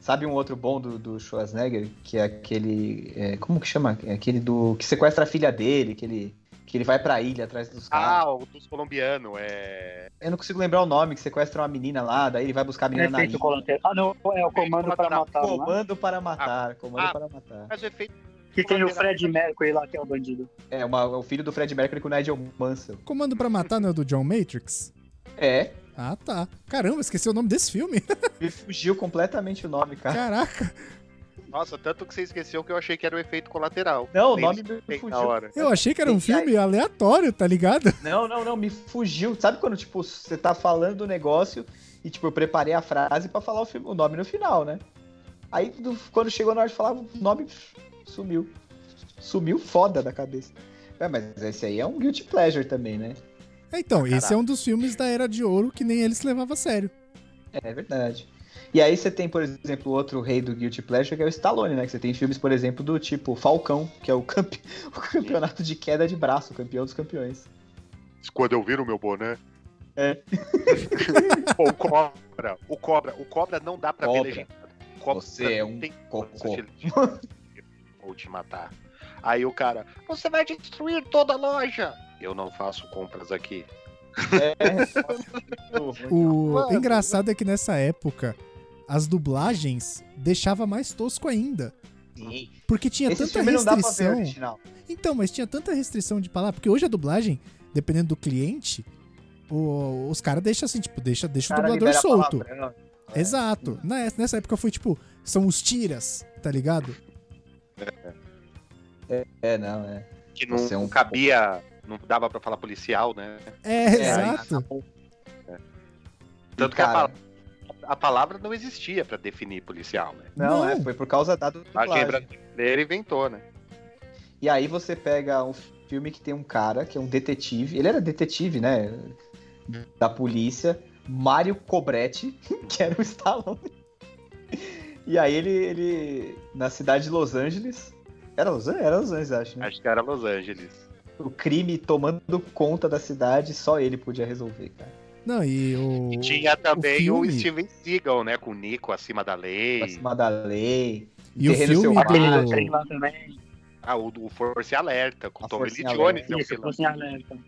Speaker 2: Sabe um outro bom do, do Schwarzenegger? Que é aquele. é, como que chama? É aquele do. Que sequestra a filha dele, que ele, que ele vai pra ilha atrás dos caras.
Speaker 3: Ah, o dos colombianos. É.
Speaker 2: Eu não consigo lembrar o nome, que sequestra uma menina lá, daí ele vai buscar a menina na
Speaker 4: Prefeito
Speaker 2: ilha.
Speaker 4: Colateral. Ah, não, é o Comando para Matar. não é?
Speaker 2: Comando para matar, comando
Speaker 3: Ah.
Speaker 2: para matar.
Speaker 3: Mas o efeito.
Speaker 4: Que tem o Fred Mercury lá, que é o bandido.
Speaker 2: É, uma- o filho do Fred Mercury com o Nigel Mansell.
Speaker 1: Comando pra Matar não é do John Matrix?
Speaker 2: É,
Speaker 1: Ah, tá. Caramba, esqueci o nome desse
Speaker 2: (laughs)
Speaker 1: filme.
Speaker 2: Me fugiu completamente o nome, cara.
Speaker 1: Caraca,
Speaker 3: Nossa, tanto que você esqueceu que eu achei que era o efeito colateral.
Speaker 2: Não, o
Speaker 3: Nem tá
Speaker 2: nome me
Speaker 3: lembrei na
Speaker 2: fugiu.
Speaker 3: hora.
Speaker 1: eu achei que era um
Speaker 2: E aí?
Speaker 1: filme aleatório, tá
Speaker 2: (laughs)
Speaker 1: ligado?
Speaker 2: Não, não, não, me fugiu. Sabe quando, tipo, você tá falando do negócio e, tipo, eu preparei a frase pra falar o, fi- o nome no final, né? Aí, do- quando chegou na hora de falar, o nome sumiu. Sumiu foda da cabeça. É, mas esse aí é um guilty pleasure também, né?
Speaker 1: Então, esse é um dos filmes da era de ouro que nem eles levava a sério.
Speaker 2: É verdade. E aí você tem, por exemplo, outro rei do Guilty Pleasure, que é o Stallone, né? Que você tem filmes, por exemplo, do tipo Falcão, que é o, campe... (laughs) o campeonato de queda de braço, o campeão dos campeões.
Speaker 3: Quando eu viro o meu boné. (laughs)
Speaker 2: É.
Speaker 3: Pô, o cobra. O cobra. O cobra não dá pra
Speaker 2: Cobra.
Speaker 3: ver legendado. O cobra
Speaker 2: Você é um
Speaker 3: tem
Speaker 2: cocô.
Speaker 3: condição de- Vou te matar. Aí o cara. Você vai destruir toda a loja. Eu não faço compras aqui.
Speaker 2: É,
Speaker 1: O
Speaker 3: Mano.
Speaker 1: engraçado é que nessa época, as dublagens deixava mais tosco ainda.
Speaker 2: (laughs) Sim.
Speaker 1: Porque tinha
Speaker 2: Esse
Speaker 1: tanta
Speaker 2: filme não dá pra ver
Speaker 1: restrição.
Speaker 2: original.
Speaker 1: Então, mas tinha tanta restrição de palavra, porque hoje a dublagem, dependendo do cliente, o- os caras deixam assim, tipo, deixa, deixa o
Speaker 2: cara
Speaker 1: dublador
Speaker 2: libera
Speaker 1: solto.
Speaker 2: palavrão. É.
Speaker 1: Exato. Na- Nessa época foi tipo, são os tiras, tá ligado?
Speaker 2: É, não, é.
Speaker 3: Que não,
Speaker 2: Você é um-
Speaker 3: não cabia, não dava pra falar policial, né?
Speaker 1: É,
Speaker 2: É,
Speaker 1: exato.
Speaker 3: Tanto que é a,
Speaker 2: Cara.
Speaker 3: pala- a palavra não existia pra definir policial, né?
Speaker 2: Não,
Speaker 1: Não.
Speaker 2: é, foi por causa da
Speaker 3: A
Speaker 2: dublagem.
Speaker 3: gente brasileira inventou, né?
Speaker 2: E aí você pega um filme que tem um cara que é um detetive. Ele era detetive, né? Da polícia. Mário Cobretti, (laughs) que era o Stallone. E aí ele, ele na cidade de Los Angeles. Era Los Angeles? Era Los Angeles, acho. Né?
Speaker 3: Acho que era Los Angeles.
Speaker 2: O crime tomando conta da cidade, só ele podia resolver, cara.
Speaker 1: Não, e o.
Speaker 3: E tinha também o,
Speaker 1: filme-
Speaker 3: Steven Seagal, né? Com o Nico acima da lei.
Speaker 2: Acima da lei.
Speaker 1: E o
Speaker 2: Terreno
Speaker 1: filme
Speaker 2: Selvagem.
Speaker 4: Aquele
Speaker 1: do.
Speaker 4: do trem lá também.
Speaker 3: Ah, o, o Force Alerta, com
Speaker 2: A
Speaker 3: o Tommy
Speaker 2: Força
Speaker 3: Lee
Speaker 2: em
Speaker 3: Jones. é o
Speaker 4: Isso,
Speaker 3: vilão.
Speaker 4: fosse em alerta.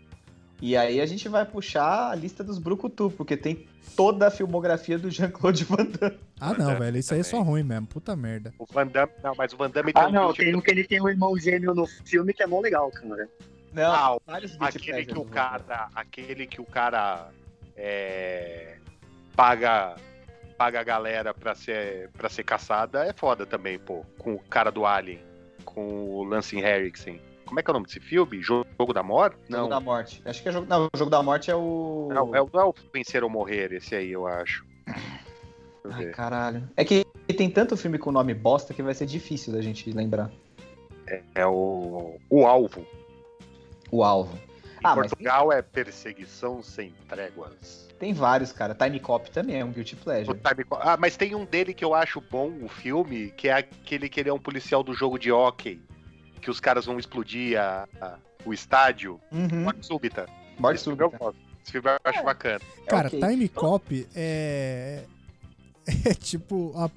Speaker 2: E aí a gente vai puxar a lista dos Brucutu, porque tem toda a filmografia do Jean-Claude Van Damme.
Speaker 1: Ah, não, velho. Isso aí é só ruim mesmo. Puta merda.
Speaker 3: O Van Damme, não, mas o Van Damme
Speaker 4: Ah, não,
Speaker 3: tipo-
Speaker 4: tem um que ele tem um irmão gêmeo no filme que é mó legal, cara.
Speaker 2: Não,
Speaker 3: Ah, o-
Speaker 2: vários né? guilty
Speaker 3: aquele que
Speaker 2: pleasures
Speaker 3: o
Speaker 2: do Van Damme.
Speaker 3: cara, aquele que o cara é, paga paga a galera pra ser para ser caçada é foda também, pô, com o cara do Alien, com o Lance Henriksen. Como é que é o nome desse filme? Jogo da Morte?
Speaker 2: Jogo
Speaker 3: Não.
Speaker 2: da Morte. Acho que é jogo. Não, o Jogo da Morte é o.
Speaker 3: Não, é, o- não é o Vencer ou Morrer, esse aí, eu acho. Deixa eu
Speaker 2: Ai,
Speaker 3: ver.
Speaker 2: caralho. É que tem tanto filme com nome bosta que vai ser difícil da gente lembrar.
Speaker 3: É o, o Alvo. Em
Speaker 2: O alvo. Ah, mas
Speaker 3: Portugal é Perseguição Sem Tréguas.
Speaker 2: tem vários, cara. Time Cop também é um Guilty
Speaker 3: O
Speaker 2: Pleasure.
Speaker 3: Time Co- Ah, mas tem um dele que eu acho bom, o filme, que é aquele que ele é um policial do jogo de hockey, que os caras vão explodir a- a- o estádio.
Speaker 2: Uhum.
Speaker 3: Morte súbita.
Speaker 2: Morte
Speaker 3: Esse filme eu
Speaker 2: súbita.
Speaker 3: gosto. Esse filme eu acho bacana.
Speaker 2: É
Speaker 1: Cara,
Speaker 2: ok.
Speaker 1: Time Cop é. É tipo a-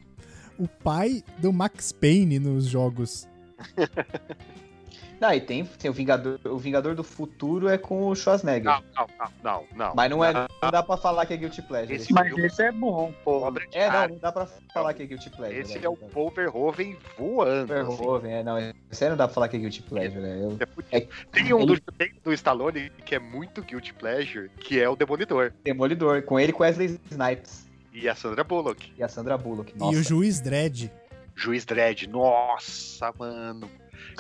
Speaker 1: o pai do Max Payne nos jogos.
Speaker 2: Não, Ah, e tem, tem o Vingador. O Vingador do Futuro é com o Schwarzenegger.
Speaker 3: Não, não, não, não, não.
Speaker 2: Mas não é. Não dá pra falar que é Guilty Pleasure.
Speaker 3: Esse-
Speaker 4: Mas esse é bom, pô.
Speaker 3: Obra de
Speaker 2: É, não,
Speaker 3: arte.
Speaker 2: não dá pra falar que é Guilty Pleasure.
Speaker 3: Esse
Speaker 2: né?
Speaker 3: é o Paul Verhoeven voando. assim.
Speaker 2: Verhoeven, é, não, esse aí não dá pra falar que é Guilty Pleasure, né? Eu...
Speaker 3: É fudido. Tem um do, tem do Stallone que é muito Guilty Pleasure, que é o Demolidor.
Speaker 2: Demolidor, com ele e com Wesley Snipes
Speaker 3: E a Sandra Bullock.
Speaker 2: e a Sandra Bullock. Nossa.
Speaker 1: E o juiz Dredd.
Speaker 3: Juiz Dredd. Nossa, mano.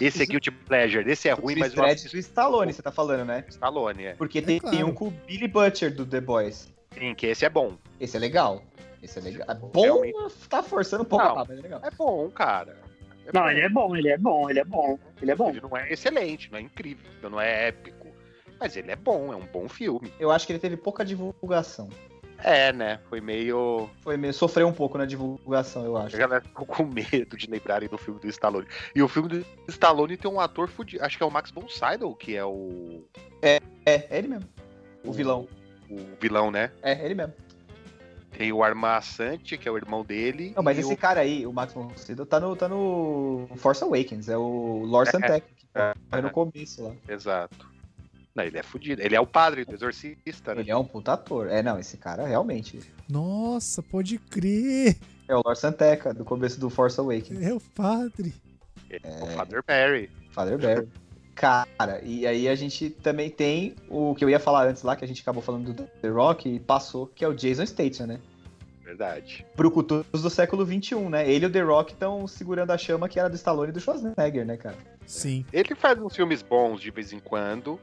Speaker 3: Esse é Guilty Pleasure. Esse é ruim,
Speaker 2: Juiz
Speaker 3: mas eu
Speaker 2: Dredd
Speaker 3: assisto
Speaker 2: do Stallone, você tá falando, né?
Speaker 3: Stallone, é.
Speaker 2: Porque
Speaker 1: É
Speaker 2: tem,
Speaker 1: claro.
Speaker 2: tem um com o Billy Butcher do The Boys.
Speaker 3: Sim, que esse é bom.
Speaker 2: Esse é legal. Esse é legal. É bom,
Speaker 3: Realmente.
Speaker 2: tá forçando um pouco a
Speaker 3: Não.
Speaker 2: barra, mas é legal.
Speaker 3: É bom, cara. É
Speaker 4: Não, ele é bom, ele é bom, ele é bom. Ele é bom.
Speaker 3: Ele não é excelente, não é incrível, não é épico. Mas ele é bom, é um bom filme.
Speaker 2: Eu acho que ele teve pouca divulgação.
Speaker 3: É, né? Foi meio.
Speaker 2: Foi meio, sofreu um pouco na divulgação, eu
Speaker 3: A
Speaker 2: acho.
Speaker 3: galera ficou com medo de lembrarem do filme do Stallone. E o filme do Stallone tem um ator fudido. Acho que é o Max von Sydow, que é o.
Speaker 2: É, é ele mesmo. O vilão.
Speaker 3: O vilão, né?
Speaker 2: É, é ele mesmo.
Speaker 3: Tem o Armaçante, que é o irmão dele.
Speaker 2: Não, mas
Speaker 3: e
Speaker 2: esse
Speaker 3: o-
Speaker 2: cara aí, o Max von Sydow, tá no, tá no Force Awakens. É o Lord Santec. que
Speaker 3: É.
Speaker 2: tá no começo lá.
Speaker 3: Exato. Não, ele é fudido. Ele é o padre do exorcista, né?
Speaker 2: Ele é um puta ator. É, não, esse cara realmente.
Speaker 1: Nossa, pode crer.
Speaker 2: É o Lord Santeca, do começo do Force Awakens.
Speaker 1: É o padre.
Speaker 3: Tipo, O
Speaker 2: é.
Speaker 3: Father Perry.
Speaker 2: Father Bear. Cara, e aí a gente também tem o que eu ia falar antes lá, que a gente acabou falando do The Rock e passou, que é o Jason Statham, né?
Speaker 3: Verdade.
Speaker 2: Pro cultus do século XXI, né? Ele e o The Rock estão segurando a chama que era do Stallone e do Schwarzenegger, né, cara?
Speaker 1: Sim.
Speaker 3: Ele faz uns filmes bons de vez em quando.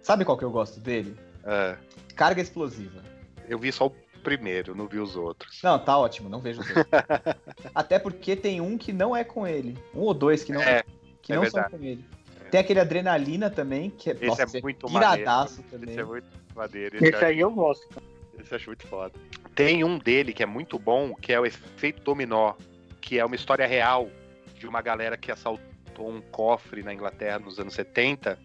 Speaker 2: Sabe qual que eu gosto dele?
Speaker 3: Ah,
Speaker 2: Carga explosiva.
Speaker 3: eu vi só o primeiro, não vi os outros.
Speaker 2: Não, tá ótimo, não vejo os
Speaker 3: (laughs)
Speaker 2: outros. Até porque tem um que não é com ele. Um ou dois que não,
Speaker 3: É,
Speaker 2: que
Speaker 3: é
Speaker 2: não são
Speaker 3: verdade.
Speaker 2: com ele.
Speaker 3: É.
Speaker 2: Tem aquele Adrenalina também, que é,
Speaker 3: Esse
Speaker 2: nossa,
Speaker 3: é
Speaker 2: esse
Speaker 3: muito
Speaker 2: iradaço também.
Speaker 3: Esse é muito maneiro. Esse,
Speaker 4: Esse aí eu gosto.
Speaker 3: eu- esse eu acho muito foda. Tem um dele que é muito bom, que é o Efeito Dominó, que é uma história real de uma galera que assaltou um cofre na Inglaterra nos anos 70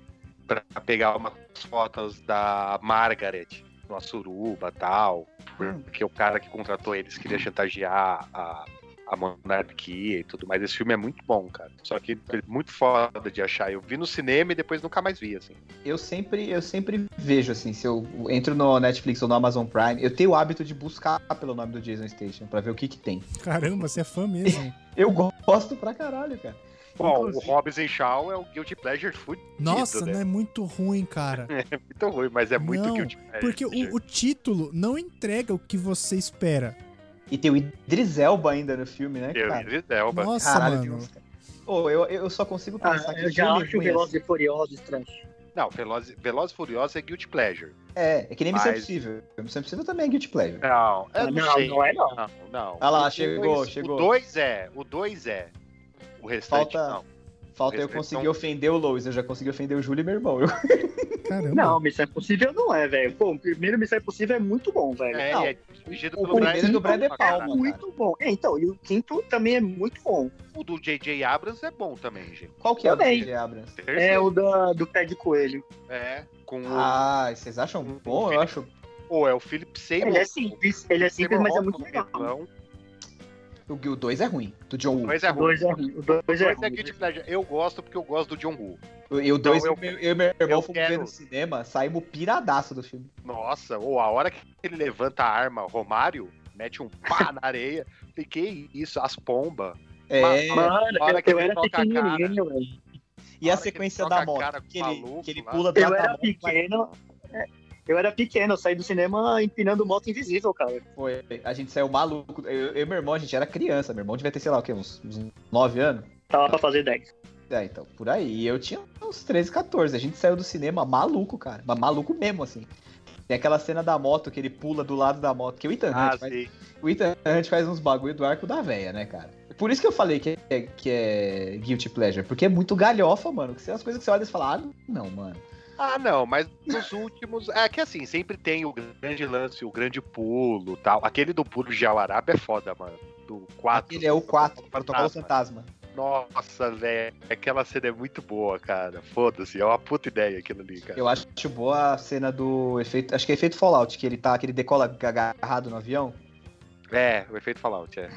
Speaker 3: pra pegar umas fotos da Margaret, uma suruba tal. Porque o cara que contratou eles queria chantagear a, a monarquia e tudo mais. Esse filme é muito bom, cara. Só que é muito foda de achar. Eu vi no cinema e depois nunca mais vi, assim.
Speaker 2: Eu sempre, eu sempre vejo, assim, se eu entro no Netflix ou no Amazon Prime, eu tenho o hábito de buscar pelo nome do Jason Station pra ver o que que tem.
Speaker 1: Caramba, você é fã
Speaker 2: (laughs)
Speaker 1: mesmo.
Speaker 2: Eu gosto pra caralho, cara.
Speaker 3: Bom,
Speaker 2: Inclusive-
Speaker 3: o Hobbs and Shaw é o Guilty Pleasure fudido,
Speaker 1: Nossa,
Speaker 3: né?
Speaker 1: não é muito ruim, cara.
Speaker 3: É muito ruim, mas é muito
Speaker 1: Não,
Speaker 3: Guilty Pleasure.
Speaker 1: Porque o, o título não entrega o que você espera.
Speaker 2: E tem o Idris Elba ainda no filme, né,
Speaker 3: Eu, é,
Speaker 2: cara?
Speaker 1: é
Speaker 3: Idris Elba.
Speaker 1: Nossa,
Speaker 2: caralho, tem
Speaker 1: mano.
Speaker 2: uns- Pô, eu, eu só consigo
Speaker 4: Ah,
Speaker 2: pensar que
Speaker 4: eu já
Speaker 2: filme
Speaker 4: acho o
Speaker 2: ruim
Speaker 4: Velozes
Speaker 2: assim-
Speaker 4: e Furiosos trash.
Speaker 3: Não, Veloz, Veloz e Furioso é Guilty Pleasure.
Speaker 2: É, é que nem Missão
Speaker 3: Mas-
Speaker 2: Impossível. Missão Impossível também é Guilty Pleasure.
Speaker 3: Não, eu não,
Speaker 4: Ah, não,
Speaker 3: sei.
Speaker 4: não é não.
Speaker 3: Não, não.
Speaker 2: Ah lá,
Speaker 3: O
Speaker 2: chegou,
Speaker 3: dois-
Speaker 2: chegou.
Speaker 3: O 2 é, o 2 é. O restante
Speaker 2: Falta-
Speaker 3: não.
Speaker 2: Falta eu
Speaker 3: Eles- eles
Speaker 2: conseguir
Speaker 3: são-
Speaker 2: ofender o Lois, eu já consegui ofender o Júlio e meu irmão. Eu- (laughs)
Speaker 1: Caramba.
Speaker 4: Não, Missão Impossível não é, velho. Pô, o primeiro Missão Impossível é muito bom, velho.
Speaker 3: É,
Speaker 2: não.
Speaker 3: ele é dirigido
Speaker 2: O
Speaker 3: pelo Brian
Speaker 2: primeiro do Brian De
Speaker 3: Caralho.
Speaker 2: Palma. cara.
Speaker 4: muito bom. É, então, e o quinto também é muito bom.
Speaker 3: O do J.J. Abrams é bom também, gente.
Speaker 2: Qual que é o do
Speaker 4: Também.
Speaker 2: J.J. Abrams?
Speaker 4: É
Speaker 3: Terceiro.
Speaker 4: o da, do pé de coelho.
Speaker 3: É, com
Speaker 2: Ah, vocês acham bom? Eu acho.
Speaker 3: o. Pô, é o Philip Seymour.
Speaker 4: Ele é simples, ele é simples, mas é muito legal.
Speaker 3: Não,
Speaker 2: O 2 é ruim, do John Woo.
Speaker 3: mas é
Speaker 4: O
Speaker 3: ruim.
Speaker 4: dois é ruim. O dois é
Speaker 3: Mas é
Speaker 4: ruim.
Speaker 3: Guilty Pleasure. Eu gosto porque eu gosto do John Woo.
Speaker 2: E o 2,
Speaker 3: Então,
Speaker 2: eu, meu-
Speaker 3: eu-
Speaker 2: eu e meu irmão
Speaker 3: eu
Speaker 2: fomos
Speaker 3: quero-
Speaker 2: ver no cinema, saímos piradaço do filme.
Speaker 3: Nossa, ou a hora que ele levanta a arma, Romário, mete um
Speaker 2: (laughs)
Speaker 3: pá na areia. Falei, que isso, as pombas.
Speaker 2: É,
Speaker 4: Mano,
Speaker 3: Na hora que
Speaker 4: eu, eu
Speaker 3: ele
Speaker 4: era
Speaker 3: toca a cara.
Speaker 4: pequenininho, velho.
Speaker 2: e a
Speaker 3: hora que
Speaker 2: sequência
Speaker 3: ele toca
Speaker 2: da
Speaker 3: a cara
Speaker 2: moto,
Speaker 3: com
Speaker 2: que
Speaker 3: o
Speaker 2: ele,
Speaker 3: maluco
Speaker 2: que ele
Speaker 3: lá.
Speaker 2: pula do
Speaker 4: Eu
Speaker 2: lado da
Speaker 4: era
Speaker 2: moto. vai-
Speaker 4: pequeno. é, Eu era pequeno, eu saí do cinema empinando moto invisível, cara.
Speaker 2: Foi, a gente saiu maluco. Eu, eu e meu irmão, a gente era criança. Meu irmão devia ter, sei lá, o quê? Uns, uns 9 anos?
Speaker 4: Tava pra fazer 10.
Speaker 2: É, então, por aí. E eu tinha uns 13, 14. A gente saiu do cinema maluco, cara. Mas maluco mesmo, assim. Tem aquela cena da moto que ele pula do lado da moto. Que o Ethan
Speaker 3: Ah,
Speaker 2: Hunt faz,
Speaker 3: sim.
Speaker 2: o Ethan Hunt faz uns bagulho do arco da véia, né, cara? Por isso que eu falei que é, que é Guilty Pleasure. Porque é muito galhofa, mano. Que são as coisas que você olha e fala, ah, não, mano.
Speaker 3: Ah, não, mas nos últimos. É que assim, sempre tem o grande lance, o grande pulo tal. Aquele do pulo de Jalaraba é foda, mano. Do 4.
Speaker 2: Ele é o 4, Protocolo Fantasma.
Speaker 3: Nossa, velho. Aquela cena é muito boa, cara. Foda-se, é uma puta ideia aquilo ali, cara.
Speaker 2: Eu acho boa a cena do efeito. Acho que é efeito Fallout, que ele tá, que ele decola agarrado no avião.
Speaker 3: É, o efeito Fallout, é.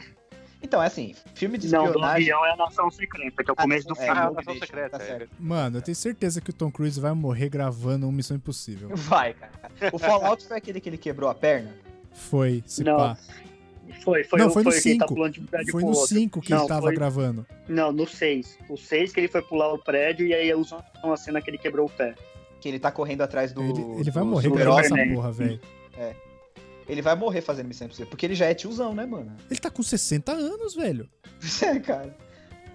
Speaker 2: Então, é assim, filme de
Speaker 4: Não, do
Speaker 2: espionagem.
Speaker 4: avião é a Nação Secreta, que é o começo do
Speaker 2: É,
Speaker 4: filme.
Speaker 3: ah,
Speaker 2: não,
Speaker 3: Nação
Speaker 2: deixa,
Speaker 3: Secreta,
Speaker 2: tá
Speaker 3: é.
Speaker 2: certo.
Speaker 1: Mano, eu tenho certeza que o Tom Cruise vai morrer gravando um Missão Impossível.
Speaker 2: (laughs) Vai, cara. O Fallout foi aquele que ele quebrou a perna?
Speaker 1: Foi, se
Speaker 4: Não,
Speaker 1: pá.
Speaker 4: Foi, foi,
Speaker 1: Não,
Speaker 4: o-
Speaker 1: foi no
Speaker 4: quem tá
Speaker 1: cinco.
Speaker 4: pulando de um prédio
Speaker 1: Foi
Speaker 4: pro
Speaker 1: no
Speaker 4: outro.
Speaker 1: 5 que
Speaker 4: Não,
Speaker 1: ele tava
Speaker 4: foi-
Speaker 1: gravando.
Speaker 4: Não, no 6. O 6 que ele foi pular o prédio e aí usam a cena que ele quebrou o pé.
Speaker 2: Que ele tá correndo atrás do.
Speaker 1: Ele, ele vai
Speaker 2: do
Speaker 1: morrer
Speaker 2: super-homem.
Speaker 1: gravando essa
Speaker 4: Superman.
Speaker 1: porra, velho.
Speaker 2: Ele vai morrer fazendo Missão Impossível, porque ele já é tiozão, né, mano?
Speaker 1: Ele tá com 60 anos, velho.
Speaker 2: (laughs) É, cara.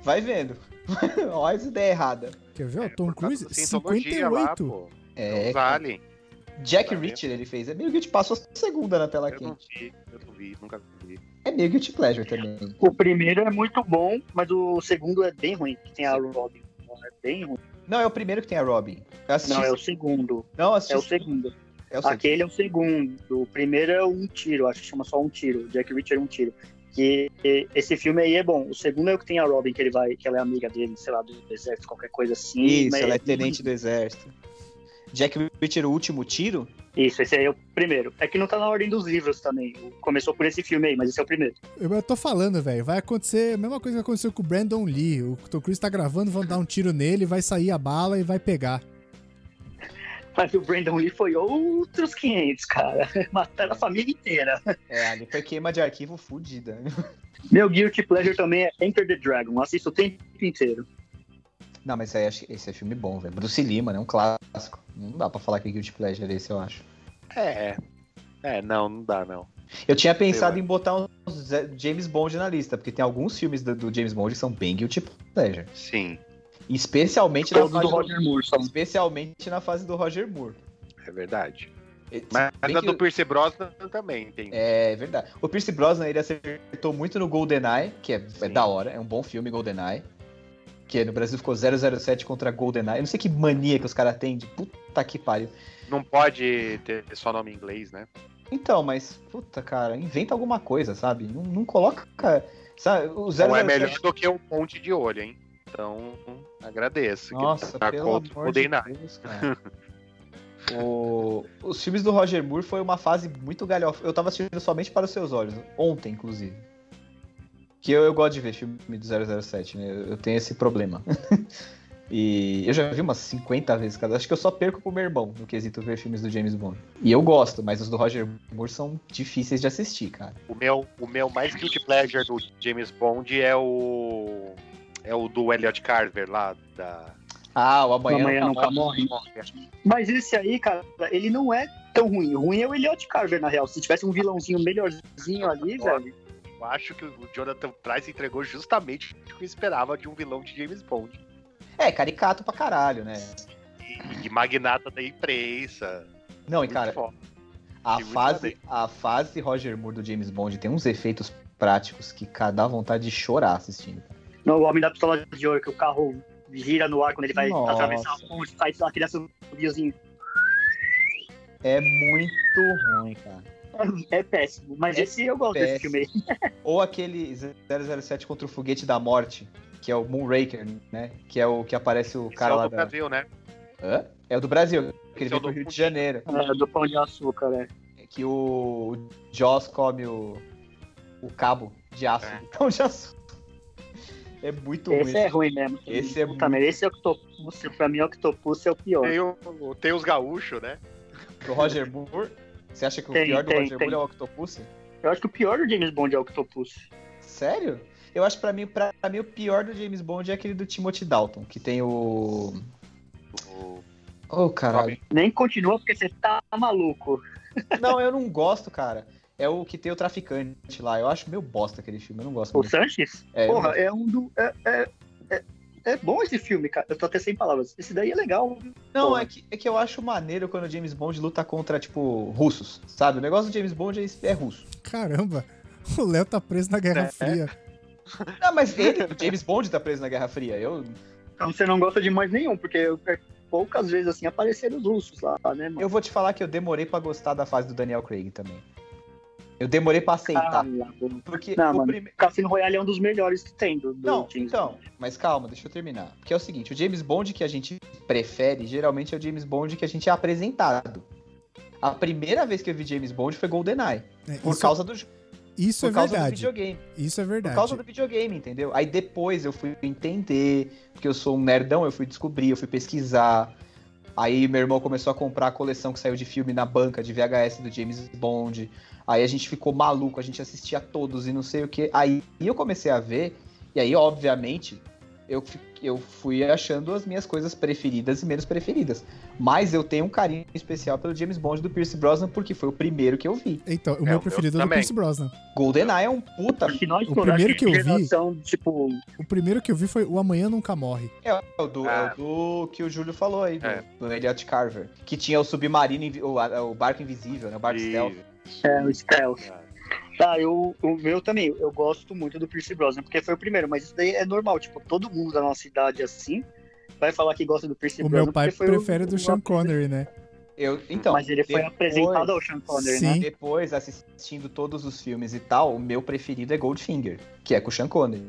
Speaker 2: Vai vendo. (laughs) Olha as ideias erradas.
Speaker 1: Quer ver? ó, Tom
Speaker 3: é. Por causa
Speaker 1: Cruise,
Speaker 3: da cientologia
Speaker 1: 58.
Speaker 3: lá, pô.
Speaker 2: É.
Speaker 3: Os alien.
Speaker 2: cara. Jack
Speaker 3: tá vendo?
Speaker 2: Richard ele fez. É meio Guilty Passou a segunda na tela
Speaker 3: Eu não
Speaker 2: quente.
Speaker 3: vi, eu não vi, nunca vi.
Speaker 2: É meio Guilty Pleasure também.
Speaker 4: O primeiro é muito bom, mas o segundo é bem ruim, que tem a Robin. É bem ruim.
Speaker 2: Não, é o primeiro que tem a Robin. Eu assisti.
Speaker 4: Não, é o segundo.
Speaker 2: Não, eu assisti.
Speaker 4: É o segundo.
Speaker 2: É o segundo.
Speaker 4: Aquele é o segundo. O primeiro é um tiro, acho que chama só um tiro. Jack Richard é um tiro. Que e- esse filme aí é bom. O segundo é o que tem a Robin, que ele vai, que ela é amiga dele, sei lá, do deserto, qualquer coisa assim.
Speaker 2: Isso,
Speaker 4: mas-
Speaker 2: ela é tenente do exército. Jack Richard, o último tiro?
Speaker 4: Isso, esse aí é o primeiro. É que não tá na ordem dos livros também. Começou por esse filme aí, mas esse é o primeiro.
Speaker 1: Eu, eu tô falando, velho. Vai acontecer a mesma coisa que aconteceu com o Brandon Lee. O Tom Cruise tá gravando, vão dar um tiro nele, vai sair a bala e vai pegar.
Speaker 4: Mas o Brandon Lee foi outros 500, cara. (laughs) Mataram a família inteira.
Speaker 2: É, ali foi queima de arquivo fudida.
Speaker 4: Meu Guilty Pleasure também é Enter the Dragon. Assisto o tempo inteiro.
Speaker 2: (laughs) Não, mas aí acho que esse é filme bom, velho. Bruce Lee, mano, é um clássico. Não dá pra falar que Guilty Pleasure é esse, eu acho.
Speaker 3: É. É, não, não dá, não.
Speaker 2: Eu tinha pensado em botar uns Zé- James Bond na lista, porque tem alguns filmes do, do James Bond que são bem Guilty Pleasure.
Speaker 3: Sim,
Speaker 2: Especialmente na,
Speaker 4: Todos
Speaker 2: fase
Speaker 4: um do
Speaker 2: do,
Speaker 4: Roger Moore só.
Speaker 2: especialmente na fase do Roger Moore.
Speaker 3: é verdade.
Speaker 2: E-
Speaker 3: Mas
Speaker 2: bem
Speaker 3: a
Speaker 2: que-
Speaker 3: do Percy Brosnan também tem.
Speaker 2: É verdade. O Pierce Brosnan ele acertou muito no GoldenEye, que é, é
Speaker 3: Sim.
Speaker 2: da hora, é um bom filme GoldenEye. Que no Brasil ficou 007 contra GoldenEye. Eu não sei que mania que os caras têm de puta que pariu.
Speaker 3: Não pode ter só nome em inglês, né?
Speaker 2: Então, mas puta cara, inventa alguma coisa, sabe? Não, não coloca, sabe? O 007
Speaker 3: Não é melhor do que um ponte de olho, hein? Então, agradeço. que
Speaker 2: Nossa,
Speaker 3: tá
Speaker 2: pelo
Speaker 3: contra o
Speaker 2: amor de (laughs)
Speaker 3: Goldeneye.
Speaker 2: Deus, cara. O- Os filmes do Roger Moore foi uma fase muito galhofa. Eu tava assistindo somente para os seus olhos, ontem, inclusive. Que eu, eu gosto de ver filme do 007, né? Eu- Eu tenho esse problema. (laughs) e eu já vi umas 50 vezes cada. Acho que eu só perco pro meu irmão no quesito ver filmes do James Bond. E eu gosto, mas os do Roger Moore são difíceis de assistir, cara.
Speaker 3: O meu, o meu mais guilty pleasure do James Bond é o. É o do Elliot Carver lá da.
Speaker 2: Ah, o Amanhã,
Speaker 4: Amanhã Nunca Morre. Mas esse aí, cara, ele não é tão ruim. O Ruim é o Elliot Carver, na real. Se tivesse um vilãozinho melhorzinho ali,
Speaker 3: Nossa.
Speaker 4: velho.
Speaker 3: Eu acho que o Jonathan Price entregou justamente o que eu esperava de um vilão de James Bond.
Speaker 2: É, caricato pra caralho, né?
Speaker 3: E, e magnata da imprensa.
Speaker 2: Não, e
Speaker 3: Muito
Speaker 2: cara,
Speaker 3: foda.
Speaker 2: a
Speaker 3: tem muito
Speaker 2: fase, a fase Roger Moore do James Bond tem uns efeitos práticos que cara, dá vontade de chorar assistindo.
Speaker 4: No Homem da Pistola de Ouro, que o carro gira no ar quando ele vai
Speaker 2: Nossa.
Speaker 4: atravessar a ponte, faz aquele assobiozinho.
Speaker 2: É muito ruim, cara.
Speaker 4: É péssimo. Mas
Speaker 2: É
Speaker 4: esse eu gosto desse
Speaker 2: péssimo.
Speaker 4: filme aí.
Speaker 2: Ou aquele 007 contra o foguete da morte, que é o Moonraker, né? Que é o que aparece o
Speaker 3: Esse
Speaker 2: cara
Speaker 3: é o
Speaker 2: lá
Speaker 3: do
Speaker 2: da...
Speaker 3: Brasil, né?
Speaker 2: Hã? É o do Brasil, que ele
Speaker 3: Esse é
Speaker 2: veio
Speaker 3: o
Speaker 2: do
Speaker 3: do
Speaker 2: Rio de
Speaker 3: Putin.
Speaker 2: Janeiro.
Speaker 4: (laughs) É, do Pão de Açúcar, é.
Speaker 2: Que o o Joss come o, o cabo de aço.
Speaker 3: É.
Speaker 2: (laughs) Então, de aço. É muito ruim.
Speaker 4: Esse é ruim mesmo.
Speaker 2: Esse é
Speaker 4: Puta merda, esse Octopus, pra mim, Octopus é o pior.
Speaker 3: Tem, o- tem os gaúchos, né?
Speaker 2: Do Roger Moore. Você acha que o
Speaker 4: Tem,
Speaker 2: pior do
Speaker 4: tem,
Speaker 2: Roger
Speaker 4: tem.
Speaker 2: Moore é o Octopus?
Speaker 4: Eu acho que o pior do James Bond é o Octopus.
Speaker 2: Sério? Eu acho pra mim, pra mim o pior do James Bond é aquele do Timothy Dalton, que tem o.
Speaker 3: O
Speaker 2: Oh, caralho.
Speaker 3: Robin.
Speaker 4: Nem continua porque você tá maluco.
Speaker 2: Não, eu não gosto, cara. É o que tem o traficante lá. Eu acho meio bosta aquele filme, eu não gosto
Speaker 4: O
Speaker 2: muito.
Speaker 4: Sanches?
Speaker 2: É, eu
Speaker 4: Porra,
Speaker 2: gosto.
Speaker 4: é um do. É, é, é, é bom esse filme, cara. Eu tô até sem palavras. Esse daí é legal.
Speaker 2: Não,
Speaker 4: porra.
Speaker 2: é que, é que eu acho maneiro quando o James Bond luta contra, tipo, russos, sabe? O negócio do James Bond é, é russo.
Speaker 1: Caramba, (laughs) o Léo tá preso na Guerra
Speaker 3: É.
Speaker 1: Fria.
Speaker 2: Não, mas ele, o James Bond tá preso na Guerra Fria. Eu,
Speaker 4: Então você não gosta de mais nenhum, porque é poucas vezes assim apareceram os russos lá, né, mano?
Speaker 2: eu vou te falar que eu demorei pra gostar da fase do Daniel Craig também. Eu tá. demorei pra aceitar.
Speaker 4: Caralho.
Speaker 2: porque
Speaker 4: Não,
Speaker 2: o
Speaker 4: mano.
Speaker 2: primeiro.
Speaker 4: Ah, Cassino Royale é um dos melhores que tem do, do
Speaker 2: Não,
Speaker 4: James
Speaker 2: então,
Speaker 4: Bond.
Speaker 2: mas calma, deixa eu terminar. Porque é o seguinte, o James Bond que a gente prefere, geralmente é o James Bond que a gente é apresentado. A primeira vez que eu vi James Bond foi GoldenEye,
Speaker 1: É,
Speaker 2: por
Speaker 1: isso,
Speaker 2: causa do, por
Speaker 1: isso é
Speaker 2: causa do
Speaker 1: verdade.
Speaker 2: videogame.
Speaker 1: Isso é
Speaker 2: Por
Speaker 1: verdade.
Speaker 2: causa do videogame, entendeu? Aí depois eu fui entender, porque eu sou um nerdão, eu fui descobrir, eu fui pesquisar. Aí meu irmão começou a comprar a coleção que saiu de filme na banca de VHS do James Bond. Aí a gente ficou maluco, a gente assistia a todos e não sei o que. Aí eu comecei a ver, e aí, obviamente, eu, fi- eu fui achando as minhas coisas preferidas e menos preferidas. Mas eu tenho um carinho especial pelo James Bond do Pierce Brosnan, porque foi o primeiro que eu vi.
Speaker 1: Então, o
Speaker 3: É, o
Speaker 1: meu
Speaker 3: meu
Speaker 1: preferido é do
Speaker 3: também.
Speaker 1: Pierce Brosnan.
Speaker 2: GoldenEye é um puta.
Speaker 4: Acho que nós,
Speaker 1: O
Speaker 4: mano,
Speaker 1: primeiro
Speaker 4: acho
Speaker 1: que eu vi-
Speaker 4: geração, tipo,
Speaker 1: O primeiro que eu vi foi O Amanhã Nunca Morre.
Speaker 2: É o, do, é
Speaker 3: Ah.
Speaker 2: o do que o Júlio falou aí, do,
Speaker 3: É.
Speaker 2: do Elliot Carver. Que tinha o submarino, invi- o, a- o barco invisível, né? O barco
Speaker 3: E-
Speaker 2: stealth.
Speaker 4: é, o Stealth. Tá, eu, o meu também, eu gosto muito do Pierce Brosnan, porque foi o primeiro, mas isso daí é normal, tipo, todo mundo da nossa idade assim vai falar que gosta do Pierce
Speaker 1: O
Speaker 4: Brosnan.
Speaker 1: meu pai
Speaker 4: porque foi
Speaker 1: prefere
Speaker 4: o,
Speaker 1: do
Speaker 4: o-
Speaker 1: Sean Connery, né?
Speaker 2: Eu, então,
Speaker 4: Mas ele foi
Speaker 2: depois-
Speaker 4: apresentado ao Sean Connery, né?
Speaker 1: Sim.
Speaker 2: Depois, assistindo todos os filmes e tal, o meu preferido é Goldfinger, que é com o Sean Connery.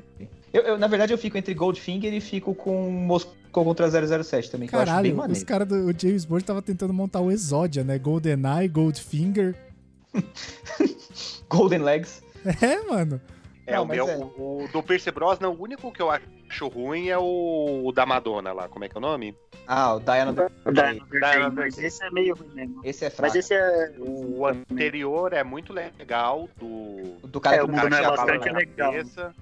Speaker 2: Eu, eu, na verdade, eu fico entre Goldfinger e fico com Moscou contra 007 também, que eu acho bem
Speaker 1: Caralho, os
Speaker 2: maneiro.
Speaker 1: caras do o James Bond tava tentando montar o Exódia, né? GoldenEye, Goldfinger. (laughs)
Speaker 2: Golden Legs.
Speaker 1: É, mano.
Speaker 3: É,
Speaker 2: Não,
Speaker 3: o
Speaker 2: mas
Speaker 3: meu,
Speaker 2: é.
Speaker 3: O, o do Percy Brosnan, o único que eu acho ruim é o, o da Madonna lá, como é que é o nome?
Speaker 2: Ah, o Diana...
Speaker 4: Da-
Speaker 3: Da-
Speaker 4: mas esse é meio ruim mesmo.
Speaker 2: Esse é fraco.
Speaker 4: Mas esse é.
Speaker 3: O anterior é muito legal, do...
Speaker 2: O Do cara
Speaker 4: É,
Speaker 2: que
Speaker 4: o
Speaker 3: do
Speaker 2: não
Speaker 4: mundo
Speaker 3: que
Speaker 4: é
Speaker 2: sentia dor,
Speaker 3: tinha bala na
Speaker 4: bastante legal.
Speaker 3: cabeça.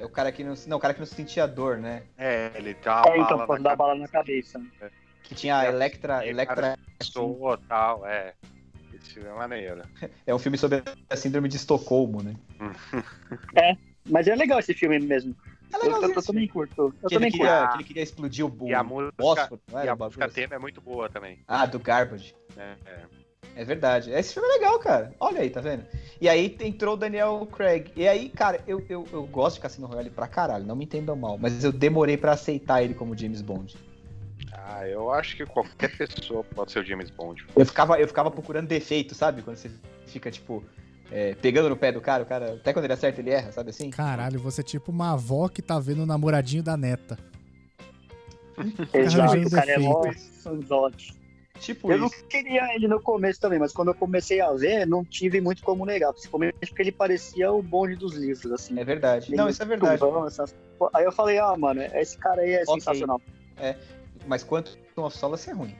Speaker 2: É o cara que não... Não, o cara que não sentia dor, né?
Speaker 3: É, ele dá a
Speaker 4: É, então,
Speaker 3: bala
Speaker 4: pode
Speaker 3: na
Speaker 4: dar bala na cabeça.
Speaker 2: Que tinha a Electra...
Speaker 3: É,
Speaker 2: Electra...
Speaker 4: um
Speaker 3: pessoa e tal, é. Esse é maneiro.
Speaker 2: É um filme sobre a síndrome de Estocolmo, né?
Speaker 4: Mas é legal esse filme mesmo.
Speaker 2: É
Speaker 4: Eu, eu,
Speaker 2: legalzinho.
Speaker 4: eu também curto. Eu
Speaker 2: que, é ele
Speaker 4: também
Speaker 2: queria,
Speaker 4: curto.
Speaker 3: curto.
Speaker 2: que ele queria explodir o bu-
Speaker 3: E a
Speaker 2: o
Speaker 3: música-
Speaker 2: fósforo, não
Speaker 3: E
Speaker 2: era
Speaker 3: a
Speaker 2: um bagulho
Speaker 3: música
Speaker 2: assim?
Speaker 3: tema é muito boa também.
Speaker 2: Ah, do Garbage.
Speaker 3: né? É.
Speaker 2: É verdade. Esse filme é legal, cara. Olha aí, tá vendo? E aí entrou o Daniel Craig. E aí, cara, eu, eu, eu gosto de Cassino Royale pra caralho, não me entendam mal. Mas eu demorei pra aceitar ele como James Bond.
Speaker 3: Ah, eu acho que qualquer pessoa pode ser o James Bond.
Speaker 2: Eu ficava, eu ficava procurando defeito, sabe? Quando você fica, tipo, é, pegando no pé do cara, o cara. Até quando ele acerta, ele erra, sabe assim?
Speaker 1: Caralho, você é tipo uma avó que tá vendo o namoradinho da neta.
Speaker 4: Exato,
Speaker 1: Arranjei
Speaker 4: o cara é
Speaker 1: defeito.
Speaker 4: mó sanzote.
Speaker 2: Tipo
Speaker 4: Eu não
Speaker 2: isso.
Speaker 4: queria ele no começo também, mas quando eu comecei a ver, não tive muito como negar. Principalmente porque ele parecia o bonde dos livros, assim.
Speaker 2: É verdade. Não, isso é verdade.
Speaker 4: Tumbão, essas- Aí eu falei, ah, mano, esse cara aí é
Speaker 2: Ok.
Speaker 4: sensacional.
Speaker 2: Mas quanto uma sola é ruim.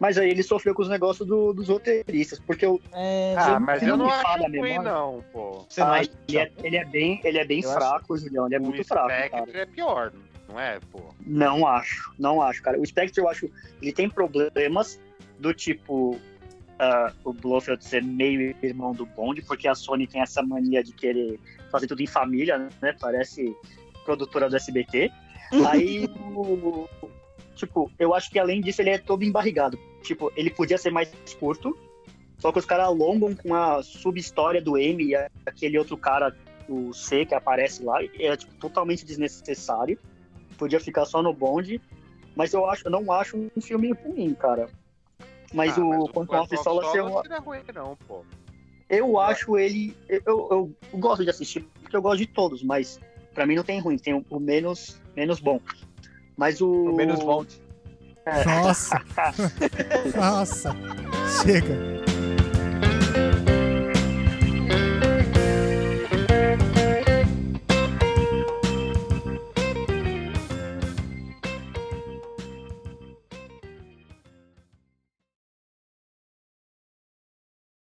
Speaker 4: Mas aí ele sofreu com os negócios do- dos roteiristas, porque o
Speaker 2: É,
Speaker 3: Ah, mas
Speaker 4: não
Speaker 3: eu não
Speaker 4: me
Speaker 3: acho
Speaker 4: fala a
Speaker 3: ruim,
Speaker 4: memória.
Speaker 3: não, pô.
Speaker 2: você não
Speaker 4: Ah,
Speaker 2: acha-
Speaker 4: ele, é, ele é bem, ele é bem
Speaker 2: Eu
Speaker 4: fraco, Julião. Ele é
Speaker 3: o
Speaker 4: muito fraco, cara.
Speaker 3: Spectre é pior, não é, pô?
Speaker 4: Não acho, não acho, cara. O Spectre, eu acho, ele tem problemas do tipo. ah, o Blofeld ser meio irmão do Bond, porque a Sony tem essa mania de querer fazer tudo em família, né? Parece produtora do SBT. Aí, o- tipo, eu acho que além disso ele é todo embarrigado. Tipo, ele podia ser mais curto, só que os caras alongam com a sub-história do M e a- aquele outro cara, o C, que aparece lá. e É tipo, totalmente desnecessário. Podia ficar só no Bond. Mas eu acho, eu não acho um filme ruim, cara. Mas
Speaker 3: Ah,
Speaker 4: o Quantum of Solace eu
Speaker 3: não é ruim, não, pô.
Speaker 4: eu acho ele. Eu, eu, eu gosto de assistir, porque eu gosto de todos, mas pra mim não tem ruim, tem o, o menos, menos bom. Mas o.
Speaker 2: O menos Bond. (laughs)
Speaker 1: Nossa. Nossa. Chega.